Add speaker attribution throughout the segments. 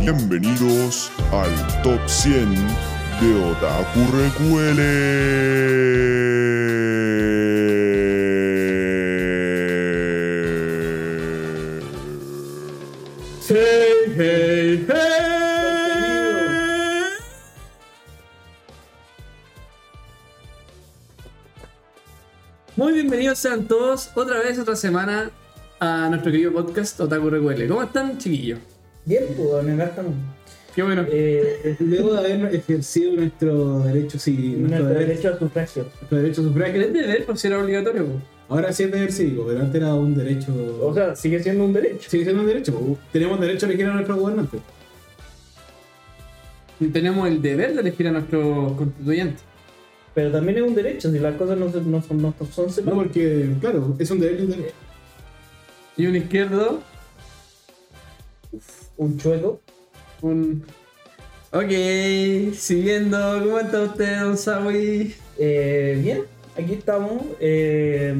Speaker 1: Bienvenidos al Top 100 de Otaku Recuele.
Speaker 2: Hey, hey, hey. Muy bienvenidos sean todos otra vez, otra semana a nuestro querido podcast Otaku Recuele. ¿Cómo están, chiquillos?
Speaker 3: Bien, pues, don acá estamos.
Speaker 2: Qué bueno.
Speaker 4: Eh, luego de haber ejercido nuestro derecho civil, nuestro,
Speaker 3: Nuestro
Speaker 4: derecho,
Speaker 3: derecho a sufragio.
Speaker 4: nuestro derecho a sufragio.
Speaker 2: ¿Querés deber por si era obligatorio? po.
Speaker 4: Ahora sí es deber cívico, pero antes era un derecho.
Speaker 3: O sea, sigue siendo un derecho.
Speaker 4: sigue siendo un derecho. po. Tenemos derecho a elegir a nuestro gobernante.
Speaker 2: Tenemos el deber de elegir a nuestros constituyentes.
Speaker 3: Pero también es un derecho, si las cosas no, se- no son, no son
Speaker 4: No,
Speaker 3: separadas.
Speaker 4: porque, claro, es un deber y un derecho.
Speaker 2: Y un izquierdo,
Speaker 3: Un chueco.
Speaker 2: un. Ok, siguiendo. ¿Cómo está usted, don Sawi?
Speaker 3: Eh, bien, aquí estamos. Eh,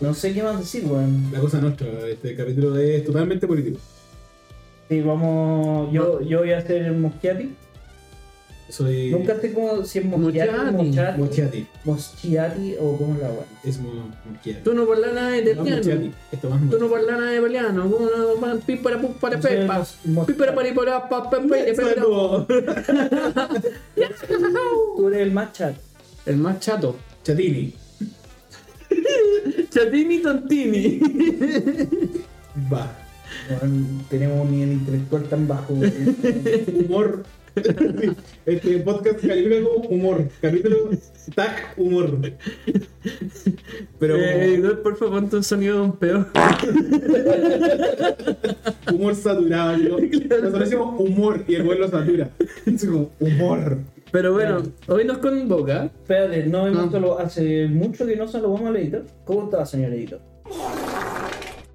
Speaker 3: no sé qué más decir, weón.
Speaker 4: La cosa nuestra, este capítulo es totalmente político.
Speaker 3: Sí, vamos. Yo, yo voy a hacer el moschiati.
Speaker 4: Soy.
Speaker 3: Nunca sé cómo si es
Speaker 2: Moschiati.
Speaker 3: moschiati, moschiati,
Speaker 4: Mochiati.
Speaker 3: moschiati o cómo es la weón.
Speaker 4: Es mo- Mochiati.
Speaker 2: Tú no hablas nada de
Speaker 4: No,
Speaker 2: terciano.
Speaker 4: Mochiati. Esto más
Speaker 2: Tú no hablas nada de italiano. ¿Cómo no van pípara pum para pepa? Pípara para para pa pa pa
Speaker 4: Esto es como-
Speaker 3: Tú eres el más chat.
Speaker 2: El más chato.
Speaker 4: Chatini.
Speaker 2: Chatini tontini.
Speaker 4: Va.
Speaker 3: Weón, tenemos un nivel intelectual tan bajo. weón.
Speaker 4: Humor. Este podcast calibra como humor. Capítulo tag humor. Pero
Speaker 2: Eh, Edward, por favor, ponte un sonido de un peo.
Speaker 4: como humor saturado. ¿no?
Speaker 2: Claro.
Speaker 4: Nosotros decimos humor y el güey lo satura. Es como humor.
Speaker 2: Pero bueno, hoy nos convoca.
Speaker 3: Espérate, no hemos
Speaker 2: Ah.
Speaker 3: solo- hace mucho que no se lo vamos al editor. ¿Cómo está, señor editor?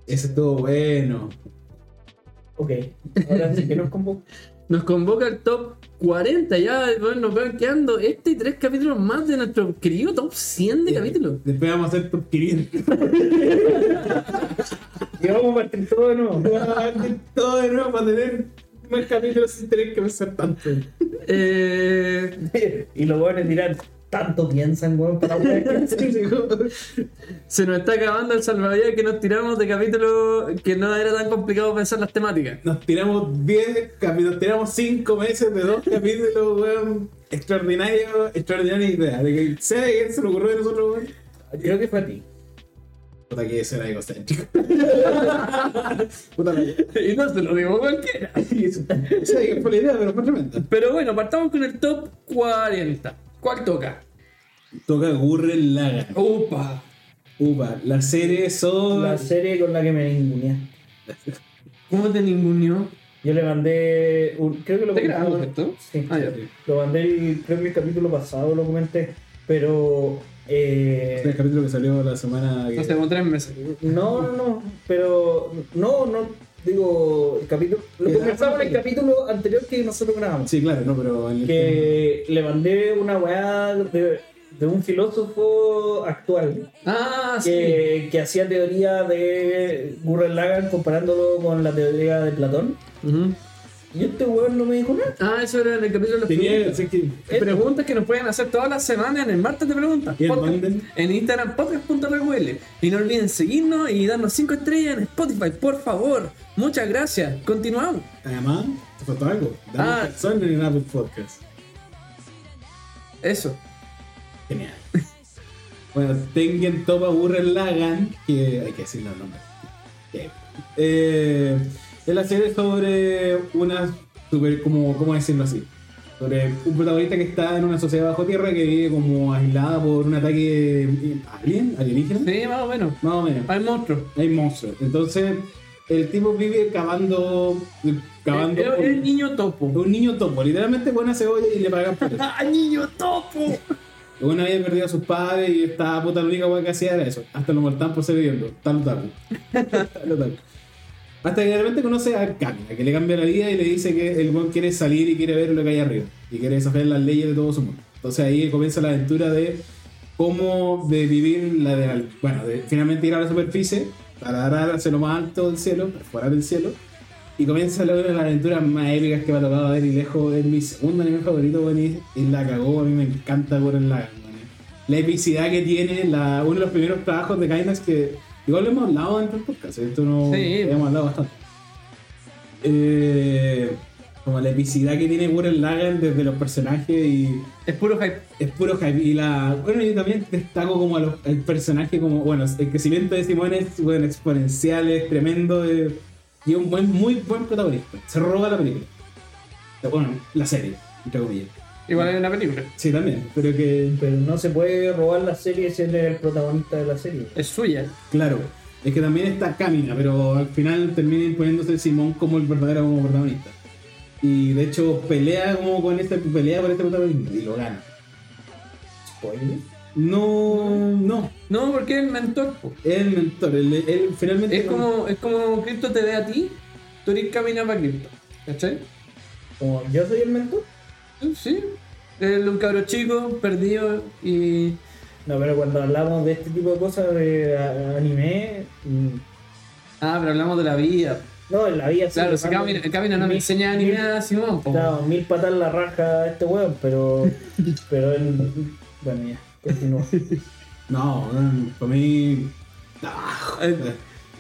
Speaker 4: Ese estuvo bueno.
Speaker 3: Ok, ahora sí que nos convoca.
Speaker 2: Nos convoca el top 40. Ya bueno, nos van quedando este y tres capítulos más de nuestro querido top 100 de capítulos.
Speaker 4: Después vamos a hacer top 500.
Speaker 3: Y vamos a partir todo de nuevo.
Speaker 4: Vamos a hacer todo de nuevo para tener más capítulos sin tener que pensar tanto.
Speaker 2: Eh,
Speaker 3: y los buenos dirán, tanto piensan, weón, para weón que hacen?"
Speaker 2: se nos está acabando el salvavidas que nos tiramos de capítulo que no era tan complicado pensar las temáticas.
Speaker 4: Nos tiramos 10 capítulos, tiramos 5 meses de dos capítulos, weón. Extraordinario, extraordinaria idea. De que sea de quién se le ocurrió de nosotros, weón.
Speaker 3: Creo que fue a ti.
Speaker 4: Puta que eso era egocéntrico. Puta que.
Speaker 2: Y no se lo digo a cualquiera.
Speaker 4: Esa que fue la idea, pero fue tremenda.
Speaker 2: Pero bueno, partamos con el top 40. ¿Cuál toca?
Speaker 4: Toca Gurren Laga.
Speaker 2: Upa.
Speaker 4: Upa, la serie
Speaker 3: La
Speaker 4: son.
Speaker 3: serie con la que me ningunea.
Speaker 2: ¿Cómo te ninguneó?
Speaker 3: Yo le mandé. un- creo que lo
Speaker 2: ¿Está grabando,
Speaker 3: comenté-
Speaker 2: cierto?
Speaker 3: Sí.
Speaker 2: Ah, ya.
Speaker 3: Lo mandé, el- creo que el capítulo pasado lo comenté. Pero. eh,
Speaker 4: El capítulo que salió la semana que.
Speaker 2: No sé, como tres meses.
Speaker 3: No, no, no, pero no, no, digo, el capítulo, lo
Speaker 4: Que
Speaker 3: conversamos en el
Speaker 4: grabamos.
Speaker 3: capítulo anterior que nosotros grabamos,
Speaker 4: Sí, claro, no, pero. en el-
Speaker 3: que le mandé una weá de, de un filósofo actual,
Speaker 2: Ah, sí.
Speaker 3: que, que hacía teoría de Gurren Lagann comparándolo con la teoría de Platón,
Speaker 2: Ujú.
Speaker 3: y este weón no me dijo nada.
Speaker 2: Ah, eso era en el capítulo de las
Speaker 4: Tenía.
Speaker 2: preguntas.
Speaker 4: sí, que-
Speaker 2: Preguntas que nos pueden hacer todas las semanas en el martes de preguntas.
Speaker 4: ¿Y el
Speaker 2: Podcast.
Speaker 4: Monday?
Speaker 2: En Instagram podcast.recuele. Y no olviden seguirnos y darnos 5 estrellas en Spotify, por favor. Muchas gracias. Continuamos.
Speaker 4: Además, te faltó algo. Dame
Speaker 2: Ah.
Speaker 4: un calzón en el Apple Podcast.
Speaker 2: Eso.
Speaker 4: Genial. bueno, Tengen Topa Burren Lagan, que hay que decir los nombres. Que- Eh, es la serie sobre una super, como, ¿cómo decirlo así? Sobre un protagonista que está en una sociedad bajo tierra que vive como aislada por un ataque eh, alien, alienígena,
Speaker 2: Sí, Ah. más o menos.
Speaker 4: más o menos.
Speaker 2: Hay monstruos.
Speaker 4: Hay monstruos. Entonces, el tipo vive cavando, eh, cavando.
Speaker 2: Era era el niño topo.
Speaker 4: un niño topo, literalmente buena cebolla y le pagan por eso.
Speaker 2: ¡Ah, niño topo!
Speaker 4: Una había perdido a sus padres y esta puta la única weá que hacía era eso. Hasta lo mortal por ser viviendo. Tal otaku. Tal otaku. Hasta que de repente conoce a Kamina, que le cambia la vida y le dice que el weón quiere salir y quiere ver lo que hay arriba. Y quiere desafiar las leyes de todo su mundo. Entonces ahí comienza la aventura de cómo de vivir la de la- bueno, de finalmente ir a la superficie, para darse lo más alto del cielo, perforar el cielo Y comienza la- una de las aventuras más épicas que me ha tocado ver y lejos es mi segundo anime favorito, weón, y, y la cagó, a mí me encanta Gurren Lagann, weón. La epicidad que tiene, la, uno de los primeros trabajos de Gainax que igual lo hemos hablado en el podcast, esto no
Speaker 2: Sí.
Speaker 4: lo hemos hablado bastante. Eh, como la epicidad que tiene Gurren Lagann desde los personajes y
Speaker 2: Es puro hype.
Speaker 4: es puro hype. Y la. Bueno, yo también destaco como a los- al personaje, como. Bueno, el crecimiento de Simón es bueno, exponencial, es tremendo. eh, y es un buen, muy buen protagonista. Se roba la película. Bueno, la serie, entre comillas.
Speaker 2: Igual en la película.
Speaker 4: Sí, también. Pero que.
Speaker 3: Pero no se puede robar la serie si él es el protagonista de la serie.
Speaker 2: Es suya.
Speaker 4: Claro. Es que también está Camila, pero al final termina imponiéndose Simón como el verdadero como protagonista. Y de hecho pelea como con este, pelea por este protagonismo y lo gana.
Speaker 3: Spoiler.
Speaker 4: No, no.
Speaker 2: No, porque es el mentor. po.
Speaker 4: Es el mentor, él, él finalmente.
Speaker 2: Es como, es como Crypto te ve a ti, tú eres camina para Crypto. ¿Cachai?
Speaker 3: Como yo soy el mentor.
Speaker 2: Sí. Él es un cabro chico, perdido y.
Speaker 3: No, pero cuando hablamos de este tipo de cosas de a- anime, mm,
Speaker 2: Ah, pero hablamos de la vida.
Speaker 3: no, en la vida sí,
Speaker 2: Claro, si
Speaker 3: mando
Speaker 2: camina, camina no me
Speaker 3: mil-
Speaker 2: enseña ni
Speaker 3: mil-
Speaker 2: nada, Simón. po.
Speaker 3: Claro, mil patas en la raja a este weón, pero. pero él. Bueno, ya, continúa.
Speaker 4: No, no, para mí. Ah,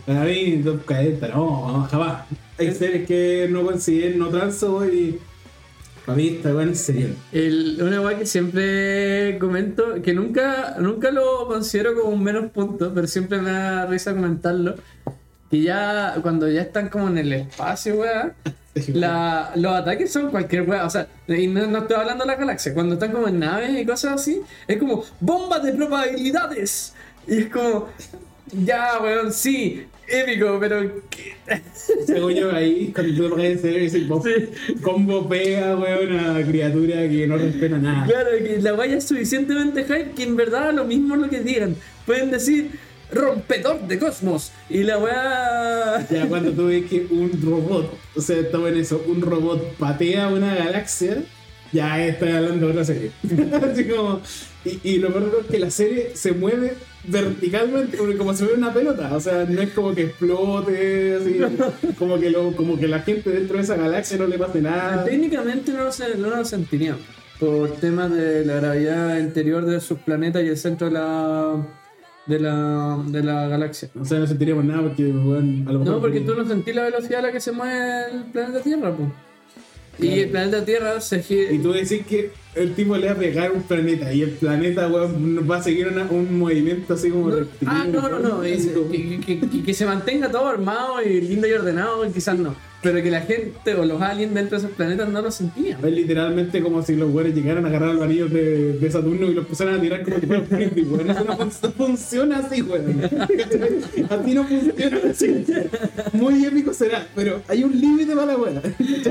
Speaker 4: para mí, no, caleta, no, jamás. Hay series que no consiguen, no transo, güey, y. Para mí, esta weón es serial.
Speaker 2: El, una weá que siempre comento, que nunca, nunca lo considero como un menos punto, pero siempre me da risa comentarlo. Que ya, cuando ya están como en el espacio, weá, la- los ataques son cualquier weá. O sea, y no, no estoy hablando de la galaxia, cuando están como en naves y cosas así, es como bombas de probabilidades. Y es como, ya, weón, sí, épico, pero ¿qué?
Speaker 4: Según yo, ahí, cuando tú lo pones en serio, dices, vos, combo pega, weón, a criatura que no respeta nada.
Speaker 2: Claro, que la valla es suficientemente hype que en verdad lo mismo es lo que digan. Pueden decir rompedor de cosmos y la weá.
Speaker 4: Ya cuando tú ves que un robot, o sea, estaba en eso, un robot patea una galaxia, ya estoy hablando de otra serie. Así como, y, y lo peor es que la serie se mueve verticalmente, porque como se mueve una pelota, o sea, no es como que explote, así, como que, lo, como que la gente dentro de esa galaxia no le pase nada.
Speaker 2: Ah, Técnicamente no lo, se- no lo sentirían por temas de la gravedad interior de sus planetas y el centro de la, de la, de la galaxia.
Speaker 4: O sea, no sentiríamos nada porque, bueno, a lo mejor...
Speaker 2: No, porque tú no sentís la velocidad a la que se mueve el planeta Tierra, po. Y
Speaker 4: Claro.
Speaker 2: el planeta Tierra se
Speaker 4: Y
Speaker 2: gira.
Speaker 4: tú decís que el tipo le va a pegar un planeta y el planeta, weón, va a seguir una- un movimiento así como
Speaker 2: Ah, no, no, no.
Speaker 4: así
Speaker 2: es-
Speaker 4: como-
Speaker 2: que, que- que- que se mantenga todo armado y lindo y ordenado, quizás no. Pero que la gente o los aliens dentro de esos planetas no lo sentían.
Speaker 4: Es literalmente como si los güeyes llegaran a agarrar los anillos de, de Saturno y los pusieran a tirar como que fueran frisbee, weón. Eso no, fun- no funciona así, weón. A ti no funciona así. Muy épico será, pero hay un límite para la weá.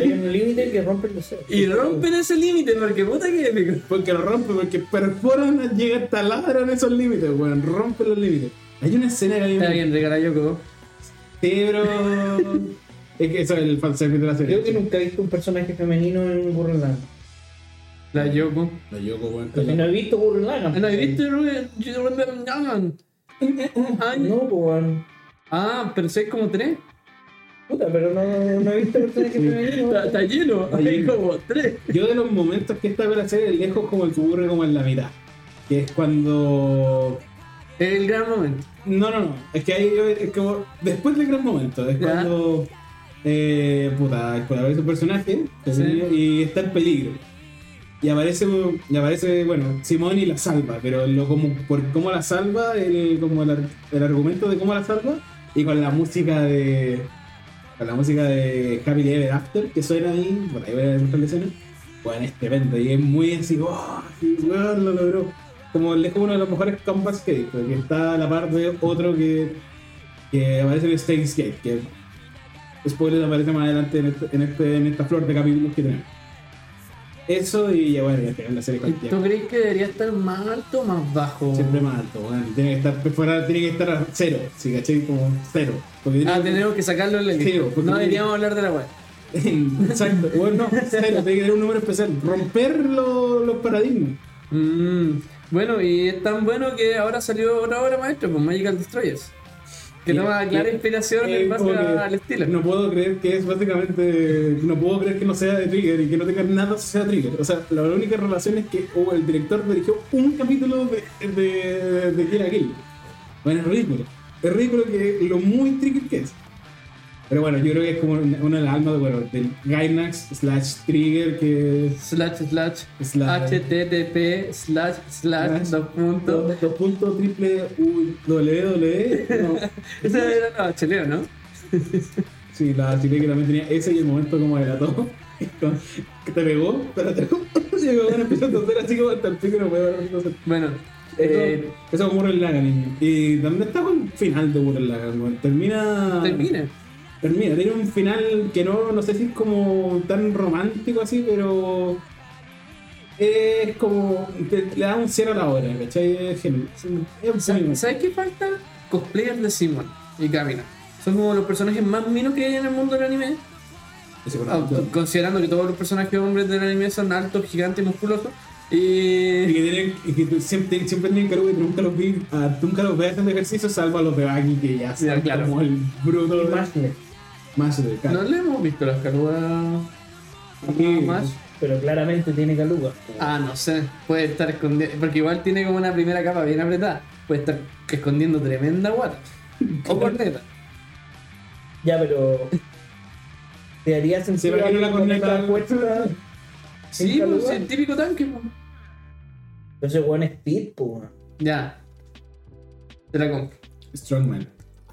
Speaker 3: Hay un límite que rompe el deseo.
Speaker 2: Y rompen ese límite, porque puta que épico.
Speaker 4: Porque lo rompen, porque perforan, llegan, taladran esos límites, weón. Rompen los límites. Hay una escena que hay
Speaker 2: Está
Speaker 4: un
Speaker 2: bien, regala Yoko.
Speaker 4: tebro. Es que eso es el fanservice de la serie.
Speaker 3: Creo que nunca he visto un personaje femenino en Gurren Lagann.
Speaker 2: La Yoko.
Speaker 4: La Yoko, weón, está
Speaker 3: Pero si no
Speaker 4: la-
Speaker 3: he visto Gurren Lagann.
Speaker 2: Ah, ¿No viste Ruben? You remember Nagan? Ay.
Speaker 3: No, pues, weón.
Speaker 2: Ah, pero si es como tres.
Speaker 3: Puta, pero no, no he visto personaje femenino.
Speaker 2: Está, está lleno.
Speaker 4: Está
Speaker 2: Hay
Speaker 4: lleno.
Speaker 2: como tres.
Speaker 4: Yo de los momentos que estaba en la serie, lejos como el que ocurre como en la mitad. Que es cuando
Speaker 2: El gran momento.
Speaker 4: No, no, no. Es que ahí yo- es como. Después del gran momento. Es
Speaker 2: Ya.
Speaker 4: cuando. Eh, puta, es cuando aparece un personaje. que
Speaker 2: Sí.
Speaker 4: tenía- Y está en peligro. Y aparece, un- y aparece, bueno, Simón y la salva, pero lo como, por cómo la salva, el, como el, ar- el argumento de cómo la salva, y con la música de. Con la música de Happy Ever After, que suena ahí, por ahí voy a mostrar la escena. Bueno, es tremendo, y es muy así, ¡oh! sí, weón, lo logró como es como uno de los mejores combats que he visto, que está a la par de otro que, que aparece en Stains Gate, que spoiler aparece más adelante en, este- en, este, en esta flor de capítulos que tenemos. Eso y ya bueno, ya tenemos la serie
Speaker 2: ¿Y ¿Tú
Speaker 4: cualquiera.
Speaker 2: crees que debería estar más alto o más bajo?
Speaker 4: Siempre más alto, weón, y tiene que estar fuera, tiene que estar a cero, si caché como cero. Porque tiene
Speaker 2: Ah,
Speaker 4: que-
Speaker 2: tenemos que sacarlo en la
Speaker 4: Sí,
Speaker 2: lista.
Speaker 4: porque-
Speaker 2: No deberíamos hablar de la weá.
Speaker 4: Exacto, bueno, no, cero, tiene que tener un número especial, romper lo- los paradigmas.
Speaker 2: Mm, bueno, y es tan bueno que ahora salió otra obra maestra, pues Magical Destroyers. Que toma clara
Speaker 4: Eh,
Speaker 2: inspiración
Speaker 4: eh,
Speaker 2: en base
Speaker 4: como
Speaker 2: a-
Speaker 4: que
Speaker 2: al estilo.
Speaker 4: No puedo creer que es básicamente. No puedo creer que no sea de Trigger y que no tenga nada que sea Trigger. O sea, la única relación es que oh, el director dirigió un capítulo de, de, de Kill la Kill. Bueno, es ridículo. Es ridículo que lo muy Trigger que es. Pero bueno, yo creo que es como una una de las almas de, bueno, del Gainax slash Trigger que es.
Speaker 2: Slash, slash,
Speaker 4: Slash.
Speaker 2: http, slash, slash,
Speaker 4: Slash.
Speaker 2: dos puntos.
Speaker 4: Dos dos puntos triple u- W, no.
Speaker 2: Esa era la chileo, ¿no?
Speaker 4: Sí, la Chile que también tenía ese y el momento como de la toma. Que te pegó, pero te pegó. Llegó a empezar a toser así como hasta el pico no puede ver entonces.
Speaker 2: Bueno,
Speaker 4: Eso,
Speaker 2: eh,
Speaker 4: eso con Gurren Lagann, niño. Y también está con el final de Gurren Lagann, weón. Termina.
Speaker 2: termina.
Speaker 4: Termina. Tiene un final que no, no sé si es como tan romántico así, pero. Es como. te- le da un cierre a la obra, ¿cachai? Es genial. Es un- es muy bueno.
Speaker 2: ¿Sabes, qué falta? Cosplayers de Simon y Kamina. Son como los personajes más minos que hay en el mundo del anime.
Speaker 4: Ese con-
Speaker 2: Ah, Considerando que todos los personajes hombres del anime son altos, gigantes, musculosos. Y...
Speaker 4: Y que, tienen, y que tú- siempre, siempre tienen cargo que nunca los vi, ah, nunca los ves haciendo ejercicio, salvo a los de Baggy que ya son
Speaker 2: claro.
Speaker 4: como el bruto
Speaker 3: Más,
Speaker 4: más de cara.
Speaker 2: No le hemos visto las carugas
Speaker 4: Sí.
Speaker 2: más.
Speaker 3: pero claramente tiene pues. caluga.
Speaker 2: Ah, no sé. Puede estar escondiendo. Porque igual tiene como una primera capa bien apretada. Puede estar escondiendo tremenda guata. O corneta.
Speaker 3: Ya, pero. ¿Te haría sentido
Speaker 4: pero que no la
Speaker 3: alguien con
Speaker 4: conecta.
Speaker 3: esta cuesta?
Speaker 2: Sí,
Speaker 3: ¿En
Speaker 2: pues,
Speaker 3: caluga?
Speaker 2: el típico tanque. pues.
Speaker 3: Entonces, weón, es Pit, po, weón.
Speaker 2: Ya. Te la compro.
Speaker 4: Strongman.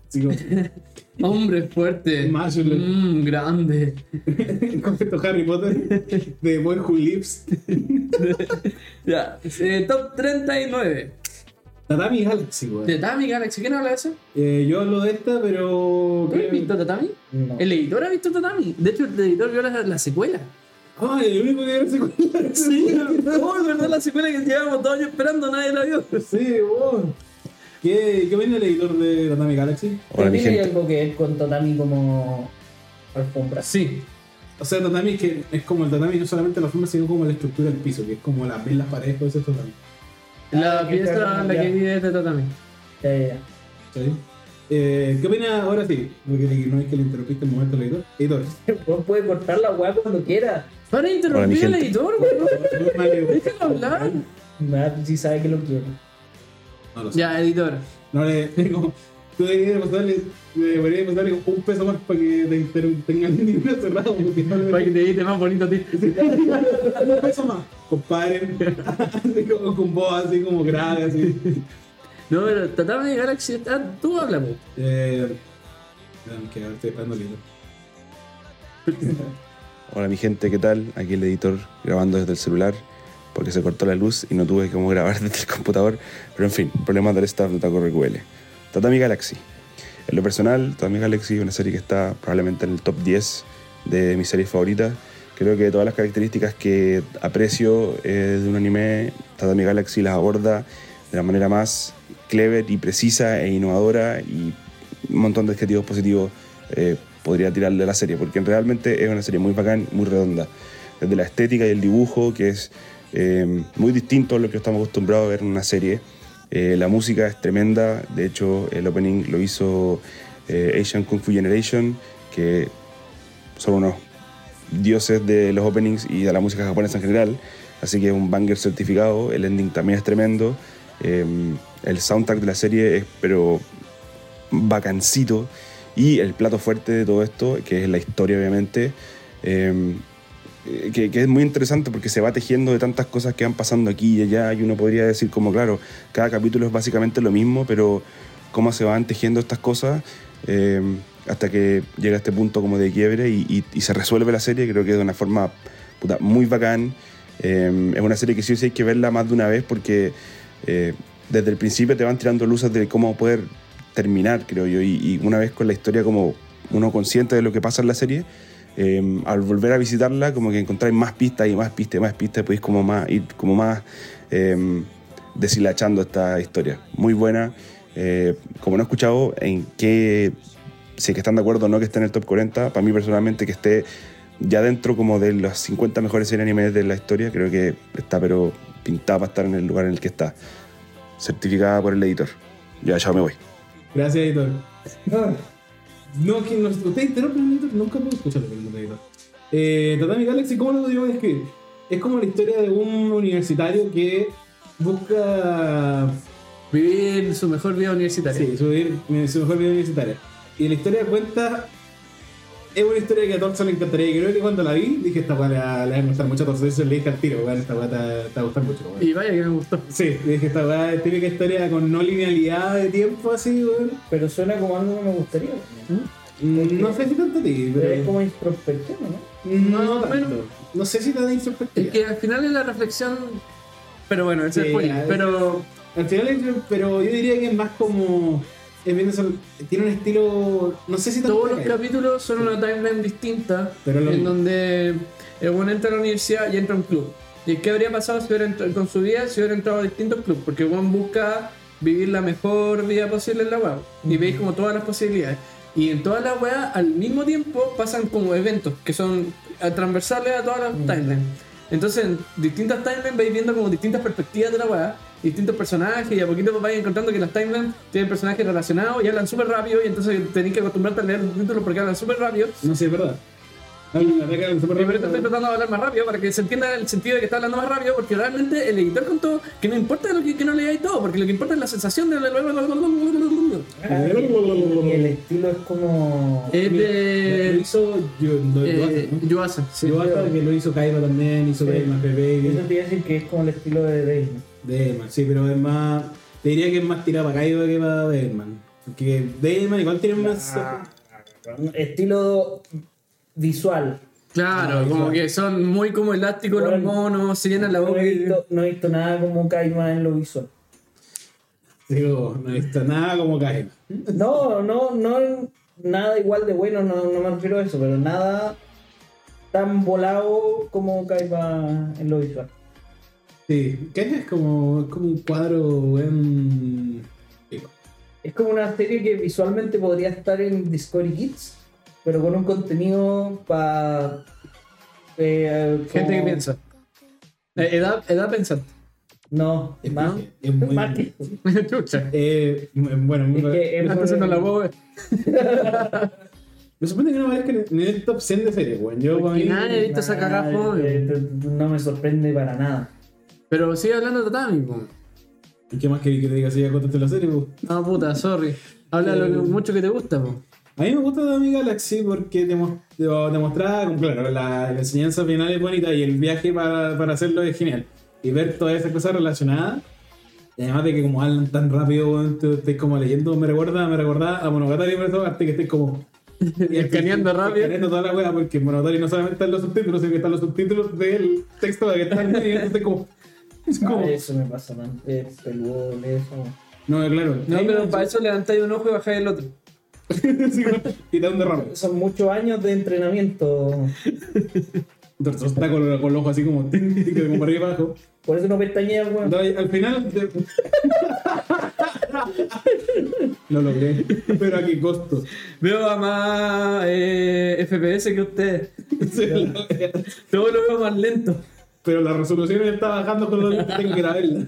Speaker 4: Así como,
Speaker 2: Hombre fuerte.
Speaker 4: Más o menos.
Speaker 2: Mmm, grande.
Speaker 4: el concepto Harry Potter de Boy Who Lives.
Speaker 2: Ya. Eh, top 39.
Speaker 4: Tatami Galaxy, weón.
Speaker 2: Tatami Galaxy. ¿Quién habla de eso?
Speaker 4: Eh, yo hablo de esta, pero.
Speaker 2: ¿Tú has visto Tatami?
Speaker 3: No.
Speaker 2: El editor ha visto Tatami. De hecho, el editor vio la, la secuela.
Speaker 4: Ay, el único que se cuenta.
Speaker 2: Oh, es verdad, la secuela que llevamos dos años esperando, nadie la vio.
Speaker 4: Sí, weón. ¿Qué, ¿Qué viene el editor de Tatami Galaxy?
Speaker 5: Hola, mi
Speaker 3: También hay
Speaker 5: gente.
Speaker 3: algo que es con Tatami como alfombra.
Speaker 2: Sí.
Speaker 4: O sea, el tatami es que es como el tatami, no solamente la forma, sino como la estructura del piso, que es como las las paredes, todo eso es tatami.
Speaker 2: La
Speaker 3: Ah, que
Speaker 2: pieza
Speaker 3: cagamos,
Speaker 2: la
Speaker 3: ya.
Speaker 2: que vive es de Tatami.
Speaker 3: Ya, ya, ya.
Speaker 4: ¿Sí? Eh, ¿Qué opina ahora sí? Porque no es que le interrumpiste el momento al editor. Editor.
Speaker 3: Weón puede cortar la weá cuando quiera.
Speaker 2: Para de
Speaker 5: Hola, mi
Speaker 2: interrumpir al
Speaker 5: gente.
Speaker 2: editor, weón.
Speaker 4: No,
Speaker 2: Déjalo hablar.
Speaker 3: Nada, si sabe que lo quiere.
Speaker 4: lo sé.
Speaker 2: Ya, editor.
Speaker 4: No le tengo. Tú deberías pasarle, deberías pasarle un peso más para que te, inter- tengan el libro cerrado. Porque no
Speaker 2: Para que
Speaker 4: le
Speaker 2: te edite más bonito a ti.
Speaker 4: un peso más. Compadre. Así como con voz así como grave, así.
Speaker 2: No, pero Tatami Galaxy está. Tú habla, po.
Speaker 4: Eh, perdón, que ahora estoy esperando el editor.
Speaker 5: Hola mi gente, ¿qué tal? Aquí el editor grabando desde el celular porque se cortó la luz y no tuve cómo grabar desde el computador. Pero en fin, problemas del staff de Taco RQL. Tatami Galaxy. En lo personal, Tatami Galaxy es una serie que está probablemente en el top 10 de mis series favoritas. Creo que todas las características que aprecio eh, de un anime, Tatami Galaxy las aborda de la manera más clever y precisa e innovadora y un montón de adjetivos positivos eh, podría tirarle a la serie, porque realmente es una serie muy bacán, muy redonda. Desde la estética y el dibujo, que es eh, muy distinto a lo que estamos acostumbrados a ver en una serie. Eh, la música es tremenda, de hecho el opening lo hizo eh, Asian Kung Fu Generation, que son unos dioses de los openings y de la música japonesa en general. Así que es un banger certificado. El ending también es tremendo. Eh, el soundtrack de la serie es, pero bacancito. Y el plato fuerte de todo esto, que es la historia, obviamente, eh, que, que es muy interesante porque se va tejiendo de tantas cosas que van pasando aquí y allá. Y uno podría decir, como claro, cada capítulo es básicamente lo mismo, pero cómo se van tejiendo estas cosas eh, hasta que llega a este punto como de quiebre y, y- y se resuelve la serie, creo que de una forma puta, muy bacán. Eh, es una serie que sí o sí hay que verla más de una vez porque eh, desde el principio te van tirando luces de cómo poder terminar, creo yo, y, y una vez con la historia como uno consciente de lo que pasa en la serie, eh, al volver a visitarla como que encontráis más pistas y más pistas y más pistas, podéis como más, ir como más eh, deshilachando esta historia. Muy buena. Eh, como no he escuchado en qué, si es que están de acuerdo o no que esté en el top 40, para mí personalmente que esté ya dentro como de las 50 mejores series animes de la historia, creo que está pero pintada para estar en el lugar en el que está. Certificada por el editor. Ya, ya me voy.
Speaker 4: Gracias, editor. Ah, no, que no, ustedes interrumpen, editor. Nunca puedo escuchar lo que dice el editor. Eh, Tatami Galaxy, ¿cómo lo podríamos describir? Es como la historia de un universitario que busca
Speaker 2: Vivir su mejor vida universitaria.
Speaker 4: Sí, subir mi- su mejor video universitaria. Y la historia cuenta. Es una historia que a Torso le encantaría. Y creo que cuando la vi, dije, esta weá le va- le va a gustar mucho a Torso. Eso le dije al tiro, weón, esta weá te, va- te va a gustar mucho, weón.
Speaker 2: Y vaya que me gustó.
Speaker 4: Sí, le dije, esta weá es típica historia con no linealidad de tiempo, así, weón.
Speaker 3: Pero suena como algo que me gustaría.
Speaker 4: Mm, No sé si tanto a ti,
Speaker 3: Pero es
Speaker 4: pero.
Speaker 3: como introspectivo, ¿no?
Speaker 4: No,
Speaker 2: Más o menos.
Speaker 4: tanto. No sé si te da introspectiva.
Speaker 2: Es que al final es la reflexión. Pero bueno, ese
Speaker 4: Sí,
Speaker 2: es
Speaker 4: a
Speaker 2: spoiler.
Speaker 4: veces-
Speaker 2: Pero
Speaker 4: Al final, es- pero yo diría que es más como. es bien eso- tiene un estilo. No sé si tanto.
Speaker 2: todos los
Speaker 4: de-
Speaker 2: capítulos son una timeline distinta.
Speaker 4: Pero lo
Speaker 2: en
Speaker 4: mismo.
Speaker 2: donde el bueno entra a la universidad y entra a un club. ¿Y qué habría pasado si hubiera entrado- con su vida si hubiera entrado a distintos clubes? Porque Juan busca vivir la mejor vida posible en la web. Y veis como todas las posibilidades. Y en todas las weas, al mismo tiempo, pasan como eventos que son eh, transversales a todas las timelines. Entonces, en distintas timelines vais viendo como distintas perspectivas de la wea, distintos personajes, y a poquito vais encontrando que las timelines tienen personajes relacionados y hablan súper rápido, y entonces tenéis que acostumbrarte a leer los títulos porque hablan súper rápido.
Speaker 4: No sé, es verdad. Ah, la verdad
Speaker 2: Sí,
Speaker 4: que
Speaker 2: pero te estoy
Speaker 4: super-
Speaker 2: tratando de hablar más rápido para que se entienda el sentido de que está hablando más rápido, porque realmente el editor contó que no importa lo que, que no leáis todo, porque lo que importa es la sensación de.
Speaker 3: Ah, y, y- y el estilo es como.
Speaker 2: Es
Speaker 4: Eh, Lo
Speaker 2: de.
Speaker 4: hizo yo, lo- lo hace,
Speaker 2: eh,
Speaker 4: ¿no?
Speaker 2: Yuasa, sí.
Speaker 4: Yo hasta que lo hizo Kaiba también, hizo
Speaker 3: Sí.
Speaker 4: Dayman, Pepe,
Speaker 3: Eso te iba a decir que es como el estilo de Dayman.
Speaker 4: Dayman, sí, pero es más. Te diría que es más tirado para Kaiba que para Dayman. Porque Dayman igual tiene más.
Speaker 3: Estilo visual.
Speaker 4: Ah,
Speaker 2: Claro, como que son muy como elásticos los
Speaker 3: Bueno.
Speaker 2: monos, se llenan la
Speaker 3: No
Speaker 2: boca.
Speaker 3: he
Speaker 2: y-
Speaker 3: visto, no he visto nada como Kaiman en lo visual.
Speaker 4: Digo, no está nada como Kaiba.
Speaker 3: No, no, no, nada igual de bueno, no, no me refiero a eso, pero nada tan volado como Kaiba en lo visual.
Speaker 4: Sí, Kaiba es como, es como un cuadro, weón.
Speaker 3: Es como una serie que visualmente podría estar en Discovery Kids, pero con un contenido para...
Speaker 2: Gente que piensa. Eh, edad, edad pensante.
Speaker 3: No,
Speaker 4: Es
Speaker 3: más,
Speaker 4: muy- es muy-
Speaker 3: más que eso.
Speaker 2: Chucha.
Speaker 4: Eh, bueno, muy
Speaker 3: Es que es
Speaker 2: Me está haciendo la boba.
Speaker 4: Me sorprende que no aparezca en en el top 100 de series, weón. Yo, para
Speaker 2: Porque
Speaker 4: mí-
Speaker 2: nadie ha visto esa cagada,
Speaker 3: Nah,
Speaker 2: joven.
Speaker 3: eh, No me sorprende para nada.
Speaker 2: Pero sigue hablando de Tatami, po.
Speaker 4: ¿Y qué más que, que te diga si ya contaste la serie, weón?
Speaker 2: No, puta, sorry. Habla lo
Speaker 4: Eh.
Speaker 2: que- mucho que te gusta, po.
Speaker 4: A mí me gusta Dami Galaxy porque te, mos- te te mostraba, como, claro, la, la enseñanza final es bonita y el viaje para, para hacerlo es genial. Y ver todas esas cosas relacionadas, y además de que como hablan tan rápido, weón, tú estés como leyendo, me recuerda, me recuerda a Monogatari, por eso, aparte que estés como...
Speaker 2: Escaneando rápido.
Speaker 4: Escaneando toda la wea, porque en Monogatari no solamente están los subtítulos, sino que están los subtítulos del texto que están leyendo, entonces como... es como-
Speaker 3: Ah, eso me pasa, man. Es peludo, eso.
Speaker 4: No, claro.
Speaker 2: No,
Speaker 4: Ahí
Speaker 2: pero
Speaker 4: me-
Speaker 2: para eso levantáis un ojo y bajáis el otro.
Speaker 4: sí, y te da un derrame.
Speaker 3: Son muchos años de entrenamiento.
Speaker 4: Entonces está con, con el ojo así como... tin, tin, tin, como para arriba y abajo.
Speaker 3: Por eso no pestañeas, weón.
Speaker 4: No, y al final. de- Lo logré. Pero a qué costo.
Speaker 2: Veo a más eh, FPS que ustedes.
Speaker 4: Se logra.
Speaker 2: Todo lo veo más lento.
Speaker 4: Pero la resolución está bajando con lo que tengo que ir a verla.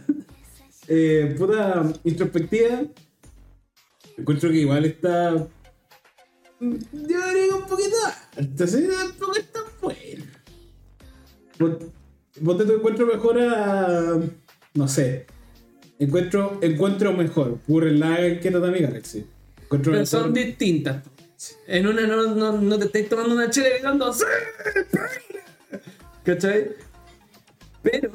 Speaker 4: Eh, puta introspectiva. Encuentro que igual está. Yo diría que un poquito alta. Sí, tampoco es tan buena. Vos- Vos te encuentro mejor a. No sé. Encuentro, encuentro mejor Burren Lager que Tatami Galaxy. Encuentro
Speaker 2: Pero son
Speaker 4: mejor-
Speaker 2: distintas. En una no, no, no te estáis tomando una chela gritando. "¡Sí, perra!". ¿Cachai? Pero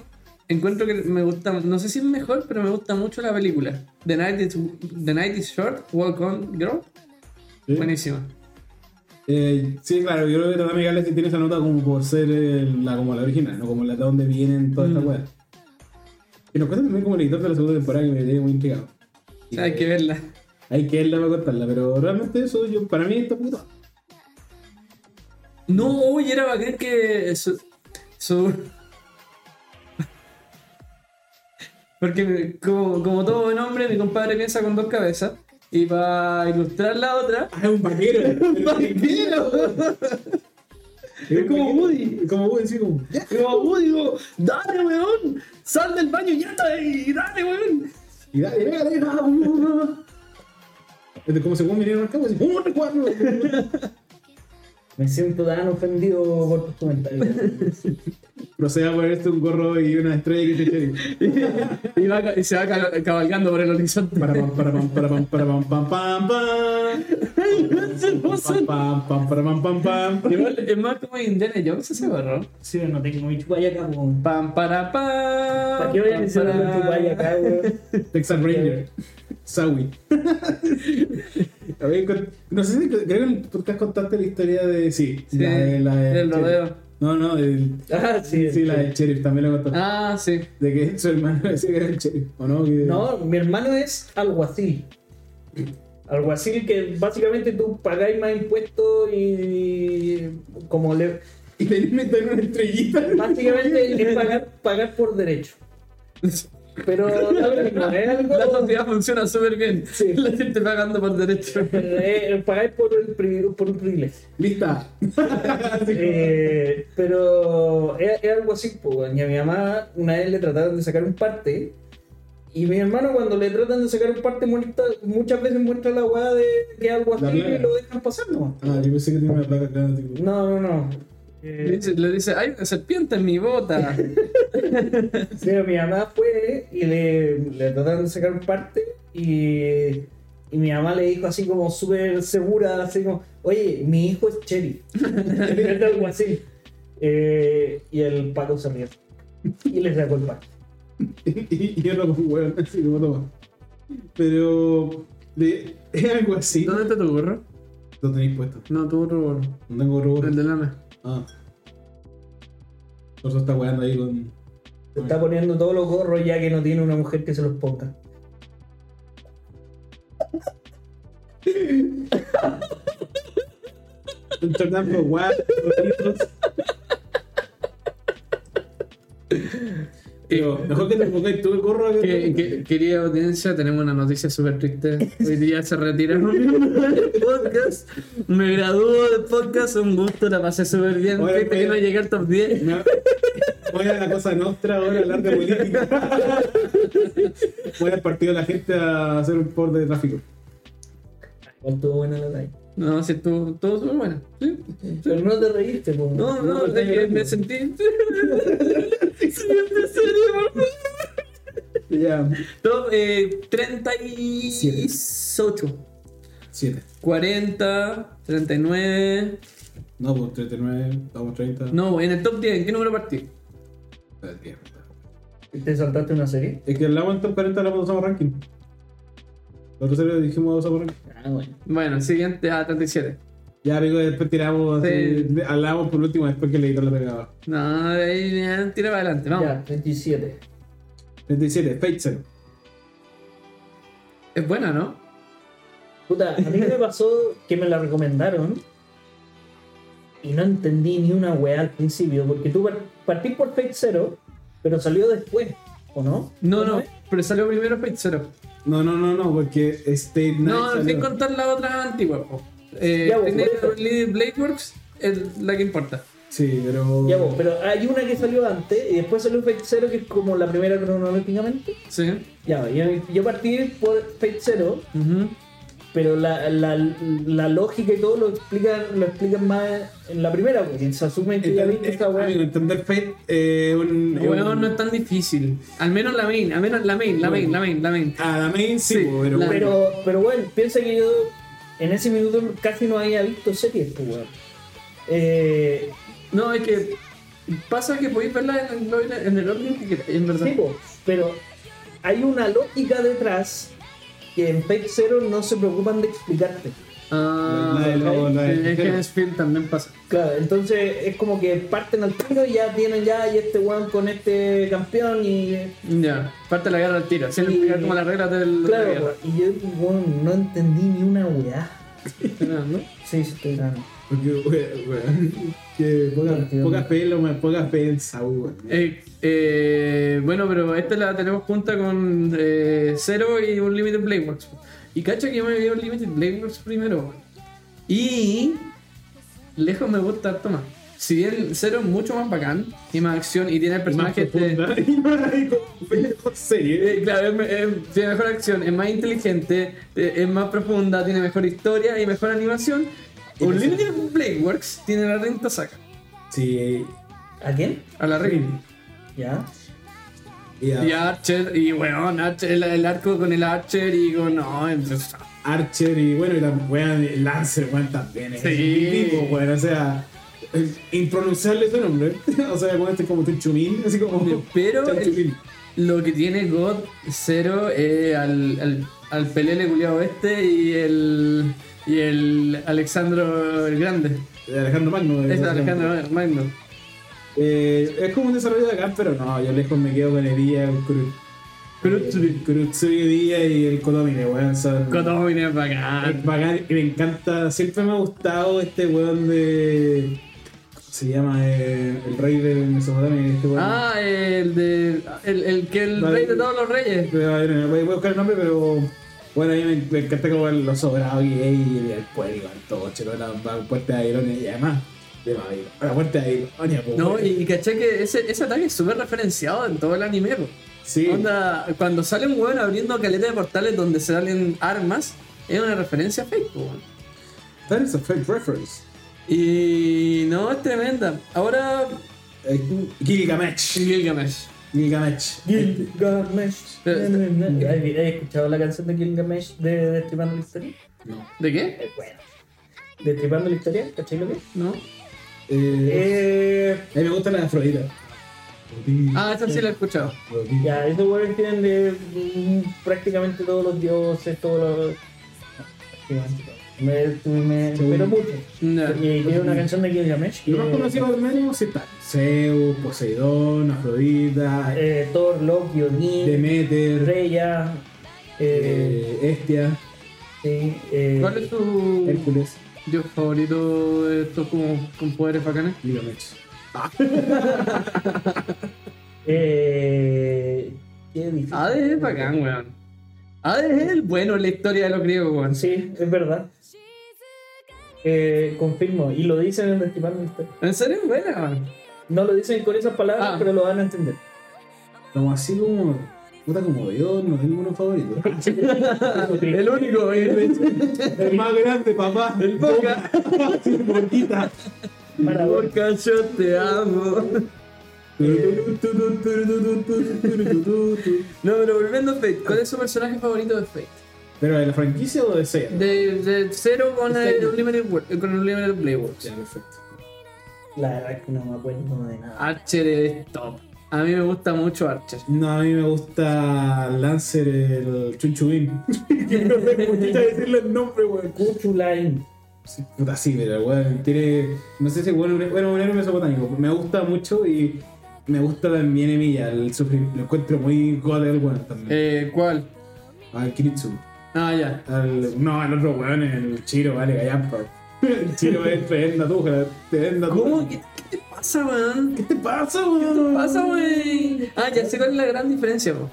Speaker 2: encuentro que me gusta, no sé si es mejor, pero me gusta mucho la película. The Night is, The Night is Short, Walk On Girl.
Speaker 4: Sí.
Speaker 2: Buenísima.
Speaker 4: Eh, sí, claro, yo creo que Tatami Galaxy tiene esa nota como por ser eh, la, como la original, ¿no? Como la de donde vienen todas estas weas. Y nos cuenta también como el editor de la segunda temporada que me tiene muy intrigado.
Speaker 2: O sea, hay que verla.
Speaker 4: Hay que verla para contarla, pero realmente eso yo, para mí está puto.
Speaker 2: No, uy, era bacán que su... su- Porque me- como, como todo buen hombre, mi compadre piensa con dos cabezas. Y para ilustrar la otra...
Speaker 4: Ah, es un vaquero. un vaquero. es como Woody. Como Woody, sí, como. "Ya".
Speaker 2: Como Woody, digo, dale, weón, sal del baño ya está, y dale, weón.
Speaker 4: Y dale, dale, dale, dale, dale, dale. Entonces, como se puede mirar al cabo, así, ¡un recuadro!
Speaker 3: Me siento tan ofendido por tus comentarios.
Speaker 4: Proceda a ponerte un gorro y una estrella que te eche.
Speaker 2: Y, va ca- y se va ca- cabalgando por el horizonte.
Speaker 4: Para pam, para pam, para pam, para pam, pam, pam, pam. Pam, pam, pam, para pam, pam, pam.
Speaker 2: Igual, es más como Indiana Jones ese gorro.
Speaker 3: Sí, no tengo mi chupalla acá, weón.
Speaker 2: Pam, para, pam.
Speaker 3: ¿Para qué voy a
Speaker 2: pam,
Speaker 3: necesitar
Speaker 2: para.
Speaker 3: una chupalla acá, weón?
Speaker 4: Texas Ranger. Sawi. A ver, con- no sé si creo que en el podcast contaste la historia de. Sí,
Speaker 2: Sí,
Speaker 4: la de- la de-
Speaker 2: del rodeo.
Speaker 4: No, no, del-
Speaker 3: Ah, sí.
Speaker 4: sí, la del sheriff también lo contaste.
Speaker 2: Ah, sí.
Speaker 4: De que su hermano decía que era el sheriff, ¿o no? Que-
Speaker 3: No, mi hermano es alguacil. Alguacil que básicamente tú pagáis más impuestos y como le...
Speaker 4: Y le inventan una estrellita.
Speaker 3: Básicamente es pagar, pagar por derecho. Pero no es lo mismo, es
Speaker 2: La
Speaker 3: algo...
Speaker 2: sociedad funciona súper bien.
Speaker 3: Sí.
Speaker 2: La gente pagando por derecho.
Speaker 3: eh, pagáis por, el privi- por un privilegio.
Speaker 4: Lista.
Speaker 3: Eh, pero es, es algo así, po, weón. y a mi mamá una vez le trataron de sacar un parte. Y mi hermano cuando le tratan de sacar un parte muestra- muchas veces muestra la weá de que es algo así
Speaker 4: La plaga.
Speaker 3: y lo dejan pasar nomás.
Speaker 4: Ah, yo pensé que tenía una placa acá. Tipo.
Speaker 3: No, no, no.
Speaker 2: Le
Speaker 3: Eh,
Speaker 2: dice, le dice, hay una serpiente en mi bota.
Speaker 3: pero mi mamá fue y le, le trataron de sacar un parte y, y mi mamá le dijo así como súper segura, así como, oye, mi hijo es Cherry. algo así. Eh, y el Paco salió. Y le sacó el parte.
Speaker 4: y yo lo como hueón, así como toma. Pero. de- es algo así.
Speaker 2: ¿Dónde está tu gorro?
Speaker 4: Lo tenéis puesto.
Speaker 2: No, tu gorro, gorro.
Speaker 4: No tengo robot.
Speaker 2: El de lana.
Speaker 4: Ah. Por eso está hueando ahí con.
Speaker 3: Se está poniendo todos los gorros ya que no tiene una mujer que se los ponga.
Speaker 4: Un Jordan por guay, gorritos. Digo, mejor que te pongáis tú el gorro que-
Speaker 2: Que- que- querida audiencia, tenemos una noticia súper triste. Hoy día se retiraron del podcast. Me graduó del podcast. Un gusto, la pasé súper bien.
Speaker 4: Oye,
Speaker 2: Gente que
Speaker 4: oye.
Speaker 2: no llegué al top 10.
Speaker 4: Me- Voy a la cosa nostra ahora a hablar de política. Voy al partido de la gente a hacer un por de tráfico.
Speaker 3: Igual estuvo buena la talla.
Speaker 2: No, sí, estuvo todo súper bueno. Sí.
Speaker 3: Pero no te reíste, po.
Speaker 2: No, no,
Speaker 3: te
Speaker 2: es que me sentí. Siguiente serie, por favor.
Speaker 4: Ya,
Speaker 2: Top eh, 38.
Speaker 4: 7.
Speaker 2: 40, 39.
Speaker 4: No, pues 39, estamos 30.
Speaker 2: No, en el top 10, ¿en qué número partí?
Speaker 4: Pues, diez.
Speaker 3: ¿Te saltaste una serie?
Speaker 4: Es que hablamos en top 40, hablamos de Somos Ranking. La otra serie dijimos de Somos Ranking.
Speaker 3: Ah, bueno.
Speaker 2: Bueno, siguiente, ah, 37.
Speaker 4: Ya, amigo, después tiramos, así,
Speaker 2: Sí.
Speaker 4: hablamos por último, después que el editor le pegaba.
Speaker 2: No, de ahí ya, tira para adelante, vamos.
Speaker 3: Ya, 27.
Speaker 4: 37, Fate Zero.
Speaker 2: Es buena, ¿no?
Speaker 3: Puta, a mí me pasó que me la recomendaron y no entendí ni una weá al principio, porque tú par- partís por Fate Zero, pero salió después, ¿o no?
Speaker 2: No,
Speaker 3: ¿O
Speaker 2: no,
Speaker 3: es?
Speaker 2: pero salió primero Fate Zero.
Speaker 4: No, no, no, no, porque este.
Speaker 2: No, sin contar la otra antigua. po. Eh,
Speaker 3: Ya, vos,
Speaker 2: tiene
Speaker 3: por eso.
Speaker 2: Lady Blade Works, es la que importa.
Speaker 4: Sí, pero.
Speaker 3: Ya vos, pero hay una que salió antes y después salió Fate Zero, que es como la primera cronológicamente.
Speaker 2: Sí.
Speaker 3: Ya, yo, yo partí por Fate Zero,
Speaker 2: Ujú.
Speaker 3: pero la, la, la lógica y todo lo explican, lo explican más en la primera, porque se asume que ya
Speaker 4: Enten-
Speaker 3: viste esta
Speaker 4: eh, amigo,
Speaker 3: weá.
Speaker 4: entender Fate eh, un, es
Speaker 2: Bueno,
Speaker 4: un-
Speaker 2: no es tan difícil. Al menos la main, al menos la main, la main, la main, la main.
Speaker 4: Ah, la main sí,
Speaker 2: Sí,
Speaker 4: po, pero
Speaker 2: la-
Speaker 4: bueno.
Speaker 3: Pero, pero bueno, piensa que yo en ese minuto casi no había visto series, pues, weón. Eh,
Speaker 2: No, es que pasa que podéis verla en el, en el orden que queráis, en verdad.
Speaker 3: sí, po, pero hay una lógica detrás que en Fate Zero no se preocupan de explicarte.
Speaker 2: Ah,
Speaker 4: La de lobo, la de
Speaker 2: en
Speaker 4: ligero.
Speaker 2: Hensfield también pasa.
Speaker 3: Claro, entonces es como que parten al tiro y ya tienen ya y este weón con este campeón y
Speaker 2: Ya, parte la guerra al tiro, sin
Speaker 3: Y-
Speaker 2: explicar como las reglas del de la
Speaker 3: Claro,
Speaker 2: guerra.
Speaker 3: y yo bueno, no entendí ni una weá.
Speaker 2: ¿no?
Speaker 3: Sí, sí, estoy grande.
Speaker 4: Porque, we- we- que poca, poca fe, en lo más- poca fe en Saúl, weón.
Speaker 2: Eh, eh, bueno, pero esta la tenemos junta con eh, Zero y un Limited Blade Works. Y cacho que yo me vi un Limited Blade Works primero. weón. Y lejos me gusta tomar. si bien Zero es mucho más bacán y más acción y tiene el
Speaker 4: Más
Speaker 2: personaje este-
Speaker 4: profunda y más con serie.
Speaker 2: Eh, claro, es me- eh, tiene mejor acción, es más inteligente, eh, es más profunda, tiene mejor historia y mejor animación. Unlimited Blade Works tiene la renta saca.
Speaker 4: Sí.
Speaker 3: ¿A quién?
Speaker 2: A la reina.
Speaker 3: Ya.
Speaker 4: Ya.
Speaker 2: Y Archer, y weón, Archer, el, el arco con el Archer y con. No, es-
Speaker 4: Archer y bueno, y la wea de Lancer, weón, también es
Speaker 2: Sí.
Speaker 4: tipo, weón, o sea, es impronunciable ese nombre. o sea, weón, este es como Chumín, así como.
Speaker 2: Pero el-
Speaker 4: Chumín.
Speaker 2: lo que tiene God Zero eh, al, al, al pelele culiado este y el. Y el Alexandro el Grande.
Speaker 4: De Alejandro Magno. eh,
Speaker 2: Es
Speaker 4: básicamente.
Speaker 2: Alejandro Magno.
Speaker 4: Eh, es como un desarrollo de acá, pero no, yo lejos me quedo con el día,
Speaker 2: Kurutsubi.
Speaker 4: Kurutsubi día y el Kotomine, weón. Son,
Speaker 2: Kotomine es bacán.
Speaker 4: Es bacán y me encanta. Siempre me ha gustado este weón de. ¿cómo se llama? Eh, el rey de Mesopotamia, este weón.
Speaker 2: Ah, el de. El, el que el
Speaker 4: Vale.
Speaker 2: rey de todos los reyes.
Speaker 4: Voy a voy a buscar el nombre, pero bueno, a mí me, me encanta como el- lo sobrado y y el pueblo, el todo chelo, la, la puerta de Ironia y además de Babilonia, la puerta de Ironia, pues,
Speaker 2: No,
Speaker 4: bueno.
Speaker 2: y, y caché que ese, ese ataque es súper referenciado en todo el anime. po.
Speaker 4: sí,
Speaker 2: Onda, cuando sale un weón abriendo caleta de portales donde se salen armas, es una referencia a Facebook.
Speaker 4: that is a fake reference.
Speaker 2: Y no, es tremenda. Ahora,
Speaker 4: Eh, Gilgamesh,
Speaker 2: Gilgamesh.
Speaker 4: Gilgamesh.
Speaker 3: Gilgamesh.
Speaker 2: Pero-
Speaker 3: Na, na, na. ¿Has has escuchado la canción de Gilgamesh de Destripando la Historia?
Speaker 4: No.
Speaker 2: ¿De qué?
Speaker 3: Es buena. Destripando la Historia, ¿cachai lo que es?
Speaker 2: ¿No?
Speaker 4: Eh,
Speaker 3: Eh,
Speaker 4: a mí me gusta la de Afrodita.
Speaker 2: Ah, esa sí la he escuchado.
Speaker 3: ya, esos huevos tienen de mm, prácticamente todos los dioses, todos los. prácticamente todos. Me, me,
Speaker 4: Sí.
Speaker 3: pero mucho.
Speaker 2: No.
Speaker 3: Y tiene una canción de Gilgamesh.
Speaker 2: Eh.
Speaker 4: Lo más
Speaker 3: que-
Speaker 4: conocido al menos es tal. Zeus, Poseidón, Afrodita,
Speaker 3: eh, Thor, Loki, Odín,
Speaker 4: Demeter,
Speaker 3: Freya, eh,
Speaker 4: eh, Hestia,
Speaker 3: sí, eh,
Speaker 2: ¿Cuál es tu
Speaker 4: Hércules.
Speaker 2: dios favorito de estos como con poderes bacanes?
Speaker 4: Gilgamesh.
Speaker 3: eh, qué difícil.
Speaker 2: Hades Ah, es bacán, weón. Hades es el bueno en la historia de los griegos, weón.
Speaker 3: Sí, es verdad. Eh, confirmo, y lo dicen en Destripando la Historia.
Speaker 2: ¿En serio es buena, weón?
Speaker 3: No lo dicen con esas palabras,
Speaker 2: Ah.
Speaker 3: pero lo van a entender.
Speaker 4: Como así como. Puta como Dios, no tengo uno favorito.
Speaker 2: El único, weón.
Speaker 4: eh. el más grande, papá. El boca. Sin boquita.
Speaker 3: Para ver.
Speaker 2: Porque yo te amo. No, pero volviendo a Fate, ¿cuál es su personaje favorito de Fate?
Speaker 4: Pero de la franquicia o de Sega?
Speaker 2: De, de Zero con
Speaker 4: De
Speaker 2: el
Speaker 4: Zero.
Speaker 2: Unlimited, Wor- eh, con Unlimited Playworks.
Speaker 4: Ya, perfecto.
Speaker 3: La verdad es que no me acuerdo de nada.
Speaker 2: Archer es top. A mí me gusta mucho Archer.
Speaker 4: No, a mí me gusta Lancer el Chunchubin. Que no sé cómo chucha decirle el nombre, weón.
Speaker 3: Cuchulain.
Speaker 4: Sí, Puta, sí, pero weón, tiene. No sé si bueno, un- bueno, un héroe mesopotámico. Me gusta mucho y me gusta también Emilia. El sufri- lo encuentro muy god el weón también.
Speaker 2: Eh, ¿Cuál?
Speaker 4: Al Kiritsu.
Speaker 2: Ah, ya.
Speaker 4: Al, no, al otro weón, el Chiro, vale, gallampa. El Chiro eh, es tremenda tuja, tremenda tuja.
Speaker 2: ¿Cómo? ¿Qué, qué te pasa, weón?
Speaker 4: ¿Qué te pasa, weón?
Speaker 2: ¿Qué pasa, wey? Ah, ya sé cuál es la gran diferencia, po.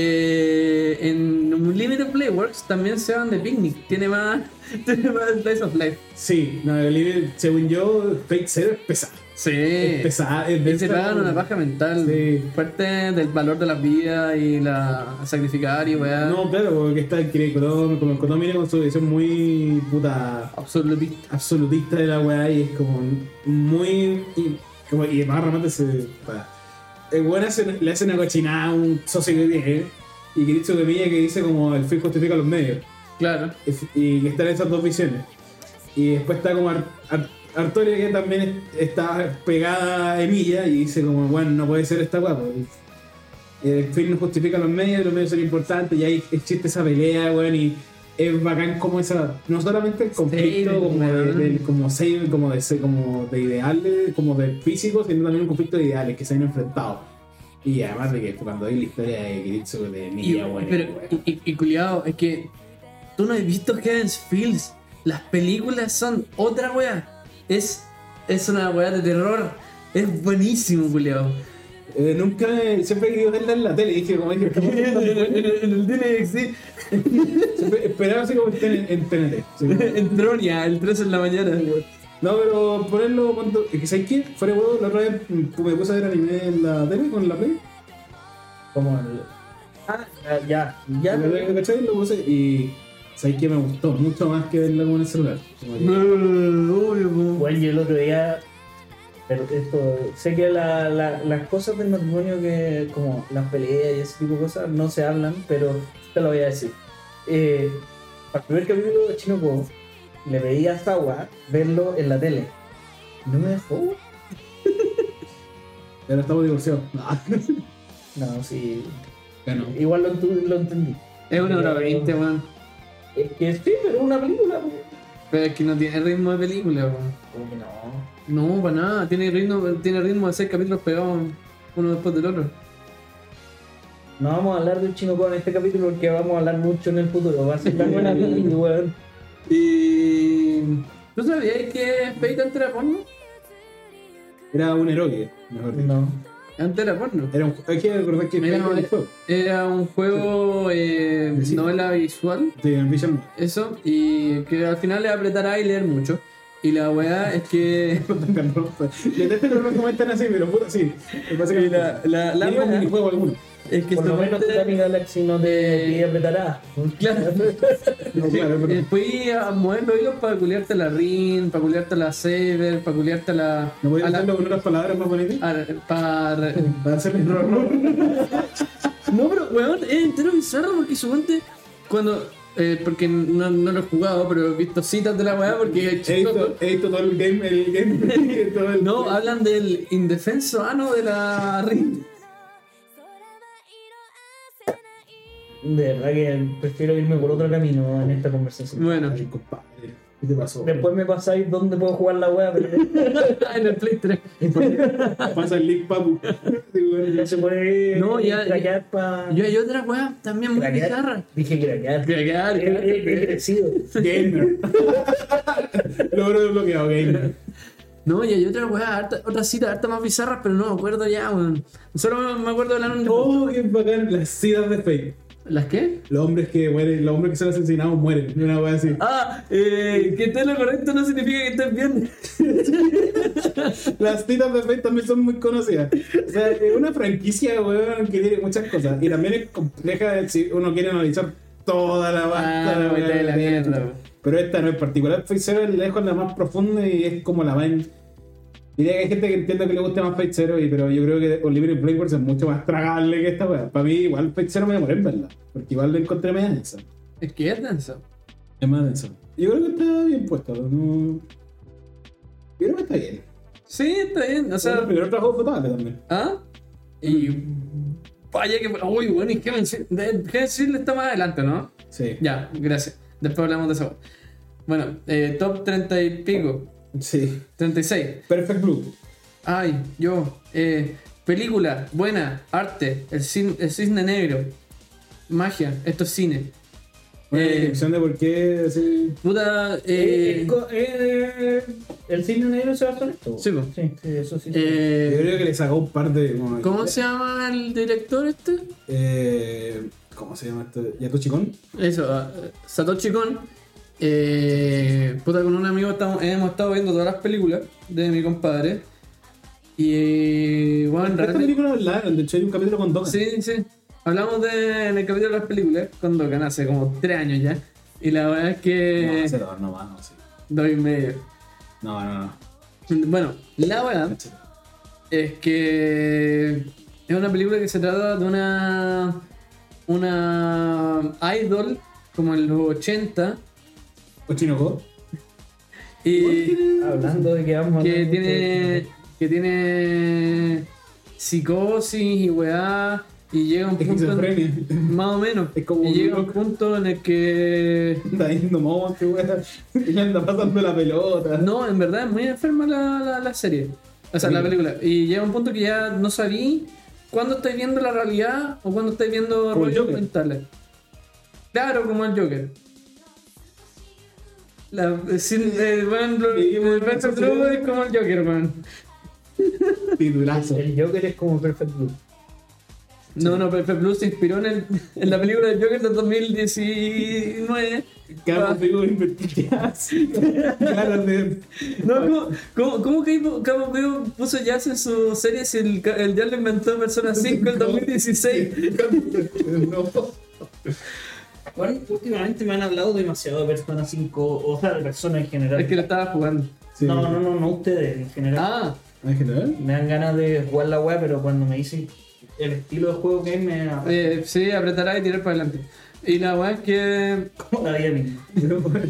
Speaker 2: Eh, en Unlimited Playworks también se van de picnic. Tiene más, tiene más Slice of Life.
Speaker 4: Sí, no, el Emilia, según yo, Fate Zero es pesado.
Speaker 2: Sí.
Speaker 4: Es pesado, es
Speaker 2: Y Eh, se
Speaker 4: densa,
Speaker 2: pagan una
Speaker 4: weón.
Speaker 2: paja "Ah, mental
Speaker 4: Sí.
Speaker 2: fuerte del valor de la vida y la sacrificar y weá.
Speaker 4: No, claro, porque está el Kirikotomi, como el Kotomi viene con su visión muy puta
Speaker 2: Absolutista.
Speaker 4: absolutista de la weá y es como muy. Y, como, y más realmente se. pa. El weón hace- le hace una cochinada a un socio que tiene y Kiritsu Kemiya que dice como el fin justifica los medios
Speaker 2: Claro.
Speaker 4: es- y que están esas dos visiones. Y después está como Ar- Ar- Artoria que también es- está pegada a Emilia y dice como, bueno, no puede ser esta guapa. El film justifica los medios, los medios son importantes y ahí existe esa pelea, weón, y es bacán como esa, no solamente el conflicto
Speaker 2: Sí,
Speaker 4: como, de,
Speaker 2: weón.
Speaker 4: del- como, se- como, de, se- como de ideales, como de físicos, sino también un conflicto de ideales que se han enfrentado. Y además de que cuando hay la historia de Kiritsu de
Speaker 2: Y,
Speaker 4: Emilia, weón,
Speaker 2: pero,
Speaker 4: weón.
Speaker 2: y, y- y culiao, es que tú no has visto Heaven's Fields. Las películas son otra weá. Es, es una weá de terror. Es buenísimo, culiao.
Speaker 4: Eh, nunca, me- siempre he querido verla en la tele, dije, como dije, ¿cómo
Speaker 2: en,
Speaker 4: está?
Speaker 2: el DNX,
Speaker 4: Siempre esperaba así como estén en, en TNT. así como,
Speaker 2: en Tronia, el 3 en la mañana.
Speaker 4: No, pero ponerlo cuando. es que, ¿Sabes qué? Fuera de huevo, la otra vez mm, me puse a ver anime en la tele con la Play.
Speaker 3: Como el- Ah, ya, ya. ya.
Speaker 4: Ya, ¿cachai? Lo puse y. ¿Sabes qué? Me gustó mucho más que verla con el celular. Como que-
Speaker 3: Bueno, yo el otro día. Pero esto, sé que la- la- las cosas del matrimonio, que como las peleas y ese tipo de cosas, no se hablan, pero te lo voy a decir. Eh, al primer capítulo de Chino Cuoco, le pedí a Sawa verlo en la tele. ¿No me dejó?
Speaker 4: Pero estamos divorciados. Ah,
Speaker 3: No, sí.
Speaker 4: Ganó.
Speaker 3: Igual lo, entu- lo entendí.
Speaker 2: Es una hora veinte, weón.
Speaker 3: Es que sí, pero una película, pues.
Speaker 2: Pero es que no tiene ritmo de película, weón.
Speaker 3: Como que no.
Speaker 2: No, para nada. Tiene ritmo, tiene ritmo de seis capítulos pegados uno después del otro.
Speaker 3: No vamos a hablar del chino Cuoco en este capítulo porque vamos a hablar mucho en el futuro. Va a ser tan buena película, weón.
Speaker 2: Y. ¿Tú sabías que Fate antes era porno?
Speaker 4: Era un erogue, mejor dicho.
Speaker 3: No.
Speaker 2: Antes era porno.
Speaker 4: Era un ju- Hay que recordar que
Speaker 2: Mira,
Speaker 4: era un
Speaker 2: vale.
Speaker 4: juego
Speaker 2: Era un juego, eh,
Speaker 4: Sí.
Speaker 2: novela visual,
Speaker 4: de Ambition.
Speaker 2: eso, y que al final le apretará y leer mucho. Y la weá es que.
Speaker 4: Desde este no lo comentan así, pero puta, sí. Lo que pasa es que
Speaker 2: Y la, la, la
Speaker 4: tenía un
Speaker 2: weá
Speaker 4: minijuego alguno.
Speaker 2: es que
Speaker 3: Por lo
Speaker 2: esta
Speaker 3: menos
Speaker 2: gente-
Speaker 3: Titanic Galaxy no te
Speaker 2: Eh,
Speaker 3: pide apretará.
Speaker 2: Claro.
Speaker 4: No, claro, pero-
Speaker 2: Fui a mover los hilos para culiarte la Rin, para culiarte la Saber, para culiarte la.
Speaker 4: ¿No podías
Speaker 2: a la-
Speaker 4: hacerlo con unas palabras más bonitas?
Speaker 2: a- para-
Speaker 4: Para hacerle error.
Speaker 2: No, pero weón, es entero bizarro porque suponte cuando. eh, porque no, no lo he jugado, pero he visto citas de la weá porque.
Speaker 4: He visto, he visto todo el game, el game, todo el...
Speaker 2: No, hablan del indefenso ano de la Rin.
Speaker 3: De verdad que prefiero irme por otro camino en esta conversación.
Speaker 2: Bueno,
Speaker 4: Ay, compadre, ¿qué te pasó?
Speaker 3: Después me pasáis dónde puedo jugar la wea, pero
Speaker 2: en el Play 3.
Speaker 4: pasa el link, papu. Digo, bueno,
Speaker 3: no se puede
Speaker 2: No, ya-
Speaker 3: craquear pa-
Speaker 2: Yo hay otra weá también muy
Speaker 3: Craquear.
Speaker 2: bizarra.
Speaker 3: Dije craquear. Eh,
Speaker 2: Craquear,
Speaker 3: He- He he
Speaker 2: craquear.
Speaker 3: crecido.
Speaker 4: Gamer. Logro desbloqueado, gamer.
Speaker 2: No, y hay otra weá, harta- otra cita, harta más bizarra, pero no me acuerdo ya, weón. Solo me, me acuerdo de la
Speaker 4: Oh, qué bacán, las citas de Fate.
Speaker 2: ¿Las qué?
Speaker 4: Los hombres que mueren, los hombres que son asesinados mueren. Una wea así.
Speaker 2: Ah, eh, que estés lo correcto no significa que estés bien.
Speaker 4: Las citas de Fate también son muy conocidas. O sea, es una franquicia, weón, que tiene muchas cosas. Y también es compleja de- si uno quiere analizar toda la banda.
Speaker 2: Ah, me cae la mierda, weón.
Speaker 4: Pero esta no en particular. Fate Zero es lejos la más profunda y es como la más. en- Diría que hay gente que entiende que le gusta más Fate Zero, y- pero yo creo que Oliver Playworks es mucho más tragable que esta weá. Para mí, igual Fate Zero me demoré en verla. Porque igual la encontré media densa.
Speaker 2: Es que es denso.
Speaker 4: Es más densa. Yo creo que está bien puesta. No... Yo creo que está bien.
Speaker 2: Sí, está bien, o
Speaker 4: O sea, el
Speaker 2: sea,
Speaker 4: primer trabajo potable también.
Speaker 2: ¿ah? Y vaya que... Uy, bueno, y Heaven's Seal- de- Heaven's Seal está más adelante, ¿no?
Speaker 4: Sí.
Speaker 2: Ya, gracias. Después hablamos de eso. Bueno, eh, top 30 y pico.
Speaker 4: Sí.
Speaker 2: 36.
Speaker 4: Perfect Blue.
Speaker 2: Ay, yo. eh, película, buena, arte, el, cin- el cisne negro, magia, esto es cine.
Speaker 4: Una
Speaker 2: Eh,
Speaker 4: descripción de por qué. Sí.
Speaker 2: Puta.
Speaker 3: Eh,
Speaker 2: Eh,
Speaker 3: co- eh, El cine negro se va con esto.
Speaker 2: Sí, po.
Speaker 3: sí, sí, eso sí.
Speaker 2: eh,
Speaker 4: Yo creo que le sacó un par de. como-
Speaker 2: ¿Cómo se llama el director este?
Speaker 4: Eh, ¿Cómo se llama esto? ¿Yato Chicón?
Speaker 2: Eso, ah, Satoshi Kon. Eh, puta, con un amigo estamos- hemos estado viendo todas las películas de mi compadre. Y. eh, Bueno,
Speaker 4: Esta
Speaker 2: realmente-
Speaker 4: película hablaron, de hecho hay un capítulo con dos.
Speaker 2: Sí, sí. Hablamos de, en el capítulo de las películas con Dokan hace como tres años ya. Y la verdad es
Speaker 4: No,
Speaker 2: que.
Speaker 4: hace dos, no más, no, sí.
Speaker 2: dos y medio.
Speaker 4: No, no, no.
Speaker 2: Bueno, la verdad es que. Es una película que se trata de una. Una. Idol, como en los 80.
Speaker 4: Ochinoco.
Speaker 2: Y.
Speaker 3: Hablando de que vamos a
Speaker 2: Que
Speaker 3: hablar
Speaker 2: tiene. Que tiene. Psicosis y weá. Y llega un punto. en-
Speaker 4: Esquizofrenia.
Speaker 2: más o menos.
Speaker 4: Es como
Speaker 2: y
Speaker 4: un
Speaker 2: llega un
Speaker 4: loco.
Speaker 2: punto en el que.
Speaker 4: Anda yendo monte, weón. Y le anda pasando la pelota.
Speaker 2: No, en verdad es muy enferma la, la, la serie. O sea, la película. Y llega un punto que ya no sabí cuándo estáis viendo la realidad o cuándo estáis viendo
Speaker 4: Como el
Speaker 2: rollos
Speaker 4: Joker.
Speaker 2: mentales. Claro, como el Joker. La, sin, eh, bueno, lo-
Speaker 4: Sí, bueno,
Speaker 2: el Vincent
Speaker 4: sí.
Speaker 2: Trudeau es como el Joker, man.
Speaker 4: Titulazo.
Speaker 3: El Joker es como Perfect Blue.
Speaker 2: No, no, Pepe Blue se inspiró en, el- en la película del Joker de 2019.
Speaker 4: Carlos
Speaker 2: Pa-
Speaker 4: Vigo investigadas. Claro, de.
Speaker 2: No, ¿cómo, cómo, cómo que Cabo Vivo puso jazz en su serie si el, ca- el jazz lo inventó Persona 5 en 2016?
Speaker 4: No.
Speaker 3: Bueno, últimamente me han hablado demasiado de Persona 5, o sea, de Persona en general.
Speaker 2: Es que lo estaba jugando.
Speaker 4: Sí.
Speaker 3: No, no, no, no ustedes en general.
Speaker 2: Ah,
Speaker 4: ¿En general?
Speaker 3: Me dan ganas de jugar la weá, pero cuando me dicen el estilo de juego que es, me.
Speaker 2: eh, sí, apretará y tirar para adelante. Y la weá es que.
Speaker 3: como la vida misma.
Speaker 4: Pero, bueno,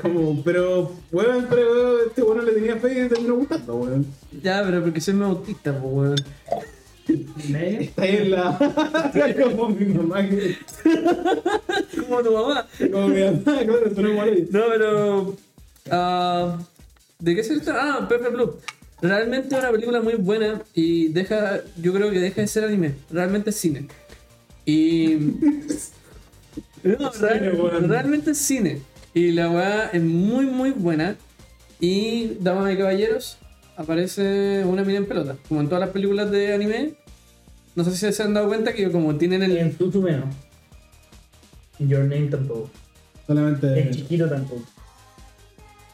Speaker 4: Como, pero, weón, pero, weón, este bueno le tenía fe y terminó gustando, weón.
Speaker 2: Ya, pero porque soy más autista, pues weón.
Speaker 3: ¿Me?
Speaker 4: Está ahí en la. como mi mamá que.
Speaker 2: Como tu mamá.
Speaker 4: Como mi mamá, claro, tú no igual.
Speaker 2: No, pero. ah, ¿De qué se trata? Ah, Pepe Blue. Realmente es una película muy buena y deja. Yo creo que deja de ser anime. Realmente es cine. Y. No, real-
Speaker 4: Cine, weón.
Speaker 2: realmente es cine. Y la weá es muy, muy buena. Y, damas y caballeros, aparece una mina en pelota. Como en todas las películas de anime. No sé si se han dado cuenta que, como tienen el.
Speaker 3: En Tutu menos. En Your Name tampoco. En
Speaker 4: Solamente.
Speaker 3: Chiquito tampoco.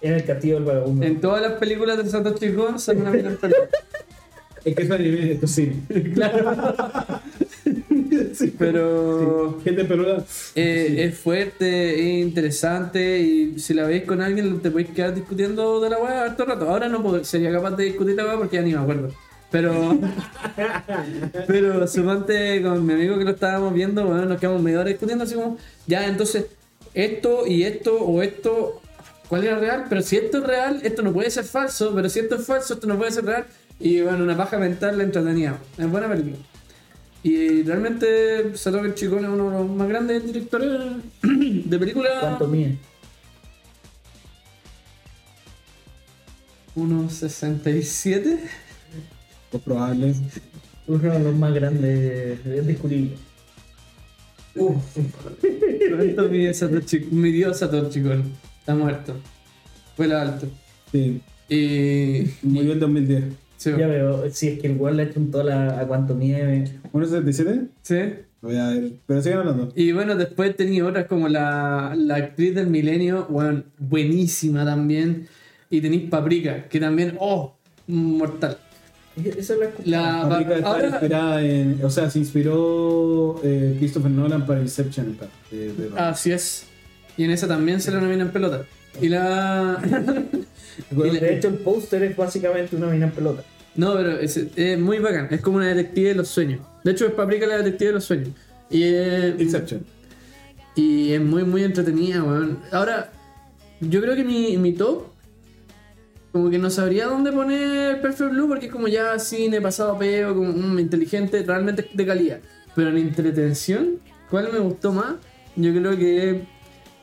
Speaker 3: En el Castillo del Vagabundo.
Speaker 2: En todas las películas de Santo Chico sale una mina en pelota.
Speaker 4: Es que es anime, esto sí. Sí.
Speaker 2: Pero
Speaker 4: Gente peluda.
Speaker 2: eh, es fuerte, es interesante y si la veis con alguien te podéis quedar discutiendo de la weá harto rato. Ahora no pod- sería capaz de discutir la weá porque ya ni me acuerdo. Pero, pero suponte con mi amigo que lo estábamos viendo, bueno, nos quedamos media hora discutiendo así como, ya entonces esto y esto o esto, ¿cuál era real? Pero si esto es real, esto no puede ser falso, pero si esto es falso, esto no puede ser real. Y bueno, una paja mental la entretenía. Es buena película. Y realmente Satoshi Chikon es uno de los más grandes directores de películas.
Speaker 3: ¿Cuánto mide?
Speaker 2: Unos 67.
Speaker 4: Pues probable.
Speaker 3: Uno de los más grandes, es discutible.
Speaker 2: ¿Cuánto midió Satoshi Midió Satoshi Kon. Está muerto. Fue alto.
Speaker 4: Sí.
Speaker 2: Y...
Speaker 4: Murió en 2010.
Speaker 2: Sí.
Speaker 3: Ya veo, si es que el weón le ha hecho un toda la, a cuánto mide.
Speaker 4: 1.77?
Speaker 2: Sí.
Speaker 4: Voy a ver. Pero siguen hablando.
Speaker 2: Y bueno, después tenía otras como la, la actriz del milenio, bueno, buenísima también. Y tenéis Paprika, que también, oh, mortal.
Speaker 3: Eso lo he escuchado.
Speaker 2: La,
Speaker 4: Ah, Paprika está
Speaker 2: Ah, ahora-
Speaker 4: inspirada en. O sea, se inspiró eh, Christopher Nolan para Inception. pa- de- de-
Speaker 2: Así es. Y en esa también se le nominan pelota. Y la.
Speaker 3: De hecho, el póster es básicamente una mina en pelota.
Speaker 2: no, pero es, es muy bacán. Es como una detective de los sueños. De hecho, es Paprika la detective de los sueños. Y, eh,
Speaker 4: Inception.
Speaker 2: y es muy, muy entretenida, weón. Ahora, yo creo que mi, mi top. Como que no sabría dónde poner Perfect Blue porque es como ya cine, pasado a peo, como mm, inteligente, realmente de calidad. Pero en entretención, ¿cuál me gustó más? Yo creo que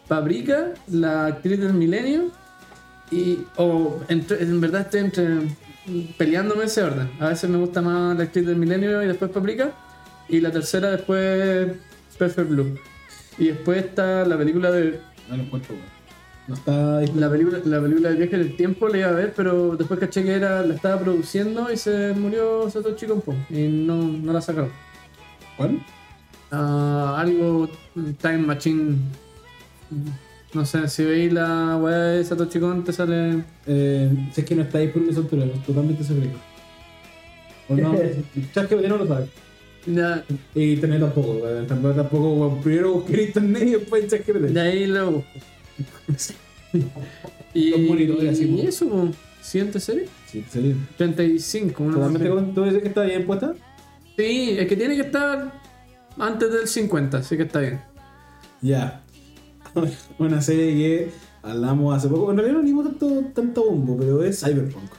Speaker 2: Paprika, la actriz del milenio, y. O entre- en verdad estoy entre. mm, peleándome ese orden. A veces me gusta más la actriz del milenio y después Paprika. Y la tercera después Perfect Blue. Y después está la película de.
Speaker 4: No lo encuentro, weón. No está.
Speaker 2: La película, la película de viaje del tiempo la iba a ver, pero después caché que era, la estaba produciendo y se murió Satoshi Kompo. Y no, no la sacaron.
Speaker 4: ¿Cuál?
Speaker 2: Ah, algo Time Machine. Mm, No sé, si veis la weá de Satoshi Kon te sale.
Speaker 4: Eh, sé que no está disponible esa altura, es totalmente secreto. O no, sabes que no lo sabe.
Speaker 2: Ya,
Speaker 4: Y internet tampoco, weón. Tampoco, tampoco, weón. Primero busqué internet y después chat
Speaker 2: de
Speaker 4: GPT.
Speaker 2: ahí lo busco. y,
Speaker 4: Los monitores así,
Speaker 2: y
Speaker 4: po.
Speaker 2: eso, po. siguiente serie.
Speaker 4: Sí, en serio.
Speaker 2: 35, una
Speaker 4: Totalmente
Speaker 2: cosa así.
Speaker 4: con- ¿Tú dices que está bien puesta?
Speaker 2: Sí, es que tiene que estar antes del 50, así que está bien.
Speaker 4: Ya. Una serie que hablamos hace poco. En realidad no dimos tanto, tanto bombo, pero es Cyberpunk.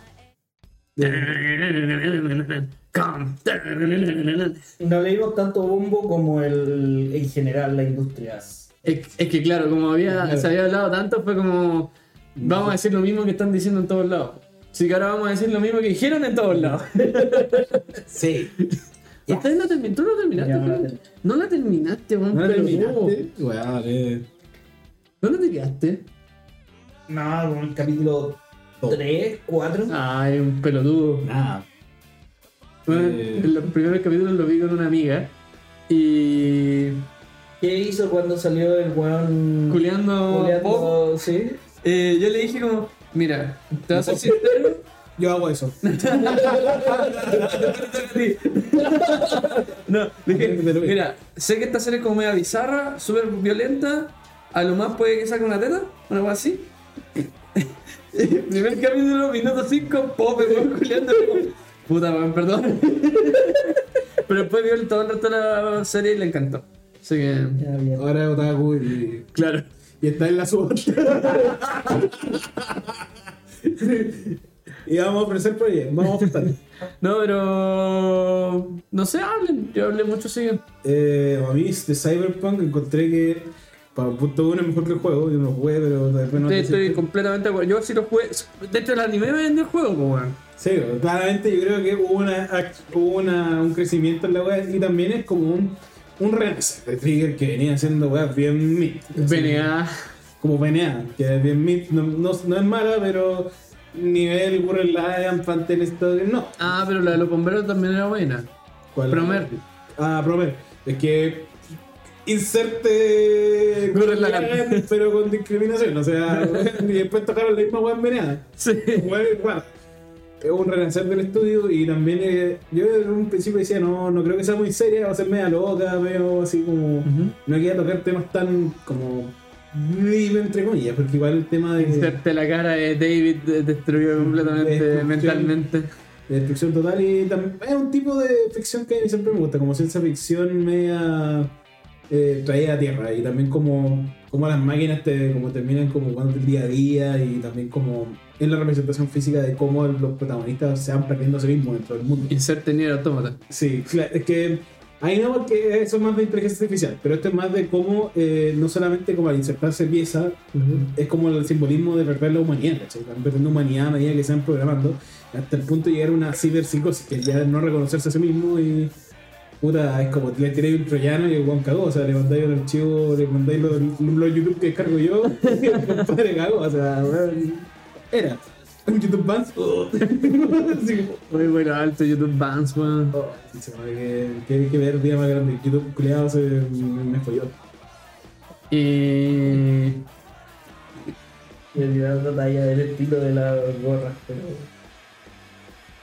Speaker 2: Es,
Speaker 3: No le dimos tanto bombo como el, en general la industria.
Speaker 2: es que claro, como había, se había hablado tanto, fue como vamos a decir lo mismo que están diciendo en todos lados. Así que ahora vamos a decir lo mismo que dijeron en todos lados.
Speaker 4: Sí.
Speaker 2: Ustedes la termin- ¿Tú no terminaste?
Speaker 3: Ya, no la
Speaker 2: Fran?
Speaker 3: terminé.
Speaker 2: no la terminaste, weón,
Speaker 4: ¿No la
Speaker 2: pero
Speaker 4: terminaste? Weón, eh.
Speaker 2: no. ¿Dónde te quedaste?
Speaker 3: No, como el capítulo 3, 4.
Speaker 2: Ay, un pelotudo.
Speaker 4: Nada.
Speaker 2: Bueno,
Speaker 4: Eh.
Speaker 2: en los primeros capítulos lo vi con una amiga Y.
Speaker 3: ¿Qué hizo cuando salió el weón
Speaker 2: Culeando. a Bob,
Speaker 3: culeando? ¿Sí?
Speaker 2: eh, yo le dije, como, mira, te vas a ser sincero.
Speaker 4: Yo hago eso.
Speaker 2: Sí. no, dije, mira, sé que esta serie es como media bizarra, súper violenta, a lo más puede que saque una teta, una cosa así. Primer capítulo, minuto 5, pope, weón, culiando. weón. Puta, weón, perdón. Pero después vio el- todo el resto de la serie y le encantó. Así que,
Speaker 3: Ya, bien.
Speaker 4: Ahora es otaku y,
Speaker 2: claro.
Speaker 4: y está en la suerte. y vamos a ofrecer proyectos, vamos a ofertar.
Speaker 2: No, pero. No sé, hablen. Yo hablé mucho, así que.
Speaker 4: Eh, a mí de Cyberpunk encontré que para punto uno es mejor que el juego, yo no lo jugué, pero después
Speaker 2: estoy-
Speaker 4: no te
Speaker 2: estoy
Speaker 4: sentí-
Speaker 2: completamente de acuerdo. Yo si lo jugué. Dentro del anime me vendió el juego, po, weón.
Speaker 4: Sí, pero claramente yo creo que hubo, una, act- hubo una- un crecimiento en la web y también es como un, un renacer de Trigger que venía haciendo weas bien mid.
Speaker 2: BNA.
Speaker 4: Como venea, que es bien mid, no, no, no es mala, pero nivel Gurren Lagann, Phantom Story, no.
Speaker 2: Ah, pero la de los bomberos también era buena.
Speaker 4: ¿Cuál?
Speaker 2: Promer.
Speaker 4: Ah, Promer. Es que inserte
Speaker 2: Gurren
Speaker 4: Gurren
Speaker 2: Lagann.
Speaker 4: Lagann, pero con discriminación, o sea, y después tocaron la misma wea en venea.
Speaker 2: Sí.
Speaker 4: Bueno, igual. Es un renacer del estudio y también eh, yo en un principio decía, no, no creo que sea muy seria, va a ser media loca, medio así como... No quería tocar temas tan como... Vive entre comillas, porque igual el tema de,
Speaker 2: Inserte la cara de David de- destruido completamente
Speaker 4: Destrucción.
Speaker 2: mentalmente.
Speaker 4: de destrucción total y tam- es un tipo de ficción que a mí siempre me gusta, como ciencia ficción media eh, traída a tierra y también como, como las máquinas te, como terminan como jugando el día a día y también como es la representación física de cómo los protagonistas se van perdiendo a sí mismos dentro del mundo.
Speaker 2: Inserte Nier Automata.
Speaker 4: Sí, claro, es que ahí no porque eso es más de inteligencia artificial, pero esto es más de cómo eh, no solamente como al insertarse piezas, es como el simbolismo de perder la humanidad, ¿cachai? Están perdiendo humanidad a medida que se van programando, hasta el punto de llegar a una ciberpsicosis, que ya no reconocerse a sí mismo y... Puta, es como le tiré un troyano y el guan cagó, o sea, le mandáis un archivo, le mandáis los los YouTube que descargo yo, y el compadre cagó, o sea, weón, era un YouTube Bands. Así como,
Speaker 2: Muy bueno, alto YouTube Bands, weón.
Speaker 4: Oh, se me que, que, que ver día más grande. YouTube culiado se me, me folló.
Speaker 2: Y.
Speaker 3: Y olvidar la talla del estilo de las gorras, pero.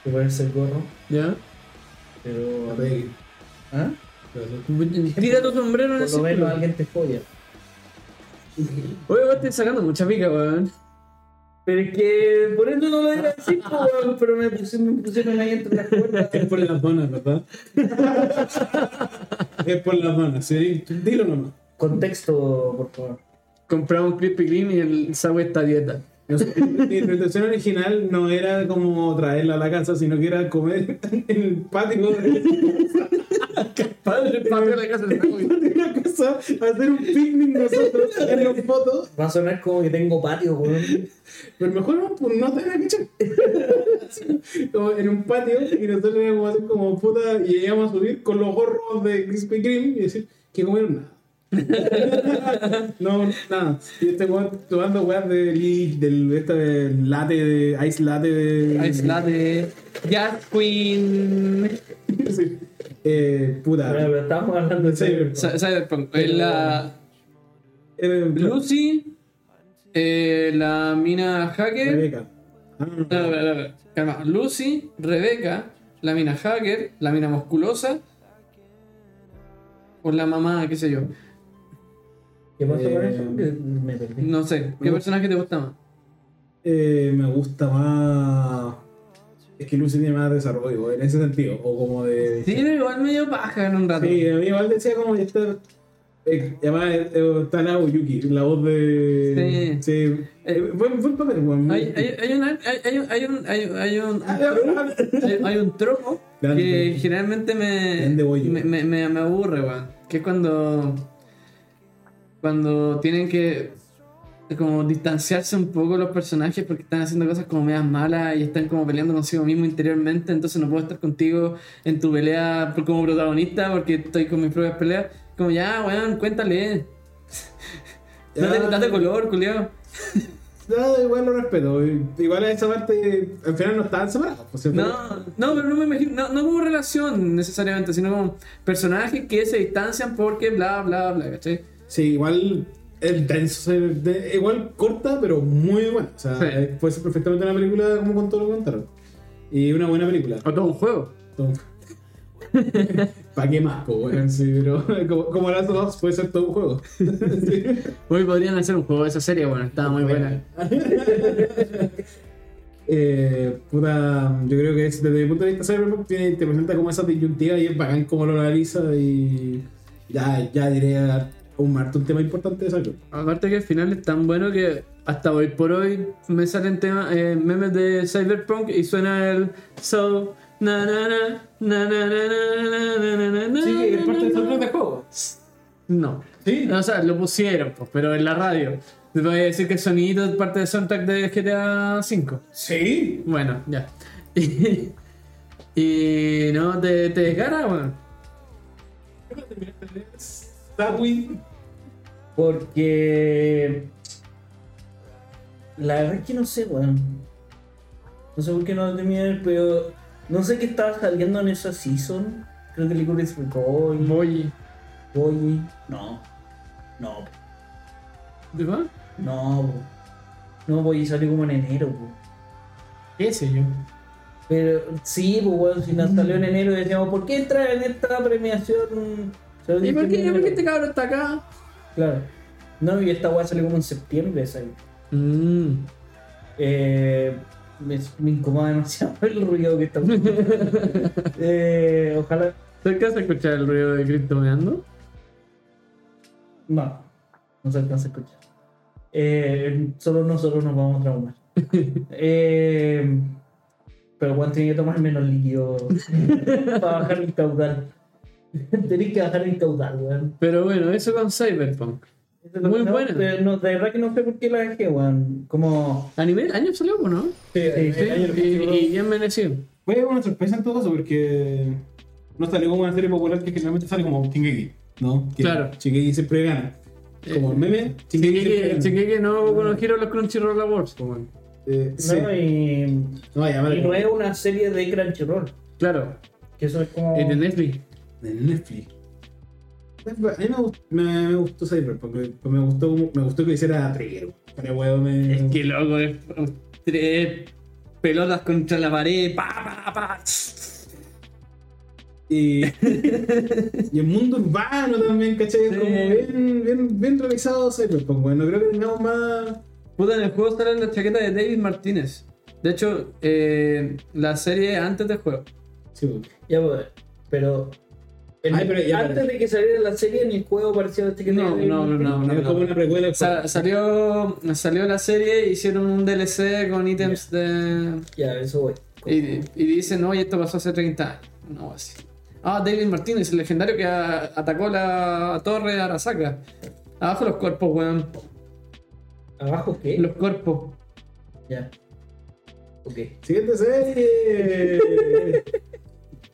Speaker 3: De ponerse el gorro,
Speaker 2: ¿Ya?
Speaker 3: pero. ¿Ah?
Speaker 2: Tira tu sombrero en
Speaker 3: Por lo
Speaker 2: ese.
Speaker 3: menos alguien te folla.
Speaker 2: Oye, vos estás sacando mucha pica, weón.
Speaker 3: Pero es que por eso no lo iba a decir, po, weón, pero me pusieron, me pusieron ahí entre las cuerdas.
Speaker 4: Es por las donas, ¿verdad? es por las donas, sí. Dilo nomás.
Speaker 3: Contexto, por favor.
Speaker 2: Compramos Crispy Cream y el Sago está a dieta.
Speaker 4: No sé, mi intención original no era como traerla a la casa, sino que era comer en el patio de
Speaker 2: Padre, padre de la casa del Sago.
Speaker 4: la casa, hacer un picnic nosotros, hacernos fotos,
Speaker 3: Va a sonar como que tengo patio, weón.
Speaker 4: pero mejor no, pues, no tener que echar. como en un patio y nosotros íbamos a hacer como puta y íbamos a subir con los gorros de Krispy Kreme y decir que comieron nada. no, nada. Y este weón tomando weas de, del esta de latte de ice latte de
Speaker 2: Ice Latte. Jazz Queen.
Speaker 4: Sí. Eh, puta.
Speaker 3: Bueno, pero estábamos hablando de
Speaker 4: Sí.
Speaker 3: serio.
Speaker 2: Cy- Cyberpunk. Eh, La.
Speaker 4: Eh,
Speaker 2: Lucy. eh, la mina hacker.
Speaker 4: Rebeca. Ah, no, no.
Speaker 2: No, no, no, no. Calma. Lucy, Rebeca, la mina hacker, la mina musculosa. O la mamá, qué sé yo.
Speaker 3: ¿Qué pasó con
Speaker 4: Eh,
Speaker 3: eso? Que Me perdí.
Speaker 2: No sé. ¿Qué personaje te gusta más?
Speaker 4: Eh, me gusta más. Es que Lucy tiene más desarrollo en ese sentido. O como de.
Speaker 2: Sí, pero igual medio paja en un rato.
Speaker 4: Sí, a mí igual decía como ya está. eh, Además, eh, eh, está la Oyuki, la voz de.
Speaker 2: Sí.
Speaker 4: Eh, buen, buen papel, weón.
Speaker 2: Hay, hay, hay, una- hay- hay un- hay un- hay un- hay un-
Speaker 4: Ah, ah, ah.
Speaker 2: hay- hay un tropo
Speaker 4: Grande.
Speaker 2: que generalmente me,
Speaker 4: Grande bollo.
Speaker 2: me, me, me- me aburre, weón. Que es cuando. Cuando tienen que. Como distanciarse un poco los personajes porque están haciendo cosas como medias malas y están como peleando consigo mismo interiormente. Entonces no puedo estar contigo en tu pelea por- como protagonista porque estoy con mis propias peleas. Como ya, weón, cuéntale.
Speaker 4: Ya.
Speaker 2: Date, date color, culiao.
Speaker 4: no, igual lo respeto. Igual a esa parte, al final no pues, estaban separados. o sea,
Speaker 2: No, no, pero no me imagino, no, no como relación necesariamente, sino como personajes que se distancian porque bla, bla, bla, ¿cachai?
Speaker 4: Sí, igual el tenso, el de- igual corta, pero muy buena. O sea,
Speaker 2: Sí.
Speaker 4: eh, puede ser perfectamente una película como con todo lo que contaron. Y una buena película.
Speaker 2: O todo un juego.
Speaker 4: ¿Para qué más, po, weón? Sí, pero como, como las dos, puede ser todo un juego. Sí.
Speaker 2: Hoy podrían hacer un juego de esa serie, bueno, estaba muy buena.
Speaker 4: Eh, puta, yo creo que es- desde mi punto de vista Cyberpunk tiene, te presenta como esa disyuntiva y es bacán como lo analiza y ya, ya diré a un un tema importante de Cyberpunk.
Speaker 2: Aparte que el final es tan bueno que hasta hoy por hoy me salen temas, eh, memes de Cyberpunk y suena el So na na na na na na na na na na na na
Speaker 3: Sí, es
Speaker 2: na,
Speaker 3: parte del
Speaker 2: na,
Speaker 3: soundtrack
Speaker 2: na.
Speaker 3: de juego.
Speaker 2: No.
Speaker 4: Sí,
Speaker 2: O sea, lo pusieron, pues, pero en la radio. Te voy a decir que el sonido es parte del soundtrack de GTA V.
Speaker 4: sí.
Speaker 2: Bueno, ya. Y, y no, te, te desgara, bueno.
Speaker 4: Darwin.
Speaker 3: Porque. La verdad es que no sé, weón. No sé por qué no lo terminé, de ver, pero. No sé qué estaba saliendo en esa season. Creo que Licorice Recoil,
Speaker 2: Voy.
Speaker 3: Boy. No. No,
Speaker 2: ¿De más?
Speaker 3: no, po. No, Boy salió como en enero, po.
Speaker 2: ¿Qué sé yo?
Speaker 3: Pero sí, pues weón, si nos
Speaker 2: Mm.
Speaker 3: salió en enero decíamos, "Oh, ¿por qué entrar en esta premiación? Se lo
Speaker 2: ¿Y
Speaker 3: dije
Speaker 2: por
Speaker 3: en
Speaker 2: qué,
Speaker 3: enero.
Speaker 2: por qué este cabrón está acá?
Speaker 3: Claro. No, y esta weá salió como en septiembre, ¿sabes?
Speaker 2: Mmm.
Speaker 3: Eh, me, me incomoda demasiado el ruido que está eh, Ojalá.
Speaker 2: ¿Te alcanza a escuchar el ruido de Crypto meando?
Speaker 3: No, no se alcanza a escuchar. Eh, solo nosotros nos vamos a traumar. Eh, pero Juan tiene que tomar menos líquido para bajar el caudal. Tenés que bajar el caudal, weón.
Speaker 2: Pero bueno, eso con Cyberpunk. Muy
Speaker 3: No,
Speaker 2: buena.
Speaker 3: pero no, de verdad que no sé por qué la dejé, weón. Como. eh,
Speaker 2: ¿A nivel año salió o no?
Speaker 3: Sí,
Speaker 2: Sí, y, y bien merecido.
Speaker 4: Fue una sorpresa en todo eso porque no salió como una serie popular que generalmente sale como Shingeki, ¿no? Que
Speaker 2: Claro.
Speaker 4: Shingeki siempre gana. Como
Speaker 2: Eh,
Speaker 4: el meme, Shingeki siempre
Speaker 2: Chequeé
Speaker 4: gana.
Speaker 2: que no conocieron los Crunchyroll Awards, pues, bueno.
Speaker 4: Eh, sí.
Speaker 3: No, y,
Speaker 4: No, ya, vale,
Speaker 3: y
Speaker 4: como
Speaker 3: no es una serie de Crunchyroll.
Speaker 2: Claro,
Speaker 3: Que eso es como.
Speaker 2: en el Netflix.
Speaker 4: de Netflix. A mí me gustó, me, me gustó Cyberpunk, me, me gustó, me gustó que lo hiciera Trigger. Pero weón me...
Speaker 2: Es que loco, es tres pelotas contra la pared, pa, pa, pa.
Speaker 4: Y, y el mundo urbano también, ¿cachai? Es
Speaker 2: Sí.
Speaker 4: Como bien, bien, bien realizado Cyberpunk, weón. No creo que tengamos más...
Speaker 2: Puta, en el juego sale la chaqueta de David Martínez. De hecho, eh, la serie antes del juego.
Speaker 4: Sí, weón.
Speaker 3: Ya, pues, pero. en-
Speaker 4: Ay, pero ya,
Speaker 3: antes
Speaker 4: pero-
Speaker 3: de que saliera la serie, en el juego apareció este que
Speaker 2: No,
Speaker 3: tenía-
Speaker 2: no, no, no. no,
Speaker 4: es como
Speaker 2: no.
Speaker 4: una precuela. del
Speaker 2: Sa- salió, salió la serie, hicieron un DLC con ítems de.
Speaker 3: Ya, eso voy.
Speaker 2: Y, y dicen, oye, esto pasó hace 30 años. No, así. Ah, David Martínez, el legendario que a- atacó la torre de Arasaka. Abajo los cuerpos, weón.
Speaker 3: ¿Abajo qué?
Speaker 2: Los cuerpos.
Speaker 3: Ya. Ok.
Speaker 4: Siguiente serie.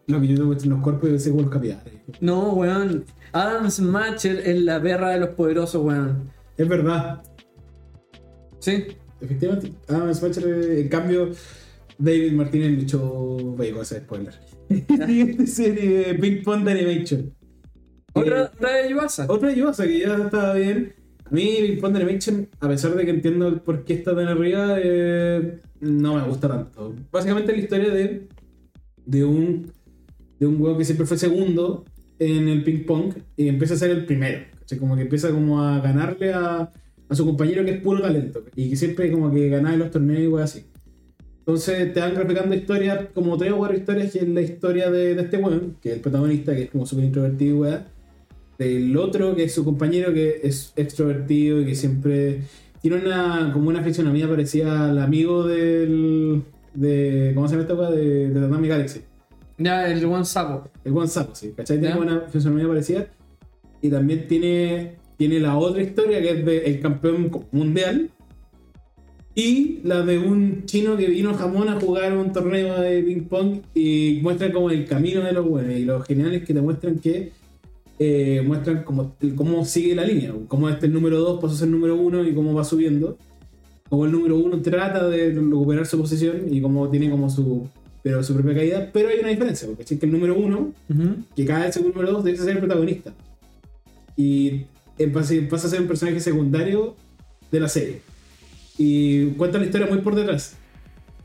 Speaker 4: Lo que yo tengo en los cuerpos y según los capilares.
Speaker 2: No, weón. Adam Smasher es la perra de los poderosos, weón.
Speaker 4: Es verdad.
Speaker 2: ¿Sí?
Speaker 4: Efectivamente. Ah, Smasher, eh, en cambio, David Martínez luchó. Vaya, cosa de spoiler. Siguiente serie, Ping Pong Animation.
Speaker 2: Otra, otra de Yuasa.
Speaker 4: Otra llosa que ya estaba bien. A mí, Ping Pong Animation, a pesar de que entiendo el por qué está tan arriba, eh, no me gusta tanto. Básicamente es la historia de, de un de un huevo que siempre fue segundo en el ping pong y empieza a ser el primero. ¿cachai? Como que empieza como a ganarle a, a su compañero que es puro talento y que siempre como que ganaba en los torneos y weas así. Entonces te van replicando historias, como tres o cuatro historias, que es la historia de, de este weón, que es el protagonista, que es como súper introvertido y wea, del otro que es su compañero que es extrovertido y que siempre tiene una como una fisonomía parecida al amigo del de ¿cómo se llama esta wea? de, de Tatami Galaxy
Speaker 2: Ya, el buen sapo.
Speaker 4: el WhatsApp, sí, ¿cachai? Tiene
Speaker 2: Ya.
Speaker 4: una fisonomía parecida. Y también tiene, tiene la otra historia que es del campeón co- mundial. Y la de un chino que vino a Japón a jugar un torneo de ping pong y muestran como el camino de los buenos. Y lo genial es que te muestran que eh, muestran como, cómo sigue la línea, cómo este el número 2 pasó a ser número 1 y cómo va subiendo. como el número uno trata de recuperar su posición y como tiene como su, pero su propia caída, pero hay una diferencia, porque ¿cachai? que el número uno,
Speaker 2: Ujú.
Speaker 4: que cada vez el número dos, debe ser el protagonista. Y en pase- pasa a ser un personaje secundario de la serie. Y cuenta la historia muy por detrás.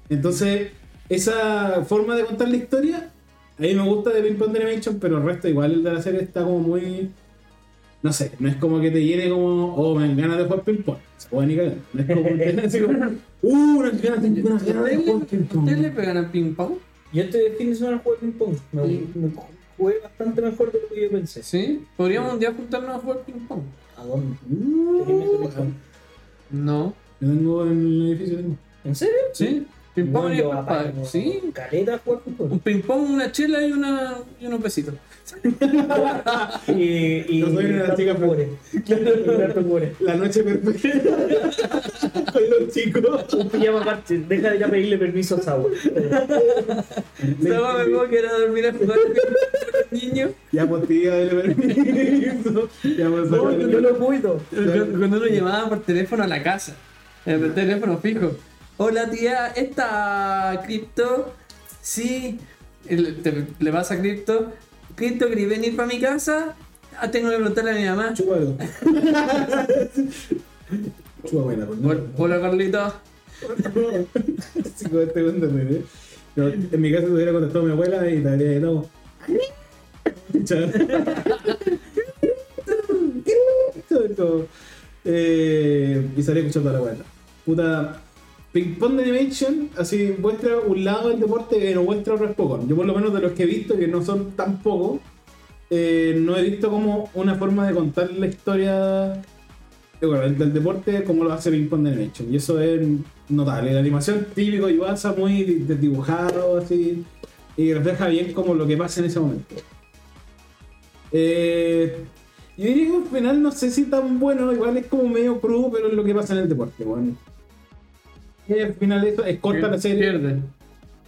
Speaker 4: Entonces, esa forma de contar la historia, a mí me gusta de Ping Pong Animation, pero el resto igual el de la serie está como muy... No sé, no es como que te llene como, oh, me dan ganas de jugar ping pong. Se puede ni cagar. No es como un tema así como, uh, unas ganas, tengo unas ganas de
Speaker 2: ¿Ustedes
Speaker 4: jugar ping
Speaker 2: le- ¿Ustedes le
Speaker 4: pong.
Speaker 2: pegan al ping pong?
Speaker 3: Yo este fin de semana jugué ping pong. Me,
Speaker 2: Sí.
Speaker 3: me jugué bastante mejor de lo que yo pensé.
Speaker 2: ¿Sí? ¿Podríamos un día juntarnos a jugar ping pong?
Speaker 3: ¿A dónde?
Speaker 4: Uh,
Speaker 2: No.
Speaker 4: Yo tengo en el edificio, tengo.
Speaker 3: ¿En serio?
Speaker 2: ¿Sí? Ping pong
Speaker 3: No,
Speaker 2: y
Speaker 3: yo
Speaker 2: el
Speaker 3: apago
Speaker 2: padre. Sí.
Speaker 3: Caleta a jugar
Speaker 2: Un
Speaker 3: fútbol.
Speaker 2: ping pong, una chela y, una, y unos besitos.
Speaker 3: Y, y
Speaker 4: Yo soy una
Speaker 3: tanto
Speaker 4: chica
Speaker 3: pobre. Y tanto pobre.
Speaker 4: La noche perfecta. Con los chicos.
Speaker 3: Un pijama parche. Deja de ya pedirle permiso a Sabo.
Speaker 2: Estaba me puedo quedar a dormir a jugar ping pong con los niños.
Speaker 4: Ya pues tía, dale permiso. Ya pues
Speaker 3: No,
Speaker 4: dale
Speaker 3: yo lo cuido.
Speaker 2: Cuando cuando uno llamaba por teléfono a la casa, el teléfono fijo. Hola tía, ¿esta cripto? Sí, El- te- le vas a cripto. Cripto, ¿querés venir para mi casa? Ah, tengo que preguntarle a mi mamá.
Speaker 4: Chúpalo. Chupa buena, pues, ¿no?
Speaker 2: Hol- Hola Carlito.
Speaker 4: Cinco segundos, ¿eh? No, en mi casa te hubiera contestado mi abuela y te habría gritado. Chao. Como, eh, y salí escuchando a la abuela. Puta. Ping Pong de Animation así muestra un lado del deporte que no muestra otro es poco. Yo por lo menos de los que he visto, que no son tan pocos, eh, no he visto como una forma de contar la historia de- bueno, del, del deporte como lo hace Ping Pong de Animation. Y eso es notable. La animación típico de Yuasa, muy di- desdibujado, así. Y refleja bien como lo que pasa en ese momento. Eh, yo diría que al final no sé si tan bueno, igual es como medio crudo, pero es lo que pasa en el deporte, bueno. Y al final eso es corta la serie.
Speaker 2: Pierde.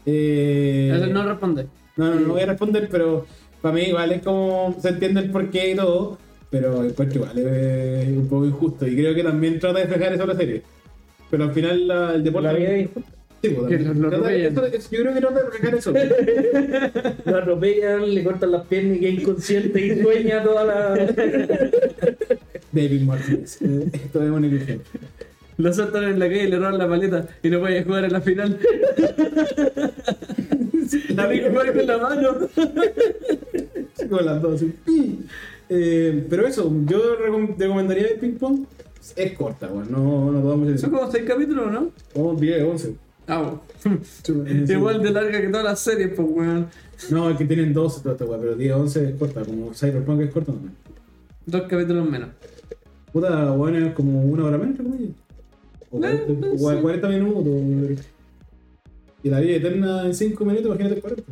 Speaker 4: Eh,
Speaker 2: Eso no responde.
Speaker 4: no, no, no voy a responder, pero para mí igual es como se entiende el porqué y todo, pero el que igual eh, es un poco injusto y creo que también trata de reflejar eso la serie. Pero al final la- el deporte...
Speaker 3: La vida es injusta.
Speaker 4: Sí, pues,
Speaker 2: Que lo- lo
Speaker 4: trata de-
Speaker 2: atropellan.
Speaker 4: eso- eso- yo creo que trata de reflejar eso.
Speaker 3: Lo atropellan, le cortan las piernas y queda inconsciente y sueña toda la.
Speaker 4: David Martínez. eh, Esto es una ilusión.
Speaker 2: Lo saltan en la calle y le roban la paleta y no pueden jugar en la final. La vi jugar con la mano.
Speaker 4: Sí, Con las dos, así, ¡pi! Eh, pero eso, yo recom- recomendaría el ping pong. Es corta, bueno, no, no podamos
Speaker 2: Son
Speaker 4: decir. Oh,
Speaker 2: como seis capítulos, ¿no?
Speaker 4: Vamos 10, 11.
Speaker 2: Ah, bueno. Igual de larga que todas las series, pues, weón.
Speaker 4: No, es que tienen 12 toda esta weá, pero 10, 11 es corta, como Cyberpunk es corta también.
Speaker 2: Dos capítulos menos.
Speaker 4: Puta, bueno, es como una hora menos, güey. O
Speaker 2: Eh,
Speaker 4: 40,
Speaker 2: puede
Speaker 4: o
Speaker 2: ser.
Speaker 4: 40 minutos. güey. Y la vida eterna en 5 minutos, imagínate 40.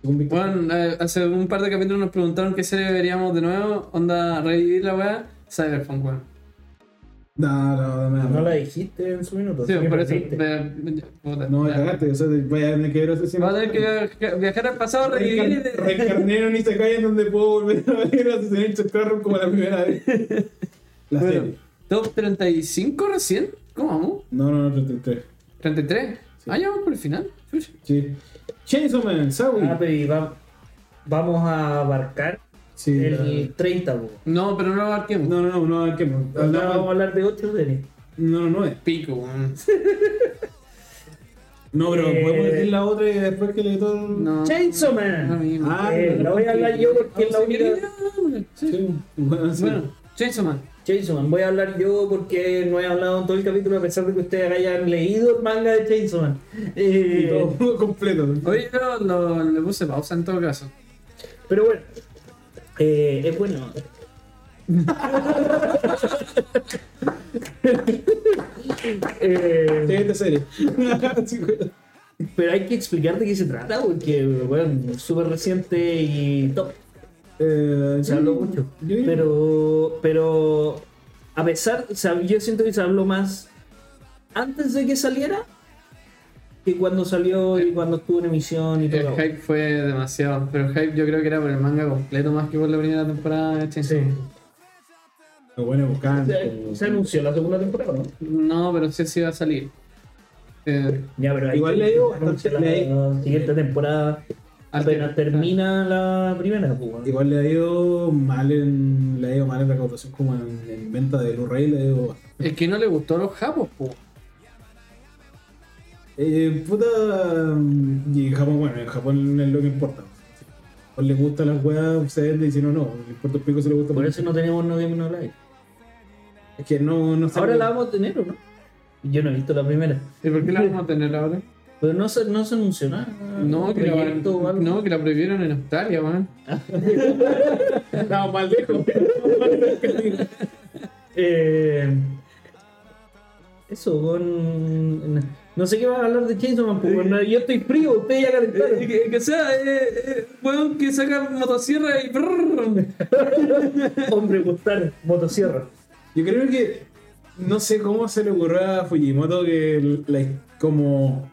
Speaker 4: Según Víctor.
Speaker 2: Bueno, eh, hace un par de capítulos nos preguntaron qué serie veríamos de nuevo. Onda, revivir la weá. Cyberpunk, weón.
Speaker 4: No, no, no, no.
Speaker 3: No
Speaker 4: No,
Speaker 3: la
Speaker 4: no,
Speaker 3: dijiste en su minuto.
Speaker 2: Sí,
Speaker 3: así que
Speaker 2: por eso.
Speaker 3: perdiste.
Speaker 2: me- me- puta,
Speaker 4: no me
Speaker 2: ya.
Speaker 4: cagaste, o sea, te- vaya a tener que ver asesino.
Speaker 2: Vamos a tener que viaja- viajar al pasado, revivir. y
Speaker 4: Reencar-
Speaker 2: de-
Speaker 4: Reencarnaron y se callan donde puedo volver a ver asesinato Scarron como la primera vez. La
Speaker 2: Bueno,
Speaker 4: serie.
Speaker 2: Top 35 recién. ¿Cómo vamos?
Speaker 4: No, no, no, 33.
Speaker 2: 33.
Speaker 4: Sí.
Speaker 2: Ah, ya vamos por el final. Chucha.
Speaker 4: Sí. Chainsaw Man, Sawi.
Speaker 3: Ah, pero y va- vamos a abarcar
Speaker 4: sí,
Speaker 3: el 30, po.
Speaker 2: No, pero no lo abarquemos.
Speaker 4: No, no, no, no, arquemos.
Speaker 3: Ahora Vamos a hablar de 8 series.
Speaker 4: No, no, no es.
Speaker 2: Pico, weón.
Speaker 4: No, pero
Speaker 3: Eh,
Speaker 4: podemos decir la otra y después que le todo.
Speaker 2: No.
Speaker 3: Chainsaw
Speaker 2: no,
Speaker 3: Man.
Speaker 2: amigo.
Speaker 4: Ah,
Speaker 3: Eh, la voy a hablar yo porque es la
Speaker 2: Ah, si queréis,
Speaker 3: única.
Speaker 2: ya, sí.
Speaker 4: Sí, bueno, sí.
Speaker 2: Bueno, Chainsaw Man.
Speaker 3: Chainsaw Man, voy a hablar yo porque no he hablado en todo el capítulo a pesar de que ustedes hayan leído el manga de Chainsaw Man. Eh,
Speaker 4: Y todo completo.
Speaker 2: Hoy yo lo- le puse pausa en todo caso.
Speaker 3: pero bueno, eh, es bueno. Eh,
Speaker 4: Siguiente serie. Sí, güey.
Speaker 3: pero hay que explicar de qué se trata porque, bueno, es súper reciente y top.
Speaker 4: eh,
Speaker 3: se habló mucho.
Speaker 4: Yo diría-
Speaker 3: Pero, pero a pesar, o sea, yo siento que se habló más antes de que saliera que cuando salió y cuando estuvo en emisión y
Speaker 2: El
Speaker 3: todo.
Speaker 2: hype fue demasiado, pero el hype yo creo que era por el manga completo más que por la primera temporada de Chainsaw
Speaker 3: Sí.
Speaker 2: Man.
Speaker 4: Lo bueno es buscar.
Speaker 3: Se, se anunció la segunda temporada, ¿no?
Speaker 2: No, pero sí, sí va a salir. Eh,
Speaker 3: Ya, pero
Speaker 4: Igual
Speaker 3: que
Speaker 4: le digo
Speaker 3: anunciar
Speaker 4: bastante-
Speaker 3: la, siguiente temporada. Apenas
Speaker 2: alter-
Speaker 3: termina la primera, pues, bueno.
Speaker 4: Igual le ha ido mal en, le ha ido mal en recaudación como en, en venta de Blu-ray, le ha ido bastante.
Speaker 2: Es que no le gustó a los japos, po.
Speaker 4: Eh, puta. mm, Y en Japón, bueno, en Japón es lo que importa. Si a Japón le gusta las weas, se vende y si no, no. Le importa un pico si le gusta.
Speaker 3: Por eso no tenemos No Game No Live.
Speaker 4: Es que no, no sé.
Speaker 3: Ahora la vamos a tener, ¿o no? Yo no he visto la primera.
Speaker 2: ¿Y por qué la vamos a tener ahora?
Speaker 3: Pero no se, no se anunció nada.
Speaker 2: No, que la,
Speaker 3: proyecto o algo.
Speaker 2: no, que la prohibieron en Australia, man.
Speaker 4: No, mal lejos.
Speaker 3: Eh, eso, con. No sé qué va a hablar de Chainsaw Man, porque no- yo estoy frío, ustedes ya calentaron.
Speaker 2: que, sea, eh, weón que saca motosierra y eh.
Speaker 3: Hombre, gustar, motosierra.
Speaker 4: Yo creo que no sé cómo se le ocurrió a Fujimoto que la- como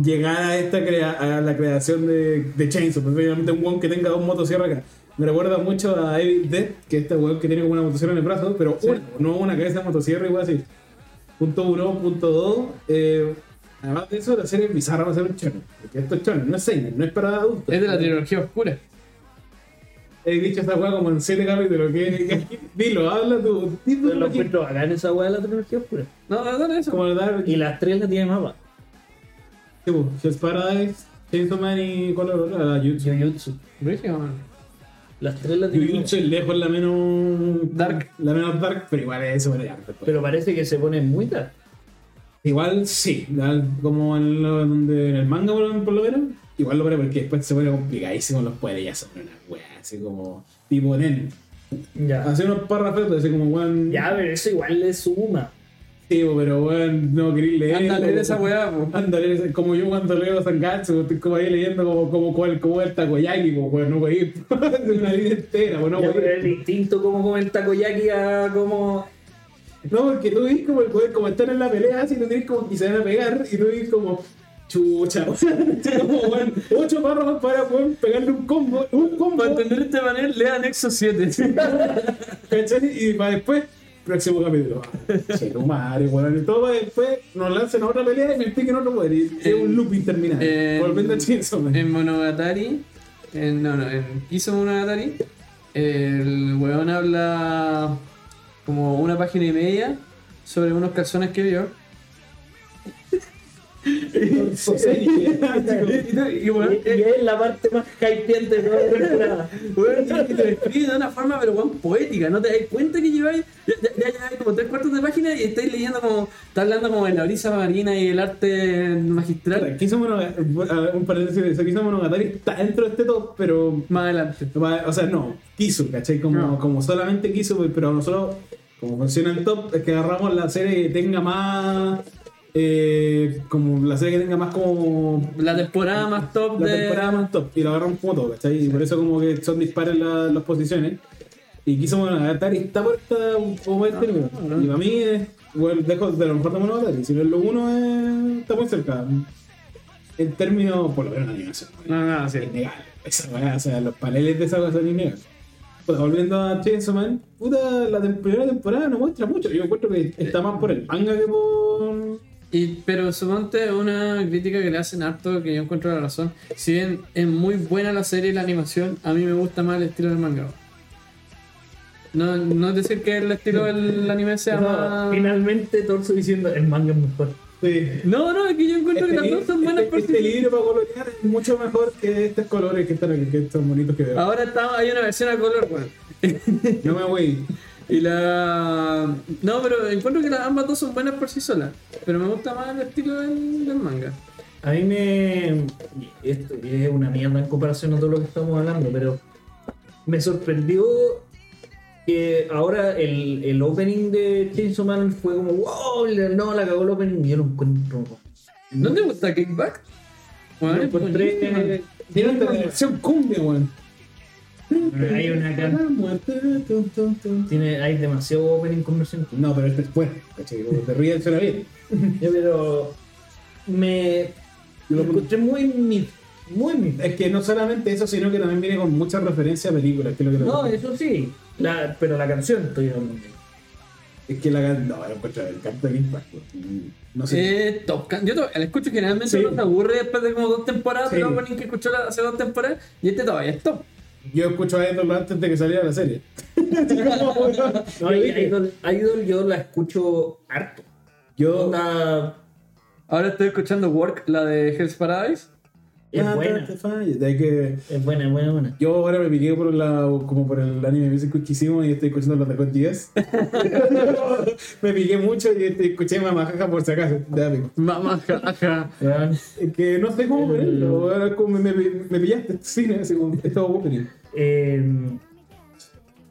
Speaker 4: llegar a esta crea- a la creación de, de Chainsaw, preferiblemente un weón que tenga dos motosierras acá. Me recuerda mucho a Evil Dead, que es este weón que tiene como una motosierra en el brazo, pero una, no una cabeza de motosierra igual así. Punto uno, punto dos. eh, además de eso, la serie es bizarra va a ser un chono. Porque esto es chono, no es seinen, no es para adultos.
Speaker 2: Es de la trilogía oscura.
Speaker 4: He dicho esta weá como en siete capítulos. Que, dilo, habla tú. Dilo,
Speaker 3: Pero lo encuentro bacán esa weá de la tecnología oscura.
Speaker 2: No, no, no, eso.
Speaker 4: como el Dark-
Speaker 3: Y las tres la tiene mapa.
Speaker 4: Sí, pues, po, Hell's Paradise, Chainsaw Man y ¿cuál era la otra? Ah, Jujutsu.
Speaker 3: Jujutsu.
Speaker 2: Brígido, man.
Speaker 3: Las tres la tiene mapa.
Speaker 4: Jujutsu es lejos la menos
Speaker 2: Dark.
Speaker 4: la menos dark, pero igual es bueno, ya, pues.
Speaker 3: Pero parece que se pone muy tarde.
Speaker 4: igual sí, la- como en, lo- donde, en el manga por, lo- por lo menos, igual lo pone porque después se pone complicadísimo los poderes, ya son una wea, así como tipo nen.
Speaker 2: Ah,
Speaker 3: Ya.
Speaker 4: Hace unos párrafos, así como weón.
Speaker 3: Ya, pero eso igual le suma.
Speaker 4: Sí, po, pero weón, no quería leer.
Speaker 2: Anda a leer
Speaker 4: po.
Speaker 2: esa weá, po.
Speaker 4: Ándale, es como yo cuando leo Sangatsu, estoy como ahí leyendo como, como, cuál- como el Takoyaki, pues, weón, no voy a ir. una línea entera, pues, no
Speaker 3: Ya,
Speaker 4: voy
Speaker 3: pero
Speaker 4: a ir.
Speaker 3: es distinto como comenta Koyaki a como.
Speaker 4: No, porque tú ves como el weón, como están en la pelea, así tú tienes como que se van a pegar, y tú ves como, chucha, o sea, como, weón, ocho párrafos para poder pegarle un combo, un combo,
Speaker 2: Para entender este panel, lea anexo 7.
Speaker 4: ¿cachai? Y para después, próximo capítulo. Chico madre, weón, y todo para después nos lanzan a otra pelea y me expliquen otro poder, y es un loop interminable.
Speaker 2: eh,
Speaker 4: Volviendo a Chainsaw Man.
Speaker 2: En Monogatari, en, no, no, en Kiso Monogatari, el weón habla como una página y media sobre unos calzones que vio.
Speaker 4: Sí.
Speaker 2: Y, y,
Speaker 3: Y,
Speaker 2: weón, eh,
Speaker 3: y es la parte más hypeante de toda la temporada.
Speaker 2: Weón, y te lo escribe de una forma pero weón, poética, ¿no te das cuenta que lleváis ya, ya, ya lleváis como tres cuartos de página y estáis leyendo como, está hablando como de la brisa marina y el arte magistral
Speaker 4: Aquí somos Monogatari, un paréntesis de eso, aquí somos Monogatari está dentro de este top, pero.
Speaker 2: más adelante.
Speaker 4: O sea, no, quiso, ¿cachai? Como,
Speaker 2: No.
Speaker 4: como solamente quiso, pero nosotros, como funciona el top, es que agarramos la serie que tenga más. eh, como la serie que tenga más como.
Speaker 2: La temporada más top
Speaker 4: La
Speaker 2: de...
Speaker 4: temporada más top, y la agarramos como todo, ¿cachai? Y por eso, como que son dispares la- las posiciones. Y quiso Monogatari está por esta. Como
Speaker 2: Ah,
Speaker 4: este número.
Speaker 2: no.
Speaker 4: Y para mí es. Bueno, dejo de lo mejor de Monogatari, si no es lo uno, es- está muy cerca. En términos, por lo menos, de animación.
Speaker 2: No, no, sí.
Speaker 4: Innegable. Esa weá, o sea, los paneles de esa cosa son innegables. Puta, volviendo a Chainsaw Man, puta, la tem- primera temporada no muestra mucho. Yo encuentro que está más por el manga que por.
Speaker 2: Y, pero suponte una crítica que le hacen harto, que yo encuentro la razón. Si bien es muy buena la serie y la animación, a mí me gusta más el estilo del manga. No, no es decir que el estilo del anime sea
Speaker 3: No,
Speaker 2: más...
Speaker 3: finalmente Torso diciendo el manga es mejor.
Speaker 2: No, no, es que yo encuentro que las
Speaker 4: li-
Speaker 2: dos son buenas
Speaker 4: este-
Speaker 2: por
Speaker 4: este
Speaker 2: sí.
Speaker 4: libro para colorear es mucho mejor que estos colores que están aquí, que estos bonitos que veo.
Speaker 2: Ahora está, hay una versión a color, weón.
Speaker 4: No me voy.
Speaker 2: y la... No, pero encuentro que las ambas dos son buenas por sí solas. Pero me gusta más el estilo del, del manga.
Speaker 3: A mí me. Esto es una mierda en comparación a todo lo que estamos hablando, pero me sorprendió que ahora el, el opening de Chainsaw Man fue como, wow, le- no, la cagó el opening y yo lo encuentro.
Speaker 2: ¿No te gusta Kickback? Weón,
Speaker 3: Lo
Speaker 2: es
Speaker 3: encontré-
Speaker 2: buenísimo.
Speaker 4: Tiene una versión cumbia, weón.
Speaker 3: Hay una can- Tiene, hay demasiado opening conversión.
Speaker 4: No, pero este es bueno, ¿cachai? Como Te ríes, suena bien.
Speaker 3: Ya, pero me lo encontré muy mid, muy mid.
Speaker 4: Es que no solamente eso, sino que también viene con muchas referencias a películas, que es lo que
Speaker 3: No,
Speaker 4: lo-
Speaker 3: eso sí, la, pero la canción estoy hablando.
Speaker 4: Es que la Lagan, no, lo encuentro el canto de impacto. No sé.
Speaker 2: Eh, Top Gun. Yo to- la escucho generalmente
Speaker 4: Sí.
Speaker 2: no se aburre después de como dos temporadas.
Speaker 4: Sí.
Speaker 2: Pero ponen que escuchó la- hace dos temporadas y este todavía es top.
Speaker 4: Yo escucho a Idol antes de que saliera la serie.
Speaker 3: No, y Idol, Idol yo la escucho harto.
Speaker 4: Yo.
Speaker 3: Onda,
Speaker 2: Ahora estoy escuchando Work, la de Hell's Paradise.
Speaker 3: es
Speaker 4: Ah,
Speaker 3: buena.
Speaker 4: te fallo. De que
Speaker 3: Es buena, es buena, es buena.
Speaker 4: yo ahora me piqué por la, como por el anime music que hicimos y estoy escuchando los de Hot 10. me piqué mucho y este, escuché Mamajaja por si acaso. Ya, amigo.
Speaker 2: Mamá, jaja.
Speaker 3: Weón,
Speaker 4: Es que no sé
Speaker 3: Mm.
Speaker 4: cómo ponerlo. Ahora como me, me, me pillaste cine, así como estaba opening.
Speaker 3: eh,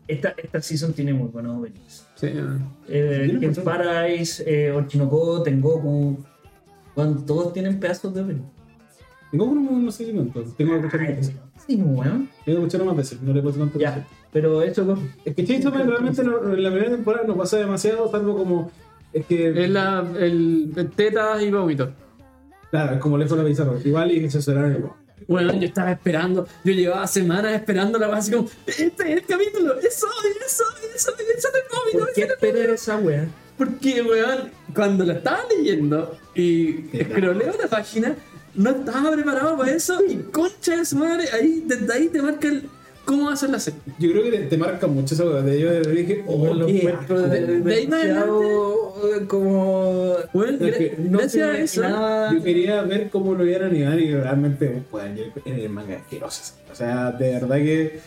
Speaker 3: esta, esta season tiene muy buenos openings.
Speaker 2: Sí,
Speaker 3: Eh,
Speaker 4: Tiene
Speaker 3: King's
Speaker 4: muchos.
Speaker 3: Paradise, eh, Orchinoko, Tengoku. Weón, todos tienen pedazos de opening.
Speaker 4: Tengo uno, no sé si cuánto. Tengo que escuchar más veces.
Speaker 3: Sí, weón.
Speaker 4: Tengo que escucharlo más veces. No le puedo tanto.
Speaker 3: Ya, pero eso no.
Speaker 4: Es que Chainsaw realmente no- en la primera temporada no pasa demasiado, salvo como. Es que.
Speaker 2: es la el, el tetas y vómito.
Speaker 4: Claro, como le fue la pizarra. Igual y se cerraron igual.
Speaker 2: Bueno, yo estaba esperando, yo llevaba semanas esperando la base como, este es el capítulo, eso, eso, eso, eso de vómito.
Speaker 3: ¿Por qué
Speaker 2: eso de-
Speaker 3: esperar esa weá?
Speaker 2: Porque, weón, cuando lo estaba leyendo y escroleo la página, no estaba preparado para eso y concha de su madre, ahí, desde ahí te marca el, cómo va a ser la serie.
Speaker 4: Yo creo que te, te marca mucho esa weá. Yo dije, oh,
Speaker 3: Lo
Speaker 4: qué
Speaker 3: encuentro
Speaker 4: asco.
Speaker 3: de-
Speaker 2: De ahí en
Speaker 3: demasiado, eh, como.
Speaker 2: Weón,
Speaker 4: Es
Speaker 2: gra-
Speaker 4: que no
Speaker 2: gracias a
Speaker 3: se
Speaker 2: eso,
Speaker 3: imaginaba-
Speaker 4: Yo quería ver cómo lo iban a animar y realmente, bueno, yo, en el manga es asqueroso. O sea, de verdad que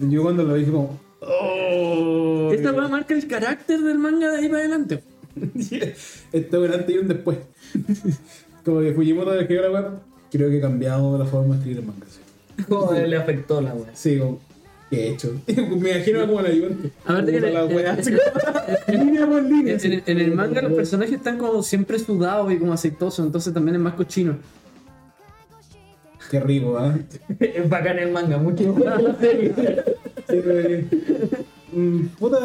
Speaker 4: yo cuando lo vi dije como, oh,
Speaker 2: esta weá marca el carácter del manga de ahí para adelante.
Speaker 4: esto es un antes y un después. como que Fujimoto escribió la web, creo que he cambiado la forma de escribir el manga. Sí,
Speaker 3: Como le afectó la weá.
Speaker 4: Sí, como, ¿qué he hecho? Me imagino como el ayudante.
Speaker 2: A ver,
Speaker 4: Puta
Speaker 2: déjale-
Speaker 4: la wea,
Speaker 2: eh,
Speaker 4: así
Speaker 2: eh,
Speaker 4: como, línea por línea,
Speaker 2: En,
Speaker 4: así.
Speaker 2: en- en el manga los personajes están como siempre sudados y como aceitosos, entonces también es más cochino.
Speaker 4: Qué rico, ¿ah?
Speaker 3: Es bacán el manga, mucho mejor que la serie.
Speaker 4: Sí, pero, mm, puta.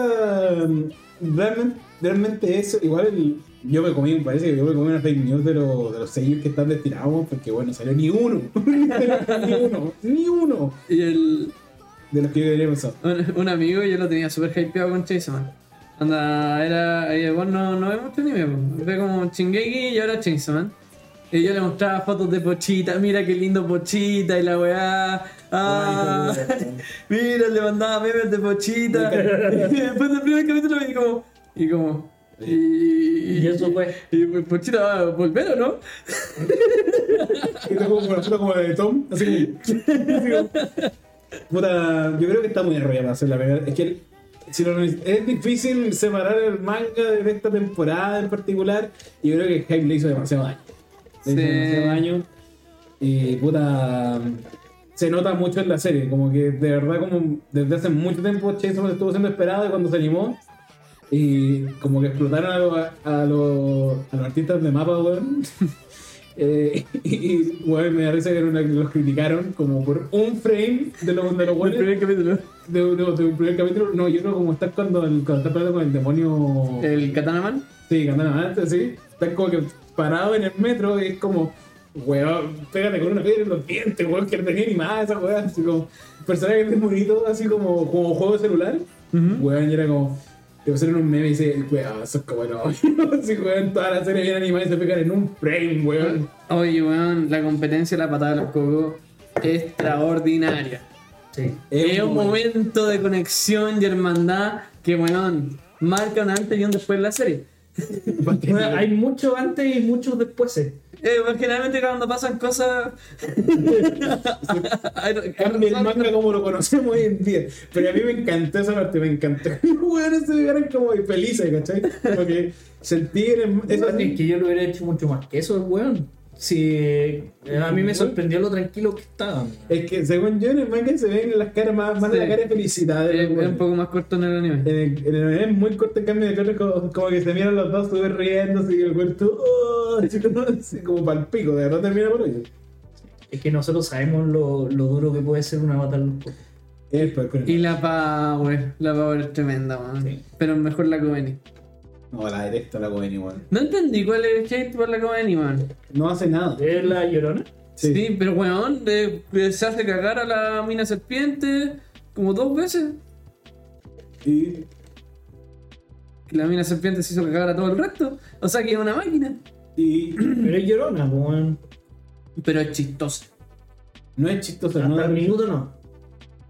Speaker 4: Realmente, realmente eso. Igual el- yo me comí, parece que yo me comí una fake news de, lo- de los sellos que están destinados. Porque bueno, salió ni uno. ni uno. Ni uno.
Speaker 2: Y el,
Speaker 4: De los que yo debería pensar.
Speaker 2: un, un amigo yo lo tenía súper hypeado con Chase Man. Anda, era. eh, Bueno, no, no ve mucho anime, po. ve como Chingeki y ahora Chainsaw Man. Y yo le mostraba fotos de Pochita, mira qué lindo Pochita y la weá. Ah, mira, le mandaba memes de Pochita. y después del primer capítulo me como. Y como. Y, y,
Speaker 3: Y eso fue.
Speaker 2: Y, pues, Pochita va a volver o no?
Speaker 4: Y tengo como una foto como la de Tom. Así como. así como- puta, yo creo que está muy enrollada para hacer la primera. Es que el- si lo analiz- es difícil separar el manga de esta temporada en particular. Y yo creo que Hype le hizo demasiado daño. Le hizo
Speaker 2: Sí.
Speaker 4: demasiado daño. Y puta. Se nota mucho en la serie. Como que de verdad, como desde hace mucho tiempo, Chainsaw estuvo siendo esperado y cuando se animó. Y como que explotaron a, los- a los- a los artistas de mapa, weón. Eh, y, weón, me da risa que era una- los criticaron como por un frame de los, de los
Speaker 2: El
Speaker 4: weones
Speaker 2: primer capítulo.
Speaker 4: de, de- de un primer capítulo. No, yo creo como están cuando, el- cuando están peleando con el demonio.
Speaker 2: El Katanaman.
Speaker 4: Sí, que andan adelante, sí. Están como que parados en el metro y es como, weón, pégate con una piedra en los dientes, weón, que no tenía ni más esa weá. Así como, personaje muy bonito, así como, como juego de celular. Weón, y era como, le pusieron un meme y dice, weón, eso es como no. así, weón, toda la serie bien animada y se pegan en un frame, weón.
Speaker 2: Oye, weón, la competencia de la patada de los cocos es extraordinaria.
Speaker 3: Sí.
Speaker 2: Es un
Speaker 4: momento.
Speaker 2: momento de conexión y hermandad que, weón, marca un antes y un después de la serie.
Speaker 3: Bueno, hay mucho antes y muchos después.
Speaker 2: Eh, weón, generalmente cuando pasan cosas... Ay, no,
Speaker 4: Cambia el manga como lo conocemos hoy en día. Pero a mí me encantó esa parte, me encantó. Weón, se vieron como felices, ¿cachai? Como que sentí en el- esa-
Speaker 3: Bueno, es que yo lo hubiera hecho mucho más que eso, weón. Sí, a mí me sorprendió lo tranquilo que estaban.
Speaker 4: Es que según yo en el manga se ven las caras más, más
Speaker 2: Sí.
Speaker 4: la cara de felicidad.
Speaker 2: Es,
Speaker 4: de
Speaker 2: es
Speaker 4: los
Speaker 2: un
Speaker 4: buenos.
Speaker 2: poco más corto en el anime.
Speaker 4: En el- en el anime es muy corto el cambio de color, como, como que se miran los dos súper riendo, y el cuerpo, oh, así como, así como pal pico, de verdad termina por hoy.
Speaker 3: Es que nosotros sabemos lo, lo duro que puede ser una batalla.
Speaker 4: Es por con
Speaker 2: Y
Speaker 4: el-
Speaker 2: la power, la power es tremenda, weón.
Speaker 3: Sí.
Speaker 2: Pero mejor la Coveney.
Speaker 4: No, la detesto la Coven igual.
Speaker 2: No entendí cuál es el hate por la Coveney, weón.
Speaker 4: No hace nada.
Speaker 3: ¿Es la llorona?
Speaker 2: Sí, pero weón, de- de- se hace cagar a la mina serpiente como dos veces.
Speaker 4: Y
Speaker 2: que la mina serpiente se hizo cagar a todo el resto. O sea que es una máquina,
Speaker 4: Y
Speaker 3: Pero es llorona, pues, weón.
Speaker 2: pero es chistosa.
Speaker 4: no es chistoso, no,
Speaker 3: Hasta el minuto no.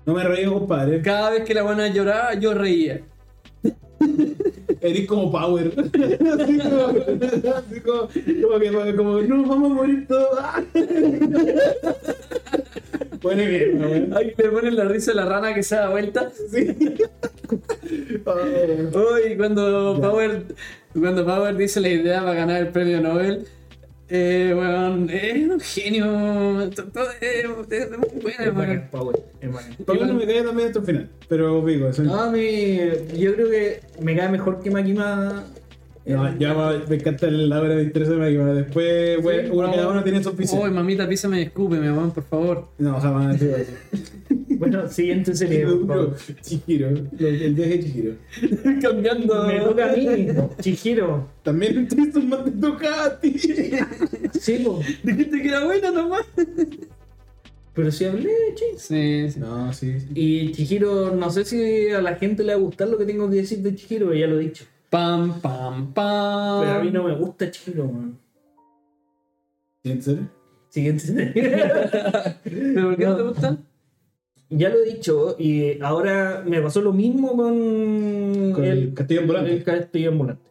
Speaker 4: no me reí, compadre.
Speaker 2: Cada vez que la buena lloraba, yo reía.
Speaker 4: Eres como Power. Así como, así como, como que, como, no, vamos a morir todos. Ah. Bueno, y bien, bueno.
Speaker 2: Ahí le ponen la risa a la rana que se da vuelta.
Speaker 4: Ah,
Speaker 2: Uy, cuando Power, cuando Power dice la idea para ganar el premio Nobel, eh, weón, es un genio. To- to- Es, es muy
Speaker 3: Es
Speaker 2: Ah, bueno,
Speaker 3: bacán,
Speaker 2: weón.
Speaker 3: Power. Es bacán.
Speaker 4: Power no me cae también hasta el final, pero pico, eso
Speaker 3: No, a mí, yo creo que me cae mejor que Makima.
Speaker 4: No, ya va- me encanta la hora de interés de Mario. Después, güey, uno cada uno tiene su piso.
Speaker 2: Uy, mamita, písame y escúpeme, weón, por favor.
Speaker 4: No, jamás. digo eso.
Speaker 3: Bueno, siguiente serie. por favor.
Speaker 4: Chihiro, Chihiro, lo- el viaje de Chihiro.
Speaker 2: Cambiando.
Speaker 3: Me toca a mí, Chihiro.
Speaker 4: También te más te toca a ti.
Speaker 3: Sí, po.
Speaker 2: Dijiste que era buena nomás.
Speaker 3: pero si hablé, chis.
Speaker 2: Sí, sí.
Speaker 4: No, sí. sí.
Speaker 3: Y Chihiro, no sé si a la gente le va a gustar lo que tengo que decir de Chihiro, ya lo he dicho.
Speaker 2: Pam, pam, pam.
Speaker 3: Pero a mí no me gusta Chihiro, weón.
Speaker 4: ¿En serio?
Speaker 3: Siguiente serie.
Speaker 2: ¿Pero por qué no, te
Speaker 3: No.
Speaker 2: gustan?
Speaker 3: Ya lo he dicho, y ahora me pasó lo mismo con,
Speaker 4: Con el Castillo Ambulante.
Speaker 3: el Castillo Ambulante.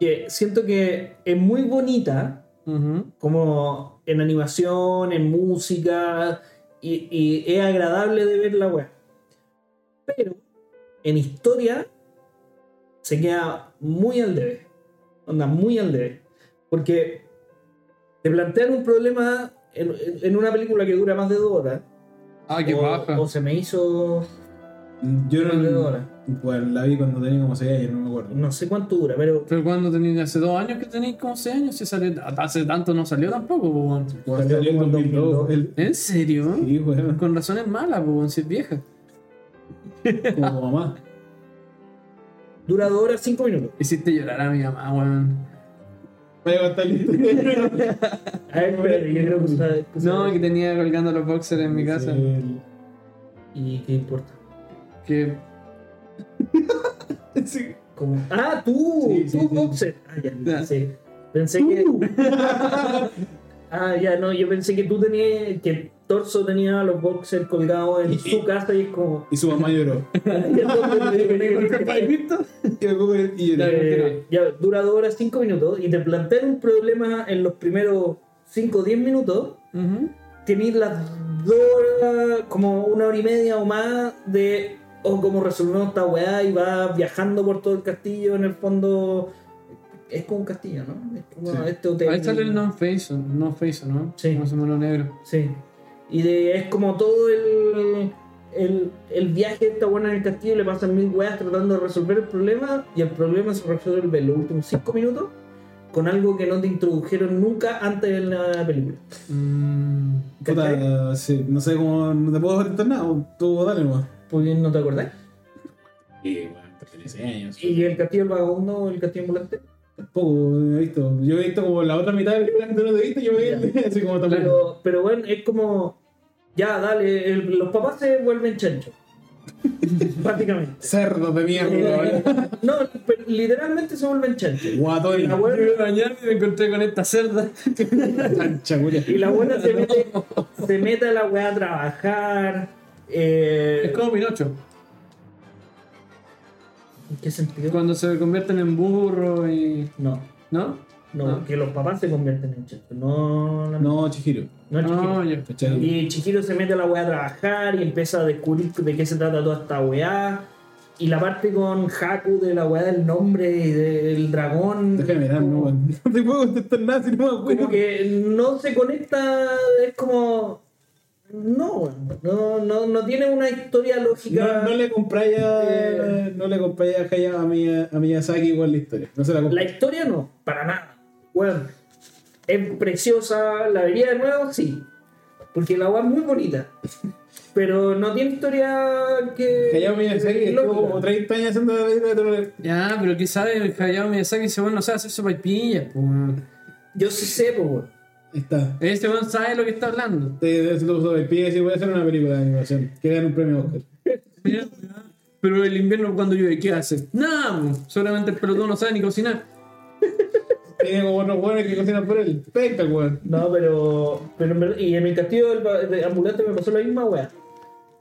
Speaker 3: Que siento que es muy bonita,
Speaker 2: Ujú.
Speaker 3: como en animación, en música, y, y es agradable de ver la web. Pero en historia se queda muy al debe. Onda, muy al debe. Porque te plantean un problema en- en- en una película que dura más de dos horas
Speaker 2: Ah, qué
Speaker 3: o,
Speaker 2: baja.
Speaker 3: o se me hizo.
Speaker 4: Yo no.
Speaker 3: Perdedora.
Speaker 4: Bueno, la vi cuando tenía como 6 años, no me acuerdo.
Speaker 3: No sé cuánto dura, pero.
Speaker 2: Pero cuando tenéis, hace dos años que tenéis como seis años, si sale, hace tanto no salió tampoco, po, weón.
Speaker 4: Cuando salió en 2002. el-
Speaker 2: ¿En serio?
Speaker 4: Sí, weón,
Speaker 2: Con razones malas, po, weón, si es vieja.
Speaker 4: como mamá.
Speaker 3: Dura dos horas, cinco minutos.
Speaker 2: Hiciste llorar a mi mamá, weón.
Speaker 4: Vaya, va a estar listo.
Speaker 3: A ver, espérate, yo creo que sabe-
Speaker 2: No,
Speaker 3: que sabe.
Speaker 2: que tenía colgando los boxers en mi casa.
Speaker 4: El-
Speaker 3: ¿Y qué importa?
Speaker 2: Que
Speaker 4: Sí.
Speaker 3: Como- ¡Ah, tú!
Speaker 4: Sí, sí,
Speaker 3: ¡Tú,
Speaker 4: sí.
Speaker 3: boxer! Ah, ya,
Speaker 2: Ya.
Speaker 3: sí. Pensé que. ah, ya, no, yo pensé que tú tenías. Que Torso tenía los boxers colgados en su casa y es como.
Speaker 4: Y su mamá lloró. Y luego- y lloró.
Speaker 3: Eh, ya, dura dos horas, cinco minutos y te plantean un problema en los primeros 5 o 10 minutos
Speaker 2: Ujú.
Speaker 3: tenéis las dos horas, como una hora y media o más de o cómo resolvemos esta weá y va viajando por todo el castillo en el fondo es como un castillo, ¿no? Es como
Speaker 4: Sí.
Speaker 3: este hotel.
Speaker 2: Ahí sale el non-face, non-face, ¿no?
Speaker 3: Sí.
Speaker 2: Como se llama lo negro.
Speaker 3: Sí. Y de- es como todo el, el, el viaje está bueno en el castillo, le pasan mil weas tratando de resolver el problema y el problema se resuelve en los últimos cinco minutos con algo que no te introdujeron nunca antes en la película.
Speaker 2: Mm,
Speaker 4: Puta, sí, no sé cómo. No te puedo contestar nada. Tú dale nomás.
Speaker 3: ¿Por qué Pues no te acordás?
Speaker 4: Sí, bueno, 13 años.
Speaker 3: Y el castillo del vagabundo, el castillo ambulante.
Speaker 4: Tampoco he visto. Yo he visto como la otra mitad de la película que tú no te viste, yo vi el- así como tampoco.
Speaker 3: Pero, pero bueno, es como. Ya, dale, el- los papás se vuelven chanchos. Prácticamente.
Speaker 4: Cerdos de mierda, weón.
Speaker 3: Eh, No, pero literalmente se vuelven chanchos. Y la
Speaker 4: Guatón,
Speaker 2: Me iba
Speaker 3: buena,
Speaker 2: a bañar y me encontré con esta cerda.
Speaker 4: chancha, culia.
Speaker 3: y la buena se, mete, se mete a la weá a trabajar. eh,
Speaker 2: Es como Pinocho.
Speaker 3: ¿En qué sentido?
Speaker 2: Cuando se convierten en burro y.
Speaker 3: No,
Speaker 2: ¿No?
Speaker 3: no,
Speaker 2: Ah.
Speaker 3: que los papás se convierten en chanchos. No, no, no.
Speaker 4: No, Chihiro.
Speaker 3: no es Chihiro.
Speaker 2: No, yo.
Speaker 4: ¿Cachai?
Speaker 3: Y Chihiro se mete a la weá a trabajar y empieza a descubrir de qué se trata toda esta weá. Y la parte con Haku de la weá del nombre y del dragón.
Speaker 4: Déjame mirar, no,
Speaker 3: como,
Speaker 4: weón. No te puedo contestar nada si no me acuerdo.
Speaker 3: como que no se conecta, es como. No, weón, no, no, no tiene una historia lógica.
Speaker 4: No, no le compráis a.
Speaker 3: Eh.
Speaker 4: No le compráis a Haya- a, Miya- a Miyazaki igual la historia. No se la
Speaker 3: La
Speaker 4: compráis.
Speaker 3: historia no, para nada. Weón, es preciosa, la vería de nuevo, sí. Porque la weá es muy bonita. Pero no tiene historia que.
Speaker 4: Hayao Miyazaki estuvo
Speaker 3: lógica.
Speaker 4: como 30 años haciendo la película de terror.
Speaker 2: Ya, pero ¿qué sabe el Hayao Miyazaki? Ese weón no sabe hacer sopaipillas, po, weón.
Speaker 3: Yo sí sé, pues, weón.
Speaker 4: Ahí está.
Speaker 2: Este weón sabe lo que está hablando.
Speaker 4: Te te lo sobre el pie y voy a hacer una película de animación. Que gane un premio Oscar.
Speaker 2: Mira, Pero el invierno cuando llueve, ¿qué haces? Nada, po. solamente el pelotón no sabe ni cocinar.
Speaker 4: Tiene como otros hueones que cocinan por él. Penca, weón.
Speaker 3: No, pero, pero en verdad- y en el castillo del, ba- de ambulante me pasó la misma wea.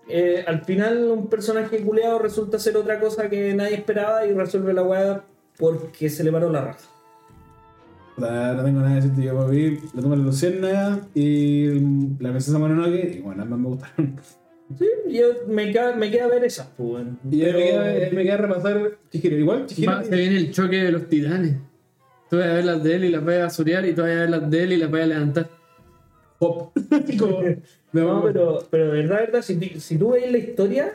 Speaker 3: Eh, al final un personaje culeado resulta ser otra cosa que nadie esperaba y resuelve la wea porque se le paró la raja.
Speaker 4: Puta, No tengo nada de decirte yo, papi. La toma la Luciana y mm, la princesa Mononoke. Y bueno, ambas me gustaron.
Speaker 3: Sí, yo me queda, me queda ver esas, pues. weón.
Speaker 4: Y ahí
Speaker 3: Pero-
Speaker 4: me queda, ahí me queda repasar Chihiro. Igual Chihiro.
Speaker 2: Va, se viene el choque de los titanes. Tú vas a ver las de él y las vas a basurear y tú vas a ver las de él y las vas a levantar.
Speaker 4: Pop. Como, me
Speaker 3: No,
Speaker 4: mamo.
Speaker 3: pero, pero de verdad, verdad, si, ti- si tú veis la historia,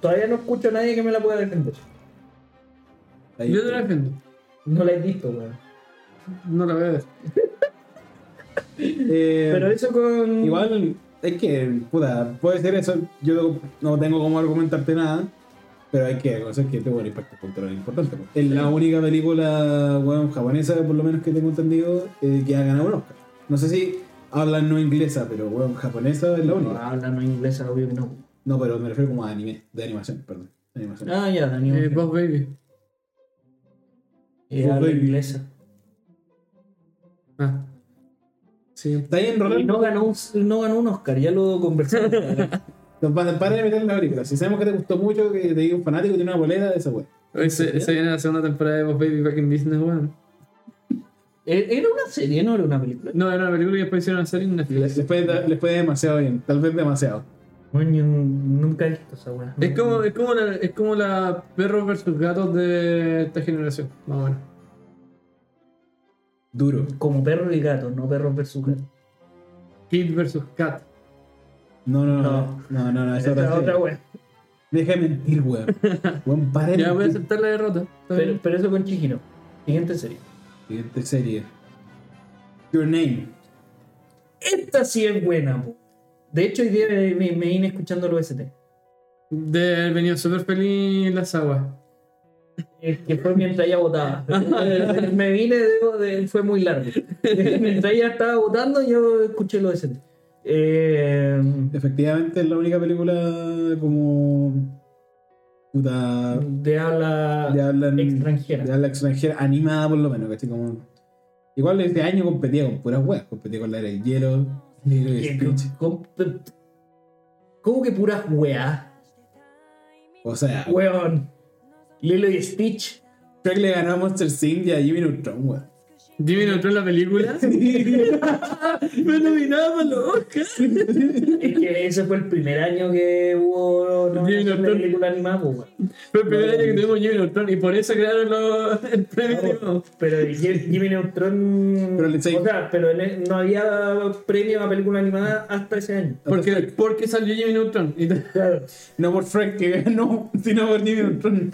Speaker 3: todavía no escucho a nadie que me la pueda defender.
Speaker 4: Ahí
Speaker 2: Yo te la
Speaker 4: está.
Speaker 2: defiendo.
Speaker 3: No la he visto, weón.
Speaker 2: No la voy a ver.
Speaker 4: Eh,
Speaker 3: Pero eso con.
Speaker 4: Igual, es que, puta, puede ser eso. Yo no tengo como argumentarte nada. Pero hay que reconocer que tuvo un impacto cultural importante. pues. Es la única película weón, japonesa, por lo menos que tengo entendido, eh, que ha ganado un Oscar. No sé si hablan no inglesa, pero weón, japonesa es la
Speaker 3: No,
Speaker 4: única.
Speaker 3: habla no inglesa, obvio que no.
Speaker 4: No, pero me refiero como a anime, de animación, perdón. de animación.
Speaker 3: Ah, ya, Daniel.
Speaker 2: Eh, Boss Baby.
Speaker 3: Y habla
Speaker 4: Baby.
Speaker 3: inglesa.
Speaker 2: Ah. Sí.
Speaker 4: Está bien,
Speaker 3: Y
Speaker 4: Roland.
Speaker 3: no ganó, un, no ganó un Oscar, ya lo conversamos.
Speaker 4: Nos para, para de meter en la película. Si sabemos que te gustó mucho, que te diga un fanático y tiene una bolera de esa weón.
Speaker 2: Hoy se, se viene la segunda temporada de Boss Baby Back in Business, weón.
Speaker 3: Eh, era una serie, no era una película.
Speaker 2: No, era una película que después hicieron una serie en Netflix.
Speaker 4: Les puede, les puede demasiado bien, tal vez demasiado.
Speaker 3: Bueno, yo nunca he visto esa weá.
Speaker 2: Es como, es como la, es como la perros versus gatos de esta generación, más o menos.
Speaker 4: Duro.
Speaker 3: Como perro y gato, no perro versus gato.
Speaker 2: Kid versus Cat.
Speaker 4: No, no, no, no, no, no, Ah, esa
Speaker 3: Esa es
Speaker 4: otra
Speaker 3: otra
Speaker 4: serie.
Speaker 3: weá.
Speaker 4: Deja de mentir, weón. Weón, para de
Speaker 2: Ya pues. voy a
Speaker 4: mentir.
Speaker 2: aceptar la derrota. Está
Speaker 3: Pero,
Speaker 4: Mm.
Speaker 2: bien.
Speaker 3: pero eso con Chihiro. Siguiente serie.
Speaker 4: Siguiente serie. Your Name.
Speaker 3: Esta sí es buena, po. De hecho, hoy día me, me- me vine escuchando el OST.
Speaker 2: De haber venido súper feliz las aguas.
Speaker 3: Eh, Que fue mientras ella votaba.
Speaker 4: Ah,
Speaker 3: Eh, me vine, de, de- fue muy largo. Eh, mientras ella estaba votando, yo escuché el OST. Eh,
Speaker 4: Efectivamente es la única película como. puta.
Speaker 3: de habla
Speaker 4: Ah. de habla en-
Speaker 3: extranjera.
Speaker 4: de habla extranjera, animada por lo menos, ¿cachai? Como. Igual este año competía con puras weas, competía con la era del hielo, Lilo y
Speaker 3: Eh,
Speaker 4: Stitch.
Speaker 3: com- com- ¿Cómo que puras weas?
Speaker 4: O sea,
Speaker 3: Weón. Lilo y Stitch.
Speaker 4: Shrek le ganó a Monster Inc. y a Jimmy Neutron, weón.
Speaker 2: Jimmy Neutron la película. Me nominaba para los Oscars.
Speaker 3: Es que ese fue el primer año que hubo no,
Speaker 2: Jimmy
Speaker 3: una
Speaker 2: Neutron.
Speaker 3: película animada, po, weón.
Speaker 2: Fue el primer año que tuvimos Jimmy Neutron y por eso crearon los, el premio. animado.
Speaker 3: Pero Jim- Jimmy Neutron.
Speaker 4: Pero le-
Speaker 3: o sea, pero en- e, no había premio a película animada hasta ese año.
Speaker 2: Porque, porque salió Jimmy Neutron. Y t-
Speaker 3: Claro.
Speaker 4: No por Frank que ganó, sino por Jimmy Neutron.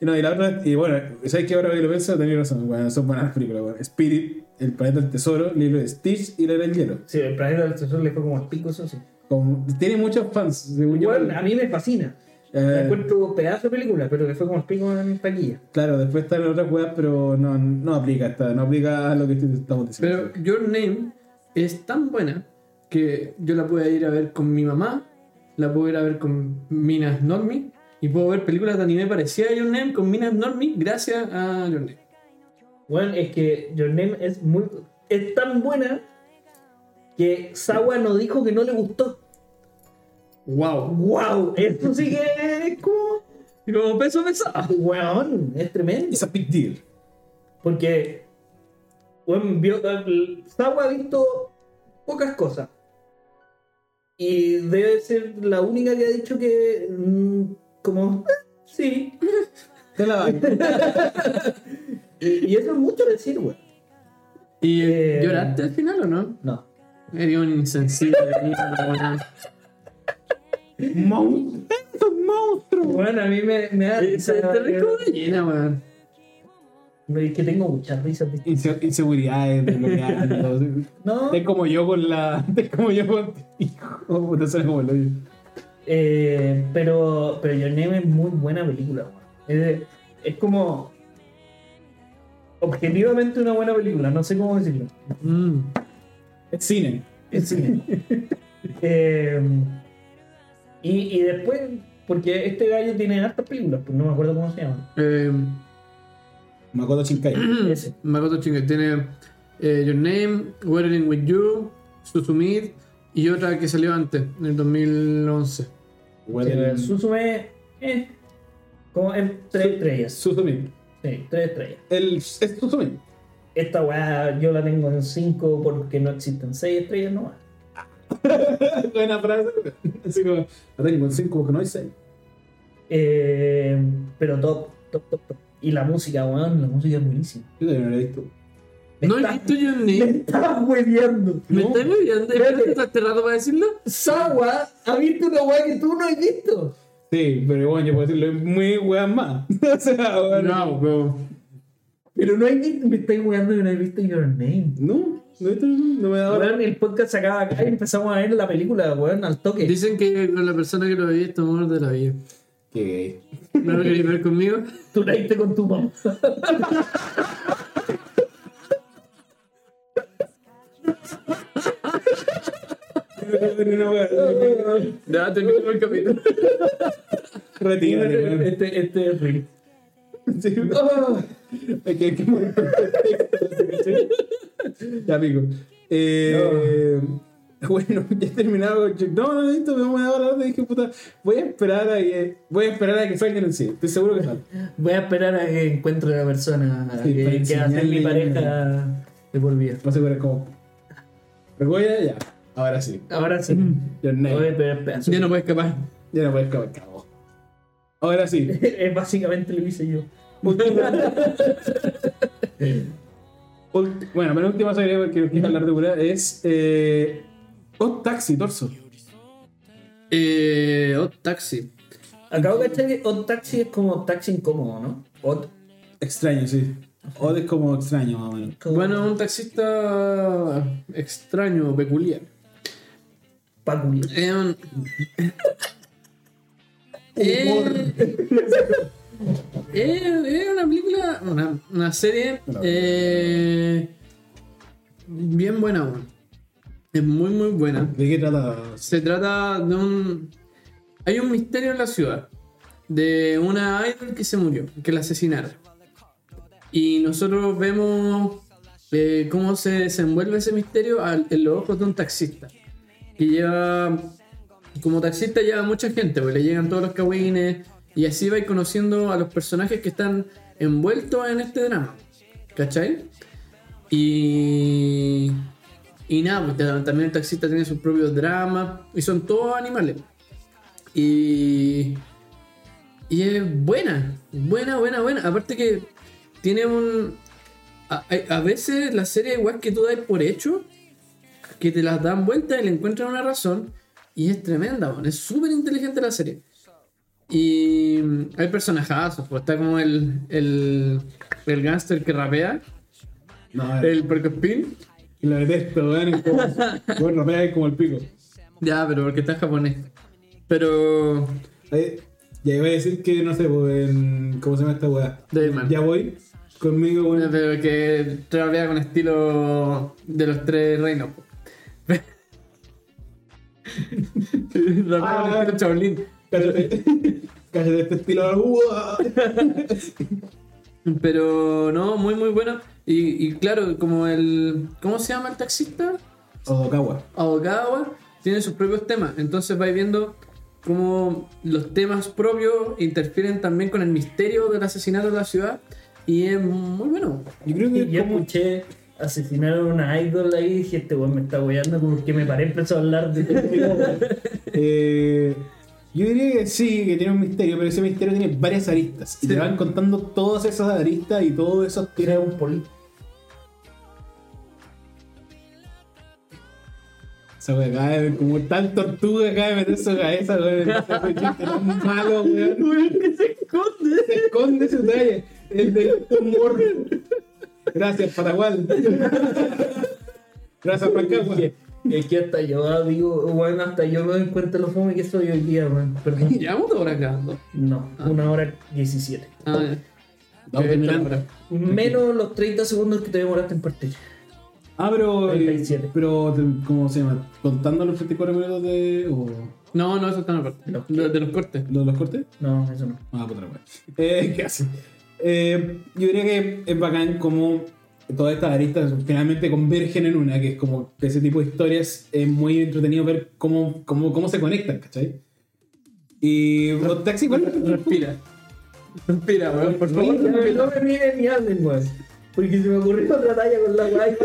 Speaker 4: Y No, y la otra, y bueno, ¿sabes qué? Ahora que lo pienso, tenéis razón, bueno, son buenas las películas, bueno. Spirit, El Planeta del Tesoro, Lilo de Stitch y La Era del Hielo.
Speaker 3: Sí, el planeta del tesoro le fue como al pico, eso sí.
Speaker 4: Como- tiene muchos fans, según yo.
Speaker 3: Igual, a mí me fascina. Me
Speaker 4: Eh,
Speaker 3: encuentro pedazo de película, pero le fue como al pico en taquilla.
Speaker 4: claro, después están las otras weas, pero no, no aplica esta, no aplica a lo que estamos diciendo.
Speaker 2: Pero Your Name es tan buena que yo la puedo ir a ver con mi mamá, la puedo ir a ver con Minas Normie y puedo ver películas de anime parecidas a Your Name con Minas Normie gracias a Your Name.
Speaker 3: Bueno, es que Your Name es muy. Es tan buena que Sawa no dijo que no le gustó.
Speaker 2: ¡Wow!
Speaker 3: ¡Wow! Esto sí que es como.
Speaker 2: Y como peso pesado.
Speaker 3: ¡Weón! Es tremendo.
Speaker 4: Es a big deal.
Speaker 3: Porque weón, vio, Sawa ha visto pocas cosas. Y debe ser la única que ha dicho que mm, como "Eh, sí.
Speaker 4: Te la banco.
Speaker 3: Y, y eso es mucho decir, weón.
Speaker 2: ¿Y
Speaker 3: Eh,
Speaker 2: lloraste al final o no?
Speaker 3: No.
Speaker 2: Eres un insensible de mierda, weón.
Speaker 4: Mon- ¡Es un monstruo!
Speaker 3: Bueno, a mí me, me
Speaker 2: Eh,
Speaker 3: da risa.
Speaker 2: Se te ríe como una llena, weón.
Speaker 3: Es que tengo muchas risas. ¿viste?
Speaker 4: Inse- Inseguridades, desbloqueando.
Speaker 3: No.
Speaker 4: Es como yo con la. Es como yo con. Hijo, puta, suena como el hoyo.
Speaker 3: Eh, pero, pero Your Name es muy buena película, weón. Es, es como. Objetivamente una buena película, no sé cómo decirlo.
Speaker 2: Mm.
Speaker 4: Es cine.
Speaker 3: Eh, y, y después, Porque este gallo tiene hartas películas, pues no me acuerdo cómo se llama.
Speaker 2: Eh,
Speaker 4: Makoto Shinkai.
Speaker 3: Ese.
Speaker 2: Makoto Shinkai tiene eh, Your Name, Weathering with You, Susumid y otra que salió antes, en el 2011.
Speaker 4: Weathering-
Speaker 3: Susume, eh, como en tres estrellas.
Speaker 4: Suzume.
Speaker 3: Sí, tres estrellas.
Speaker 4: El, es Suzume.
Speaker 3: Esta weá yo la tengo en cinco porque no existen seis estrellas nomás.
Speaker 4: Buena frase. Así como, la tengo en 5 porque no hay 6.
Speaker 3: Eh, pero top, top, top, top. Y la música, weón, la música es buenísima.
Speaker 4: Yo también lo he visto.
Speaker 3: Me
Speaker 2: ¿No
Speaker 3: está-
Speaker 2: he visto Your
Speaker 3: Me
Speaker 2: Name?
Speaker 3: estás hueveando.
Speaker 2: ¿Me estás enviando?
Speaker 3: Espérate.
Speaker 2: ¿Estás este rato para decirlo?
Speaker 3: Sawa ha visto una weá que tú no has visto.
Speaker 4: Sí, pero bueno, yo puedo decirlo muy weón más. o sea, weón.
Speaker 2: No, bro.
Speaker 3: Pero no hay visto, me estáis jugando y no he visto Your Name.
Speaker 4: No, no, no, no me da
Speaker 3: Ahora
Speaker 4: hora.
Speaker 3: en el podcast se acaba acá y empezamos a ver la película, weón, al toque.
Speaker 2: Dicen que con la persona que lo veía está amor de la vida.
Speaker 4: Qué gay.
Speaker 2: ¿No lo queréis ver conmigo?
Speaker 3: Tú la viste con tu mamá.
Speaker 4: No, weón.
Speaker 2: Ya, terminamos el capítulo.
Speaker 4: Retírate, weón.
Speaker 3: este, este es real.
Speaker 4: Sí. Hay que- hay que mover con contexto, ya, amigo. Eh, Bueno, ya he terminado con Chuck. No, no, listo, me voy a hablar. Dije, puta, voy a esperar a que, voy a esperar a que salgan en sí. Estoy seguro que salen.
Speaker 3: Voy a esperar a que encuentre a la persona
Speaker 4: Sí, para
Speaker 3: que, que va a ser mi
Speaker 4: enseñarle-
Speaker 3: pareja de por vida.
Speaker 4: No sé pero cómo. Pero voy a- ya. Ahora sí.
Speaker 3: Ahora sí.
Speaker 4: Your name.
Speaker 3: Oye, pero espera, espera.
Speaker 2: Ya no puedes escapar.
Speaker 4: Ya no puedes acabar. cagó. Ahora sí.
Speaker 3: Es básicamente lo hice yo.
Speaker 4: Ult- Bueno, pero última serie que quiero hablar de pura es. Eh, Hot Taxi, torso.
Speaker 2: Eh, oh, taxi.
Speaker 3: Acabo de cachar que Odd Taxi es como taxi incómodo, ¿no? Odd.
Speaker 4: Extraño, sí. Odd es como extraño, más o menos.
Speaker 3: como-
Speaker 2: Bueno, un taxista extraño, peculiar.
Speaker 3: Paco.
Speaker 2: Es un- Eh, eh, es una película, una, una serie eh, bien buena. weón. Es muy, muy buena.
Speaker 4: ¿De qué trata?
Speaker 2: Se trata de un... Hay un misterio en la ciudad de una idol que se murió, que la asesinaron. Y nosotros vemos eh, cómo se desenvuelve ese misterio al- en los ojos de un taxista. Que lleva... Como taxista lleva mucha gente, porque le llegan todos los cagüines y así va conociendo a los personajes que están envueltos en este drama. ¿Cachai? Y... Y nada, pues, ta- también el taxista tiene sus propios dramas. Y son todos animales. Y. Y es buena. Buena, buena, buena. Aparte que tiene un. A, a- a veces las series igual que tú das por hecho, que te las dan vuelta y le encuentran una razón. Y es tremenda, weón. es súper inteligente la serie. Y mm, hay personajazos, pues está como el, el, el gángster que rapea,
Speaker 4: No,
Speaker 2: el Percospin.
Speaker 4: lo detesto, weón. es como- Weón, rapea es como el pico.
Speaker 2: Ya, pero porque está en japonés. Pero.
Speaker 4: Eh, ya iba a decir que, no sé, pues, en- ¿cómo se llama esta weá?
Speaker 2: Devilman.
Speaker 4: Ya voy conmigo, weón.
Speaker 2: Pero que trapea con estilo de los tres reinos. po. Rapea con
Speaker 4: Ah.
Speaker 2: estilo Shaolin.
Speaker 4: Cállate. Cállate este estilo. Uah.
Speaker 2: Pero no, muy muy bueno. Y, y claro, como el. ¿Cómo se llama el taxista?
Speaker 4: Odokawa.
Speaker 2: Aokawa tiene sus propios temas. Entonces vais viendo cómo los temas propios interfieren también con el misterio del asesinato de la ciudad. Y es muy bueno.
Speaker 4: Yo creo que
Speaker 3: Y yo
Speaker 4: es como...
Speaker 3: escuché asesinaron a una idol ahí y dije, este weón me está weyando porque me paré y empezó a hablar de
Speaker 4: eh, yo diría que sí, que tiene un misterio, pero ese misterio tiene varias aristas. Y
Speaker 2: Sí.
Speaker 4: te van contando todas esas aristas y todo eso tiene
Speaker 3: Era un poli.
Speaker 4: Esa wea acaba de- como tan tortuga acaba de meter su cabeza, weón. Ese chiste tan malo, weón.
Speaker 3: que se esconde.
Speaker 4: Se esconde su detalle. El del humor. Gracias, Paraguay. Gracias, Pancagua.
Speaker 3: Es que hasta yo digo, bueno, hasta yo me doy cuenta lo fome que soy hoy día, weón. Perdón.
Speaker 2: Llevamos ahora grabando.
Speaker 3: No, una hora 17.
Speaker 2: Ah, ya.
Speaker 4: Vamos pues,
Speaker 2: Yo he visto
Speaker 4: terminando.
Speaker 2: ahora.
Speaker 3: Menos los 30 segundos que te demoraste en partir.
Speaker 4: Ah, pero. eh,
Speaker 3: 37.
Speaker 4: Pero, te- ¿cómo se llama? ¿Contando los 34 minutos de. o
Speaker 2: No, no, eso está en el corte.
Speaker 3: Los-
Speaker 2: Lo- de los cortes.
Speaker 4: los, los cortes?
Speaker 3: No, eso no.
Speaker 4: Ah, puta la wea. Eh, ¿Qué hace? Eh, yo diría que es bacán como todas estas aristas finalmente convergen en una, que es como que ese tipo de historias es muy entretenido ver cómo, cómo, cómo se conectan, ¿cachai? Y Road Taxi igual
Speaker 2: Respira. Respira, weón, por favor.
Speaker 3: Oye,
Speaker 2: respira.
Speaker 3: No me miren ni hablen, weón. Porque se me ocurrió otra talla con la weá.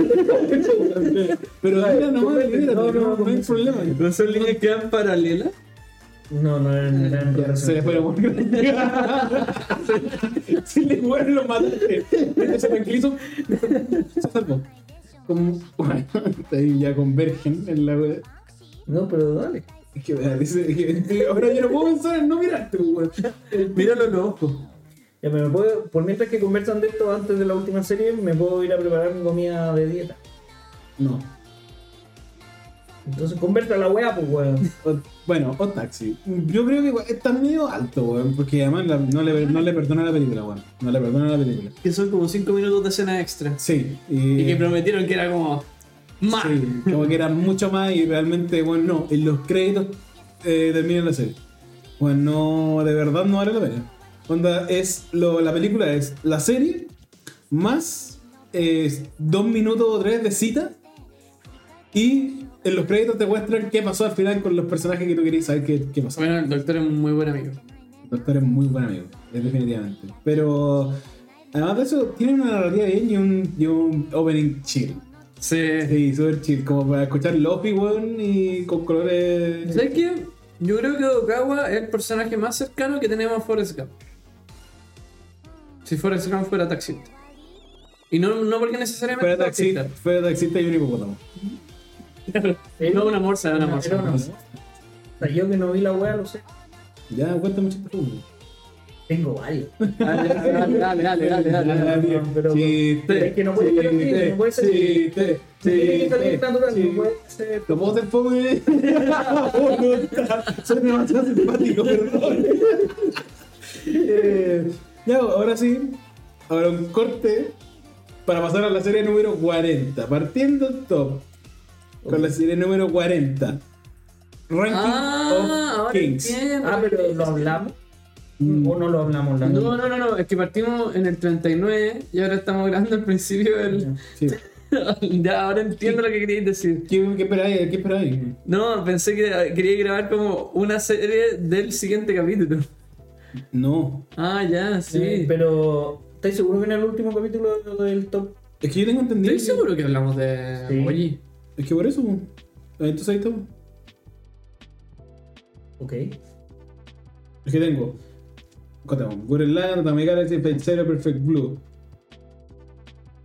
Speaker 4: Pero mira, no,
Speaker 3: no,
Speaker 4: mira, no, no, no hay problema.
Speaker 2: ¿No son líneas que van paralelas?
Speaker 3: No, no era no era en
Speaker 4: Ya, Se le
Speaker 3: relación.
Speaker 4: fue la muerte. Se le muere lo mataste. Este Se tranquilizó. Se salvó. Como, bueno, ahí ya convergen en la wea.
Speaker 3: No, pero dale.
Speaker 4: Es que, me da risa, es que- ahora yo no puedo pensar en no mirarte, pues, weón. Eh,
Speaker 2: Míralo en los ojos.
Speaker 3: Ya, pero me puedo, por mientras que conversan de esto antes de la última serie, me puedo ir a preparar mi comida de dieta.
Speaker 4: No.
Speaker 3: Entonces conversa la weá, pues weón.
Speaker 4: O- bueno, o taxi. Yo creo que igual está medio alto, weón. Porque además la- no, le, no le perdona la película, weón. No le perdona la película.
Speaker 2: Que son como 5 minutos de escena extra.
Speaker 4: Sí.
Speaker 2: Y que prometieron que era como. ¡Más!
Speaker 4: Sí, como que era mucho más y realmente, bueno, no, en los créditos eh, termina la serie. Bueno, no, de verdad no vale la pena. Onda, es lo, la película es la serie más eh, dos minutos o tres de cita y en los créditos te muestran qué pasó al final con los personajes que tú querías saber qué, qué pasó.
Speaker 2: Bueno, el doctor es un muy buen amigo.
Speaker 4: El doctor es muy buen amigo, eh, definitivamente. Pero además de eso, tiene una narrativa bien y un, y un opening chill.
Speaker 2: Sí.
Speaker 4: Sí, súper chill, como para escuchar Lofi, weón, y con colores.
Speaker 2: ¿Sabes qué? Yo creo que Odokawa es el personaje más cercano que tenemos a Forrest Gump. Si Forrest Gump fuera taxista. Y no, no porque necesariamente
Speaker 4: Fuera taxista, fuera taxista y un hipopótamo.
Speaker 2: No, una morsa, una
Speaker 3: Era
Speaker 2: morsa.
Speaker 3: una morsa. O sea, yo que no vi la weá, lo sé.
Speaker 4: Ya, cuéntame chistes, weón.
Speaker 3: Tengo varios.
Speaker 2: Ah, Dale, dale, dale, dale, dale, dale, dale.
Speaker 3: no, pero-
Speaker 4: Chiste,
Speaker 3: Es que no puede ser así,
Speaker 4: chiste,
Speaker 3: no puede ser así.
Speaker 4: chiste,
Speaker 3: Tiene que salir
Speaker 4: chiste,
Speaker 3: natural, pues, no
Speaker 4: chiste.
Speaker 3: puede ser.
Speaker 4: Lo puedo hacer poco, eh. Oh, no, está. Soy demasiado simpático, perdón. Eh, ya, ahora sí. Ahora un corte para pasar a la serie número 40. Partiendo el top con la serie número 40. Ranking
Speaker 2: Ah,
Speaker 4: of
Speaker 2: ahora
Speaker 4: Kings.
Speaker 2: entiendo.
Speaker 3: Ah, pero lo hablamos.
Speaker 4: Mm.
Speaker 3: O no lo hablamos la
Speaker 2: No, no, no, no, es que partimos en el 39 y ahora estamos grabando al principio del...
Speaker 4: Sí.
Speaker 2: ya, ahora entiendo lo que queríais decir.
Speaker 4: ¿Qué, qué esperáis? ¿Qué esperáis?
Speaker 2: No, pensé que eh, quería grabar como una serie del siguiente capítulo.
Speaker 4: No.
Speaker 2: Ah, ya, sí.
Speaker 3: Sí, Eh, pero ¿estáis seguros que en el último capítulo del top?
Speaker 4: Es que yo tengo entendido.
Speaker 2: Estoy
Speaker 4: que-
Speaker 2: seguro que hablamos de
Speaker 3: Sí.
Speaker 2: Oye.
Speaker 4: Es que por eso. weón. Entonces ahí estamos.
Speaker 3: Ok.
Speaker 4: Es que tengo. Contamos. Gurren Lagann, Otame Galaxy, Fate Zero, Perfect Blue.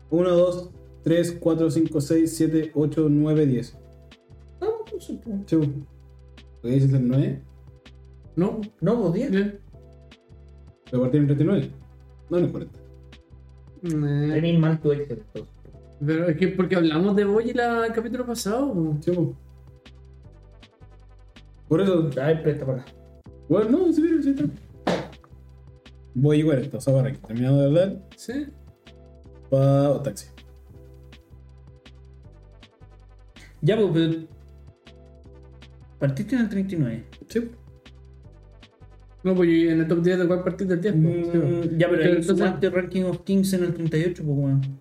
Speaker 4: 1, 2, 3, 4, 5, 6, 7, 8, 9, 10.
Speaker 3: No, no sé, pues.
Speaker 4: Chu. ¿Por qué dices el 9?
Speaker 2: No,
Speaker 3: No, pues 10.
Speaker 2: bien.
Speaker 4: Pero partieron en 39. No, no es 40.
Speaker 2: Eh,
Speaker 3: Tenéis mal tu Excel. entonces.
Speaker 2: pero es que porque hablamos de Boy la, el capítulo pasado. po.
Speaker 4: Chu. Por eso.
Speaker 3: A ver, presta para acá.
Speaker 4: Bueno, no, sí, sí, está. Voy igual esto, o sea, para que terminado de hablar,
Speaker 2: Sí.
Speaker 4: para Otaxi.
Speaker 3: Ya, pues, pero... Partiste en el 39.
Speaker 4: Sí.
Speaker 2: No, pues y en el top 10 de cuál partido del 10. po. Sí, po.
Speaker 3: Mm, ya, pero
Speaker 2: Pero
Speaker 3: ahí
Speaker 2: entonces-
Speaker 3: sumaste ranking of kings en el 38, pues, weón.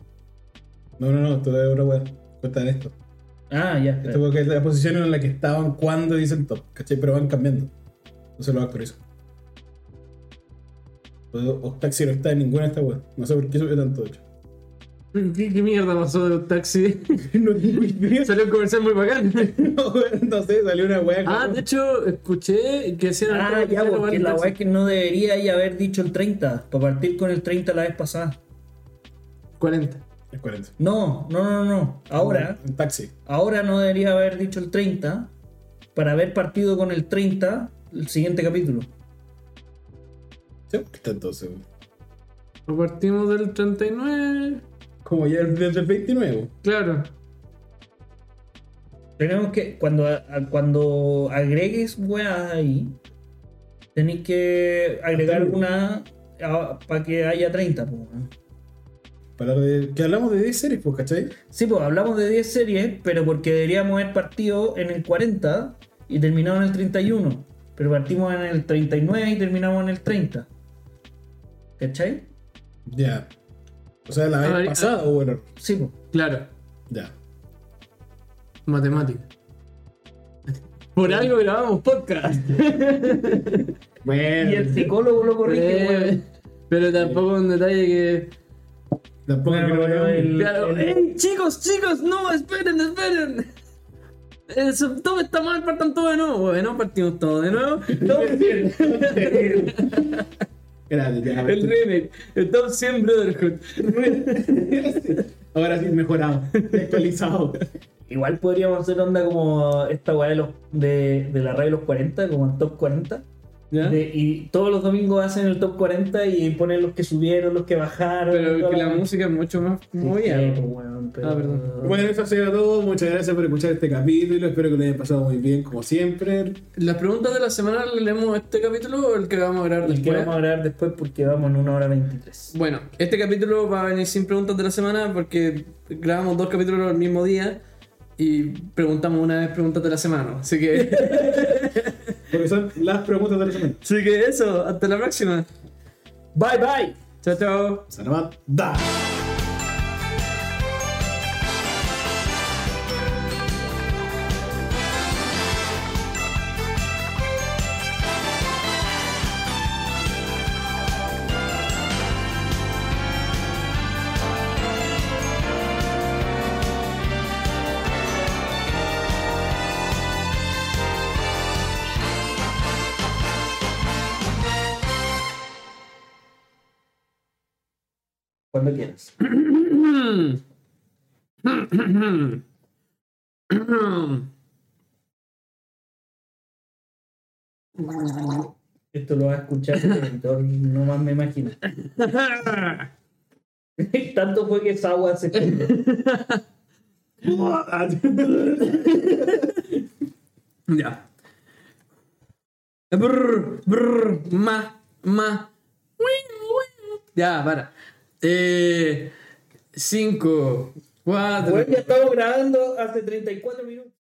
Speaker 4: No, no, no, esto es otra weá. Cuenta de esto.
Speaker 3: Ah, ya.
Speaker 4: Esto
Speaker 3: espera.
Speaker 4: porque es la posición en la que estaban cuando dicen top, ¿cachai? Pero van cambiando. Entonces los actualizan. O- o Taxi no está en ninguna de estas weas. No sé por qué subió tanto, de hecho.
Speaker 2: ¿Qué, qué mierda pasó de taxi?
Speaker 4: no tengo idea.
Speaker 2: Salió un comercial muy bacán.
Speaker 4: No, weón, no sé, salió una wea.
Speaker 2: ah,
Speaker 4: como-
Speaker 2: de hecho, escuché que hacían
Speaker 3: Ah,
Speaker 2: algo
Speaker 3: ya,
Speaker 2: que
Speaker 3: porque
Speaker 2: robaron
Speaker 3: la
Speaker 2: Taxi.
Speaker 3: weá es que no debería ahí haber dicho el 30, para partir con el 30 la vez pasada.
Speaker 2: 40.
Speaker 3: Ah.
Speaker 4: Es 40.
Speaker 3: No, no, no, no. Ahora,
Speaker 4: En Taxi.
Speaker 3: ahora no debería haber dicho el 30, para haber partido con el 30 el siguiente capítulo.
Speaker 4: Sí, ¿por qué está entonces? weón?
Speaker 2: Nos partimos del 39.
Speaker 4: Como ya desde el 29.
Speaker 2: Claro.
Speaker 3: Tenemos que, cuando, a- a- cuando agregues weas ahí, tenéis que agregar
Speaker 4: Hasta luego.
Speaker 3: una para que haya 30. po, weón.
Speaker 4: Para de- que hablamos de 10 series, pues, ¿cachai?
Speaker 3: Sí, pues hablamos de 10 series, pero porque deberíamos haber partido en el 40 y terminado en el 31. Pero partimos en el 39 y terminamos en el 30. ¿Cachai?
Speaker 4: Ya. O sea, la
Speaker 2: Ah,
Speaker 4: vez
Speaker 2: ahí-
Speaker 4: pasada hubo error.
Speaker 3: Sí, pues.
Speaker 2: Claro,
Speaker 4: Ya.
Speaker 2: matemática. Por algo grabamos podcast.
Speaker 3: Y
Speaker 4: Bueno,
Speaker 3: el psicólogo lo corrige,
Speaker 2: Eh,
Speaker 3: weón.
Speaker 2: pero tampoco un detalle que.
Speaker 4: tampoco
Speaker 3: Bueno,
Speaker 4: creo
Speaker 3: pero
Speaker 4: que-
Speaker 3: el-
Speaker 2: Claro, ¡Ey, chicos, chicos! ¡No, esperen, esperen! El todo está mal, partan todo de nuevo. Bueno, partimos todo de nuevo. Top 100.
Speaker 4: Grande, ya, a ver,
Speaker 2: El remake. El Top 100 Brotherhood.
Speaker 4: Ahora sí, mejorado, actualizado.
Speaker 3: Igual podríamos hacer onda como esta weá de, los- de, de la radio de los 40, como el top 40.
Speaker 2: ¿Ya?
Speaker 3: De- y todos los domingos hacen el top 40 y ponen los que subieron, los que bajaron.
Speaker 2: Pero
Speaker 3: toda
Speaker 2: que la
Speaker 3: weá.
Speaker 2: música es mucho más
Speaker 3: Sí,
Speaker 2: movida.
Speaker 3: sí, weón, pero-
Speaker 2: Ah, perdón.
Speaker 4: Bueno, eso ha sido todo. Muchas gracias por escuchar este capítulo. Espero que lo hayan pasado muy bien, como siempre.
Speaker 2: Las preguntas de la semana las leemos este capítulo o el que vamos a grabar
Speaker 3: El que
Speaker 2: después.
Speaker 3: vamos a grabar después porque vamos en una hora 23.
Speaker 2: Bueno, este capítulo va a venir sin preguntas de la semana porque grabamos dos capítulos el mismo día y preguntamos una vez preguntas de la semana. Así que,
Speaker 4: Porque son las preguntas de la semana.
Speaker 2: así que eso, hasta la próxima.
Speaker 3: Bye bye.
Speaker 2: Chao, chao.
Speaker 4: Salamat. Da.
Speaker 3: Cuando quieras. Esto lo va a escuchar el editor, no más me imagino. Tanto fue que esa agua se
Speaker 2: ya. Brr, brr, ma, ma. Ya, para. Eh, cinco, cuatro.
Speaker 3: Bueno, ya estamos grabando hace 34 minutos.